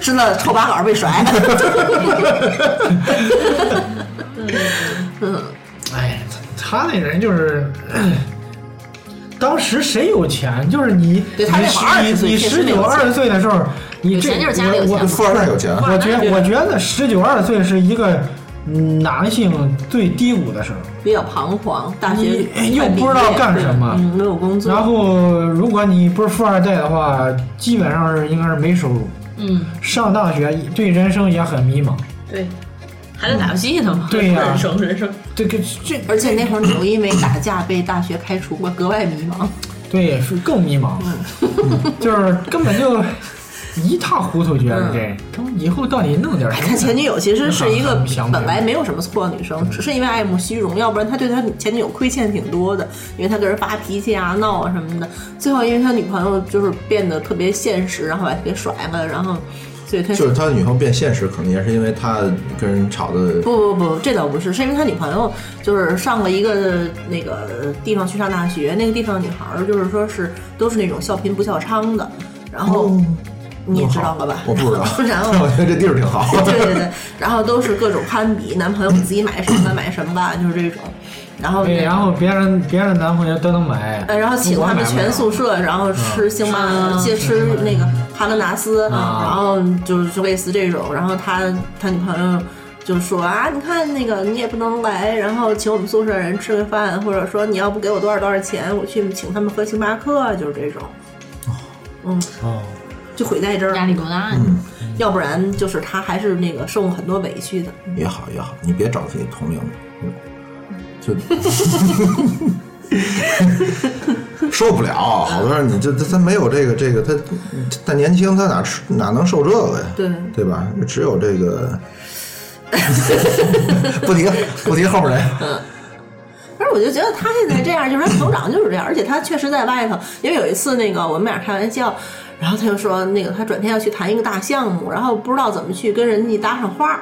Speaker 5: 是啊 <laughs> 那臭八杆被甩了。嗯，
Speaker 4: 哎，他他那人就是，当时谁有钱？就是你，
Speaker 5: 对他那会儿
Speaker 4: 你
Speaker 5: 20岁
Speaker 4: 你
Speaker 5: 确实
Speaker 4: 十
Speaker 5: 没有
Speaker 4: 九
Speaker 5: 钱
Speaker 4: 二十岁的时候，你
Speaker 3: 有
Speaker 4: 这
Speaker 3: 钱就是家里有
Speaker 4: 我
Speaker 3: 钱
Speaker 4: 我
Speaker 2: 富二代有钱，啊
Speaker 4: 我觉
Speaker 3: 那就
Speaker 4: 我觉得十九二岁是一个男性最低谷的时候。
Speaker 5: 比较彷徨，大学
Speaker 4: 你又不知道干什么
Speaker 5: 嗯，没有工作，
Speaker 4: 然后，如果你不是富二代的话，基本上是应该是没收入。
Speaker 3: 嗯，
Speaker 4: 上大学对人生也很迷茫。
Speaker 3: 对，还得打游戏呢嘛。
Speaker 4: 对呀
Speaker 3: 人生人生。
Speaker 4: 这个这
Speaker 5: 而且那会儿你又因为打架被大学开除了，格外迷茫。
Speaker 4: 对是更迷茫，
Speaker 5: 嗯
Speaker 4: 嗯就是根本就一塌糊涂，觉
Speaker 5: 嗯
Speaker 4: 得这他们以后到底弄点什
Speaker 5: 他
Speaker 4: 么？
Speaker 5: <laughs> 前女友其实是
Speaker 2: <laughs>
Speaker 5: 一个
Speaker 4: 很想不
Speaker 5: 本来没有什么错的女生，只是因为爱慕虚荣，要不然他对他前女友亏欠挺多的，因为他跟人发脾气啊、闹啊什么的。最后因为他女朋友就是变得特别现实，然后把他给甩了，然后所以他
Speaker 2: 就是他女朋友变现实，可能也是因为他跟人吵的
Speaker 5: 不不不，这倒不是，是因为他女朋友就是上了一个那个地方去上大学，那个地方女孩儿就是说是都是那种笑贫不笑娼的，然后、你也知道了吧？，
Speaker 2: 哦我不知道
Speaker 5: <laughs> 然后
Speaker 2: 但我觉得这地儿挺好。
Speaker 5: <laughs> 对对对，然后都是各种攀比，男朋友你自己买什么买什么吧，
Speaker 4: <coughs>
Speaker 5: 就是这种。然后
Speaker 4: 对，
Speaker 5: 那
Speaker 4: 然后别人别人的男朋友都能买，
Speaker 5: 呃，嗯然后请
Speaker 4: 我
Speaker 5: 他
Speaker 4: 买啊
Speaker 5: 们
Speaker 4: 不了
Speaker 5: 全宿舍，然后吃星巴克，
Speaker 3: 啊
Speaker 5: 借吃那个哈根达斯，
Speaker 4: 啊
Speaker 5: 然后就是类似这种。然后他他女朋友就说啊，你看那个你也不能来，然后请我们宿舍人吃个饭，或者说你要不给我多少多少钱，我去请他们喝星巴克，就是这种，嗯
Speaker 4: 哦，
Speaker 5: 就毁在这
Speaker 3: 压
Speaker 5: 儿。
Speaker 3: 力多大呀？
Speaker 2: 嗯，
Speaker 5: 要不然就是他还是那个受过很多委屈的。
Speaker 2: 也好也好，你别找自己同龄的，就
Speaker 5: <laughs>
Speaker 2: 受不了。好多人，你这他他没有这个这个，他他年轻，他哪吃哪能受这个呀？
Speaker 5: 对
Speaker 2: 对吧？只有这个， <laughs> 不提不提后面来。
Speaker 5: 但是我就觉得他现在这样，就是他成长就是这样，而且他确实在外头，因为有一次那个我们俩开玩笑，然后他就说那个他转天要去谈一个大项目，然后不知道怎么去跟人家搭上话儿，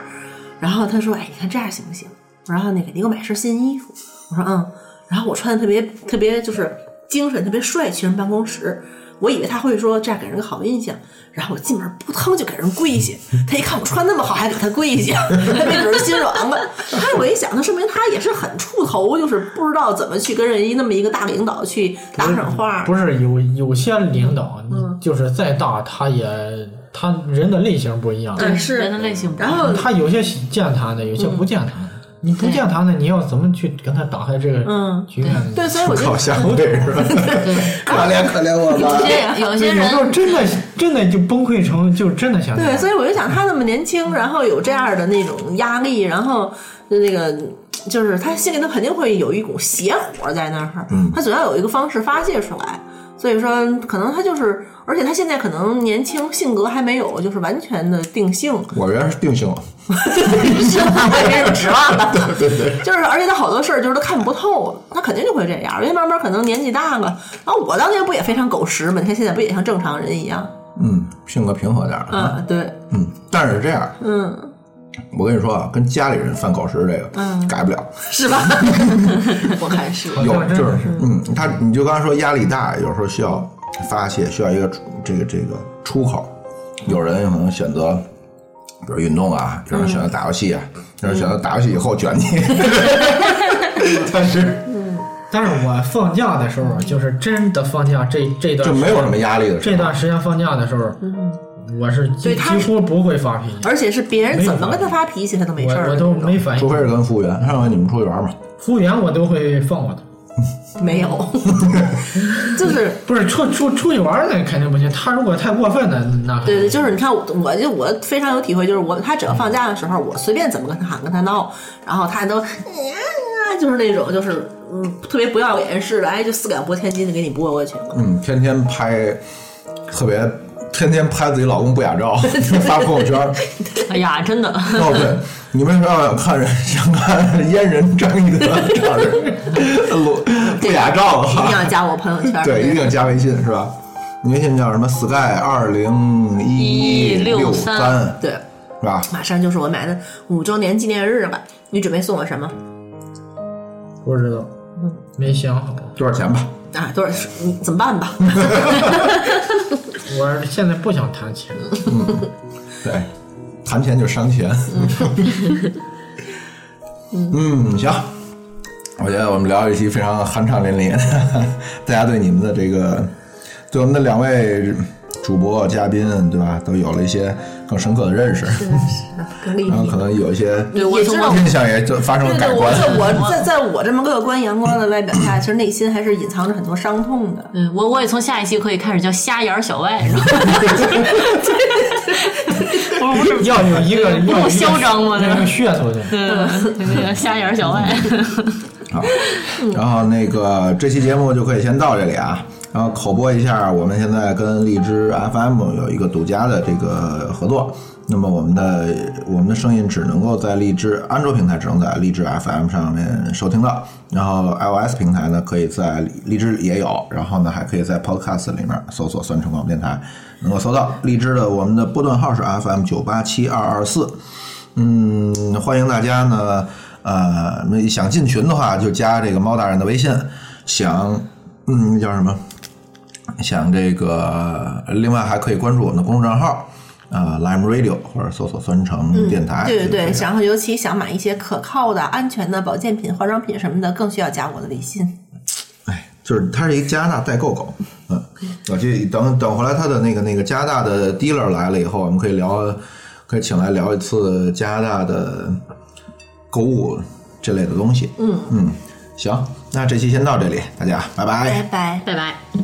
Speaker 5: 然后他说哎你看这样行不行？然后那个你给我买身新衣服，我说嗯，然后我穿的特别特别就是精神特别帅去人办公室。我以为他会说这样给人个好印象，然后我进门扑腾就给人跪下。他一看我穿那么好，还给他跪下，他没准儿心软了。哎，我一想，那说明他也是很怵头，就是不知道怎么去跟人家那么一个大领导去搭上话。
Speaker 4: 不是有有些领导，你
Speaker 5: 嗯
Speaker 4: 就是再大，他也他人的类型不一样，
Speaker 5: 对是
Speaker 3: 人的类型不一
Speaker 5: 然
Speaker 3: 样。
Speaker 5: 后
Speaker 4: 他有些健谈的，有些不健谈的，你不见他呢，你要怎么去跟他打开这个
Speaker 5: 嗯
Speaker 4: 局面？
Speaker 5: 对，所以我就
Speaker 2: 靠下位是吧？可怜可怜我吧
Speaker 5: <laughs>
Speaker 3: 有。些有些
Speaker 4: 对，有
Speaker 3: 人
Speaker 4: 时候真的真的就崩溃成，就真的想
Speaker 5: 对，所以我就想他那么年轻，然后有这样的那种压力，然后就那个就是他心里头肯定会有一股邪火在那儿，他总要有一个方式发泄出来。所以说，可能他就是，而且他现在可能年轻，性格还没有就是完全的定性，
Speaker 2: 我原来是定性了，
Speaker 5: 是吧？ <laughs> 我也没有指
Speaker 2: <laughs>
Speaker 5: 望了。对对对，就是而且他好多事儿就是都看不透，他肯定就会这样，因为慢慢可能年纪大了。然后我当年不也非常狗食嘛？你看现在不也像正常人一样？
Speaker 2: 嗯，性格平和点儿啊，
Speaker 5: 嗯，对，
Speaker 2: 嗯，但是这样，
Speaker 5: 嗯，
Speaker 2: 我跟你说啊，跟家里人犯狗食这个，
Speaker 5: 嗯
Speaker 2: 改不了。
Speaker 5: <laughs> 是吧？ <laughs> 我看是。
Speaker 4: 好
Speaker 2: 有
Speaker 4: 像
Speaker 2: 就
Speaker 4: 真的
Speaker 2: 是，嗯，他你就刚才说压力大，有时候需要发泄，需要一个出这个这个出口。有人可能选择，比如运动啊，有人选择打游戏啊，有人选择打游戏以后卷你。 <laughs> 但是
Speaker 4: 但是我放假的时候，就是真的放假这这段
Speaker 2: 就没有什么压力的时
Speaker 4: 这
Speaker 2: 候。
Speaker 4: 段时间放假的时候，我是几
Speaker 5: 对他
Speaker 4: 几乎不会发脾气，
Speaker 5: 而且是别人怎么跟他发脾气，他都没
Speaker 4: 我
Speaker 5: 事儿。
Speaker 4: 我都没反
Speaker 2: 除
Speaker 4: 应。
Speaker 2: 非是跟服务员，上回你们出去玩嘛，
Speaker 4: 服务员我都会放我的，
Speaker 5: 没有， <laughs> 就是
Speaker 4: 不是出出出去玩儿那肯定不行。他如果太过分了，那
Speaker 5: 对对，就是你看我，我就我非常有体会，就是我他只要放假的时候，我随便怎么跟他喊跟他闹，然后他都，就是那种就是嗯特别不要脸似的，哎就四两拨千斤的给你拨过去了。
Speaker 2: 嗯，天天拍，特别天天拍自己老公不雅照，发朋友圈儿。
Speaker 3: 哎呀，真的，
Speaker 2: 哦，对，你为什么要看人想看 <laughs> 阉人张一德这样的裸不雅照啊的
Speaker 5: 一定
Speaker 2: 话，
Speaker 5: 要加我朋友圈。
Speaker 2: 对，一定要加微信是吧？你微信叫什么？Sky 二零一六三
Speaker 5: 对，
Speaker 2: 是吧？
Speaker 5: 马上就是我买的五周年纪念日了，你准备送我什么
Speaker 4: 不知道，没想好。
Speaker 2: 多少钱吧？
Speaker 5: 啊？多少？你怎么办吧？
Speaker 4: 我现在不想谈钱，
Speaker 2: 对，谈钱就伤钱。 <laughs> 嗯，行，我觉得我们聊一期非常酣畅淋漓 <laughs> 的，大家对你们的这个，对我们的两位主播嘉宾，对吧，都有了一些更深刻的认识， <laughs>
Speaker 5: 更立
Speaker 2: 然后
Speaker 5: 体
Speaker 2: 可。能有一些
Speaker 5: 对，我知道
Speaker 2: 印象也就发生了
Speaker 5: 对
Speaker 2: 改
Speaker 5: 对，我
Speaker 2: 观。
Speaker 5: 在我在在我这么乐观阳光的外表下，其实内心还是隐藏着很多伤痛的。
Speaker 3: 嗯，我我也从下一期可以开始叫瞎眼儿小外，是吧？不是不是，
Speaker 4: 要有一个要有一
Speaker 3: 够
Speaker 4: 个
Speaker 3: 嚣张吗
Speaker 4: 要有一个噱头的。
Speaker 3: 对那个瞎眼儿小外，
Speaker 2: 好，然后那个这期节目就可以先到这里啊。然后口播一下，我们现在跟荔枝 FM 有一个独家的这个合作。那么我们的我们的声音只能够在荔枝安卓平台只能在荔枝 FM 上面收听到，然后 iOS 平台呢可以在荔荔枝也有，然后呢还可以在 Podcast 里面搜索“酸橙广播电台”，能够搜到荔枝的我们的波段号是 FM 九八七二二四。嗯，欢迎大家呢，呃，那想进群的话就加这个猫大人的微信，想，嗯，叫什么？想这个，另外还可以关注我们的公众账号，呃，Lime Radio 或者搜索“酸橙电台”
Speaker 5: 嗯对
Speaker 2: 就
Speaker 5: 对
Speaker 2: 可以
Speaker 5: 对，
Speaker 2: 了
Speaker 5: 然后尤其想买一些可靠的、安全的保健品、化妆品什么的，更需要加我的微信。
Speaker 2: 哎，就是它是一个加拿大代购狗， <laughs> 嗯，我这等等回来它的那个那个加拿大的 dealer 来了以后，我们可以聊，可以请来聊一次加拿大的购物这类的东西。嗯嗯，行，那这期先到这里，大家拜拜
Speaker 5: 拜拜。
Speaker 3: 拜拜。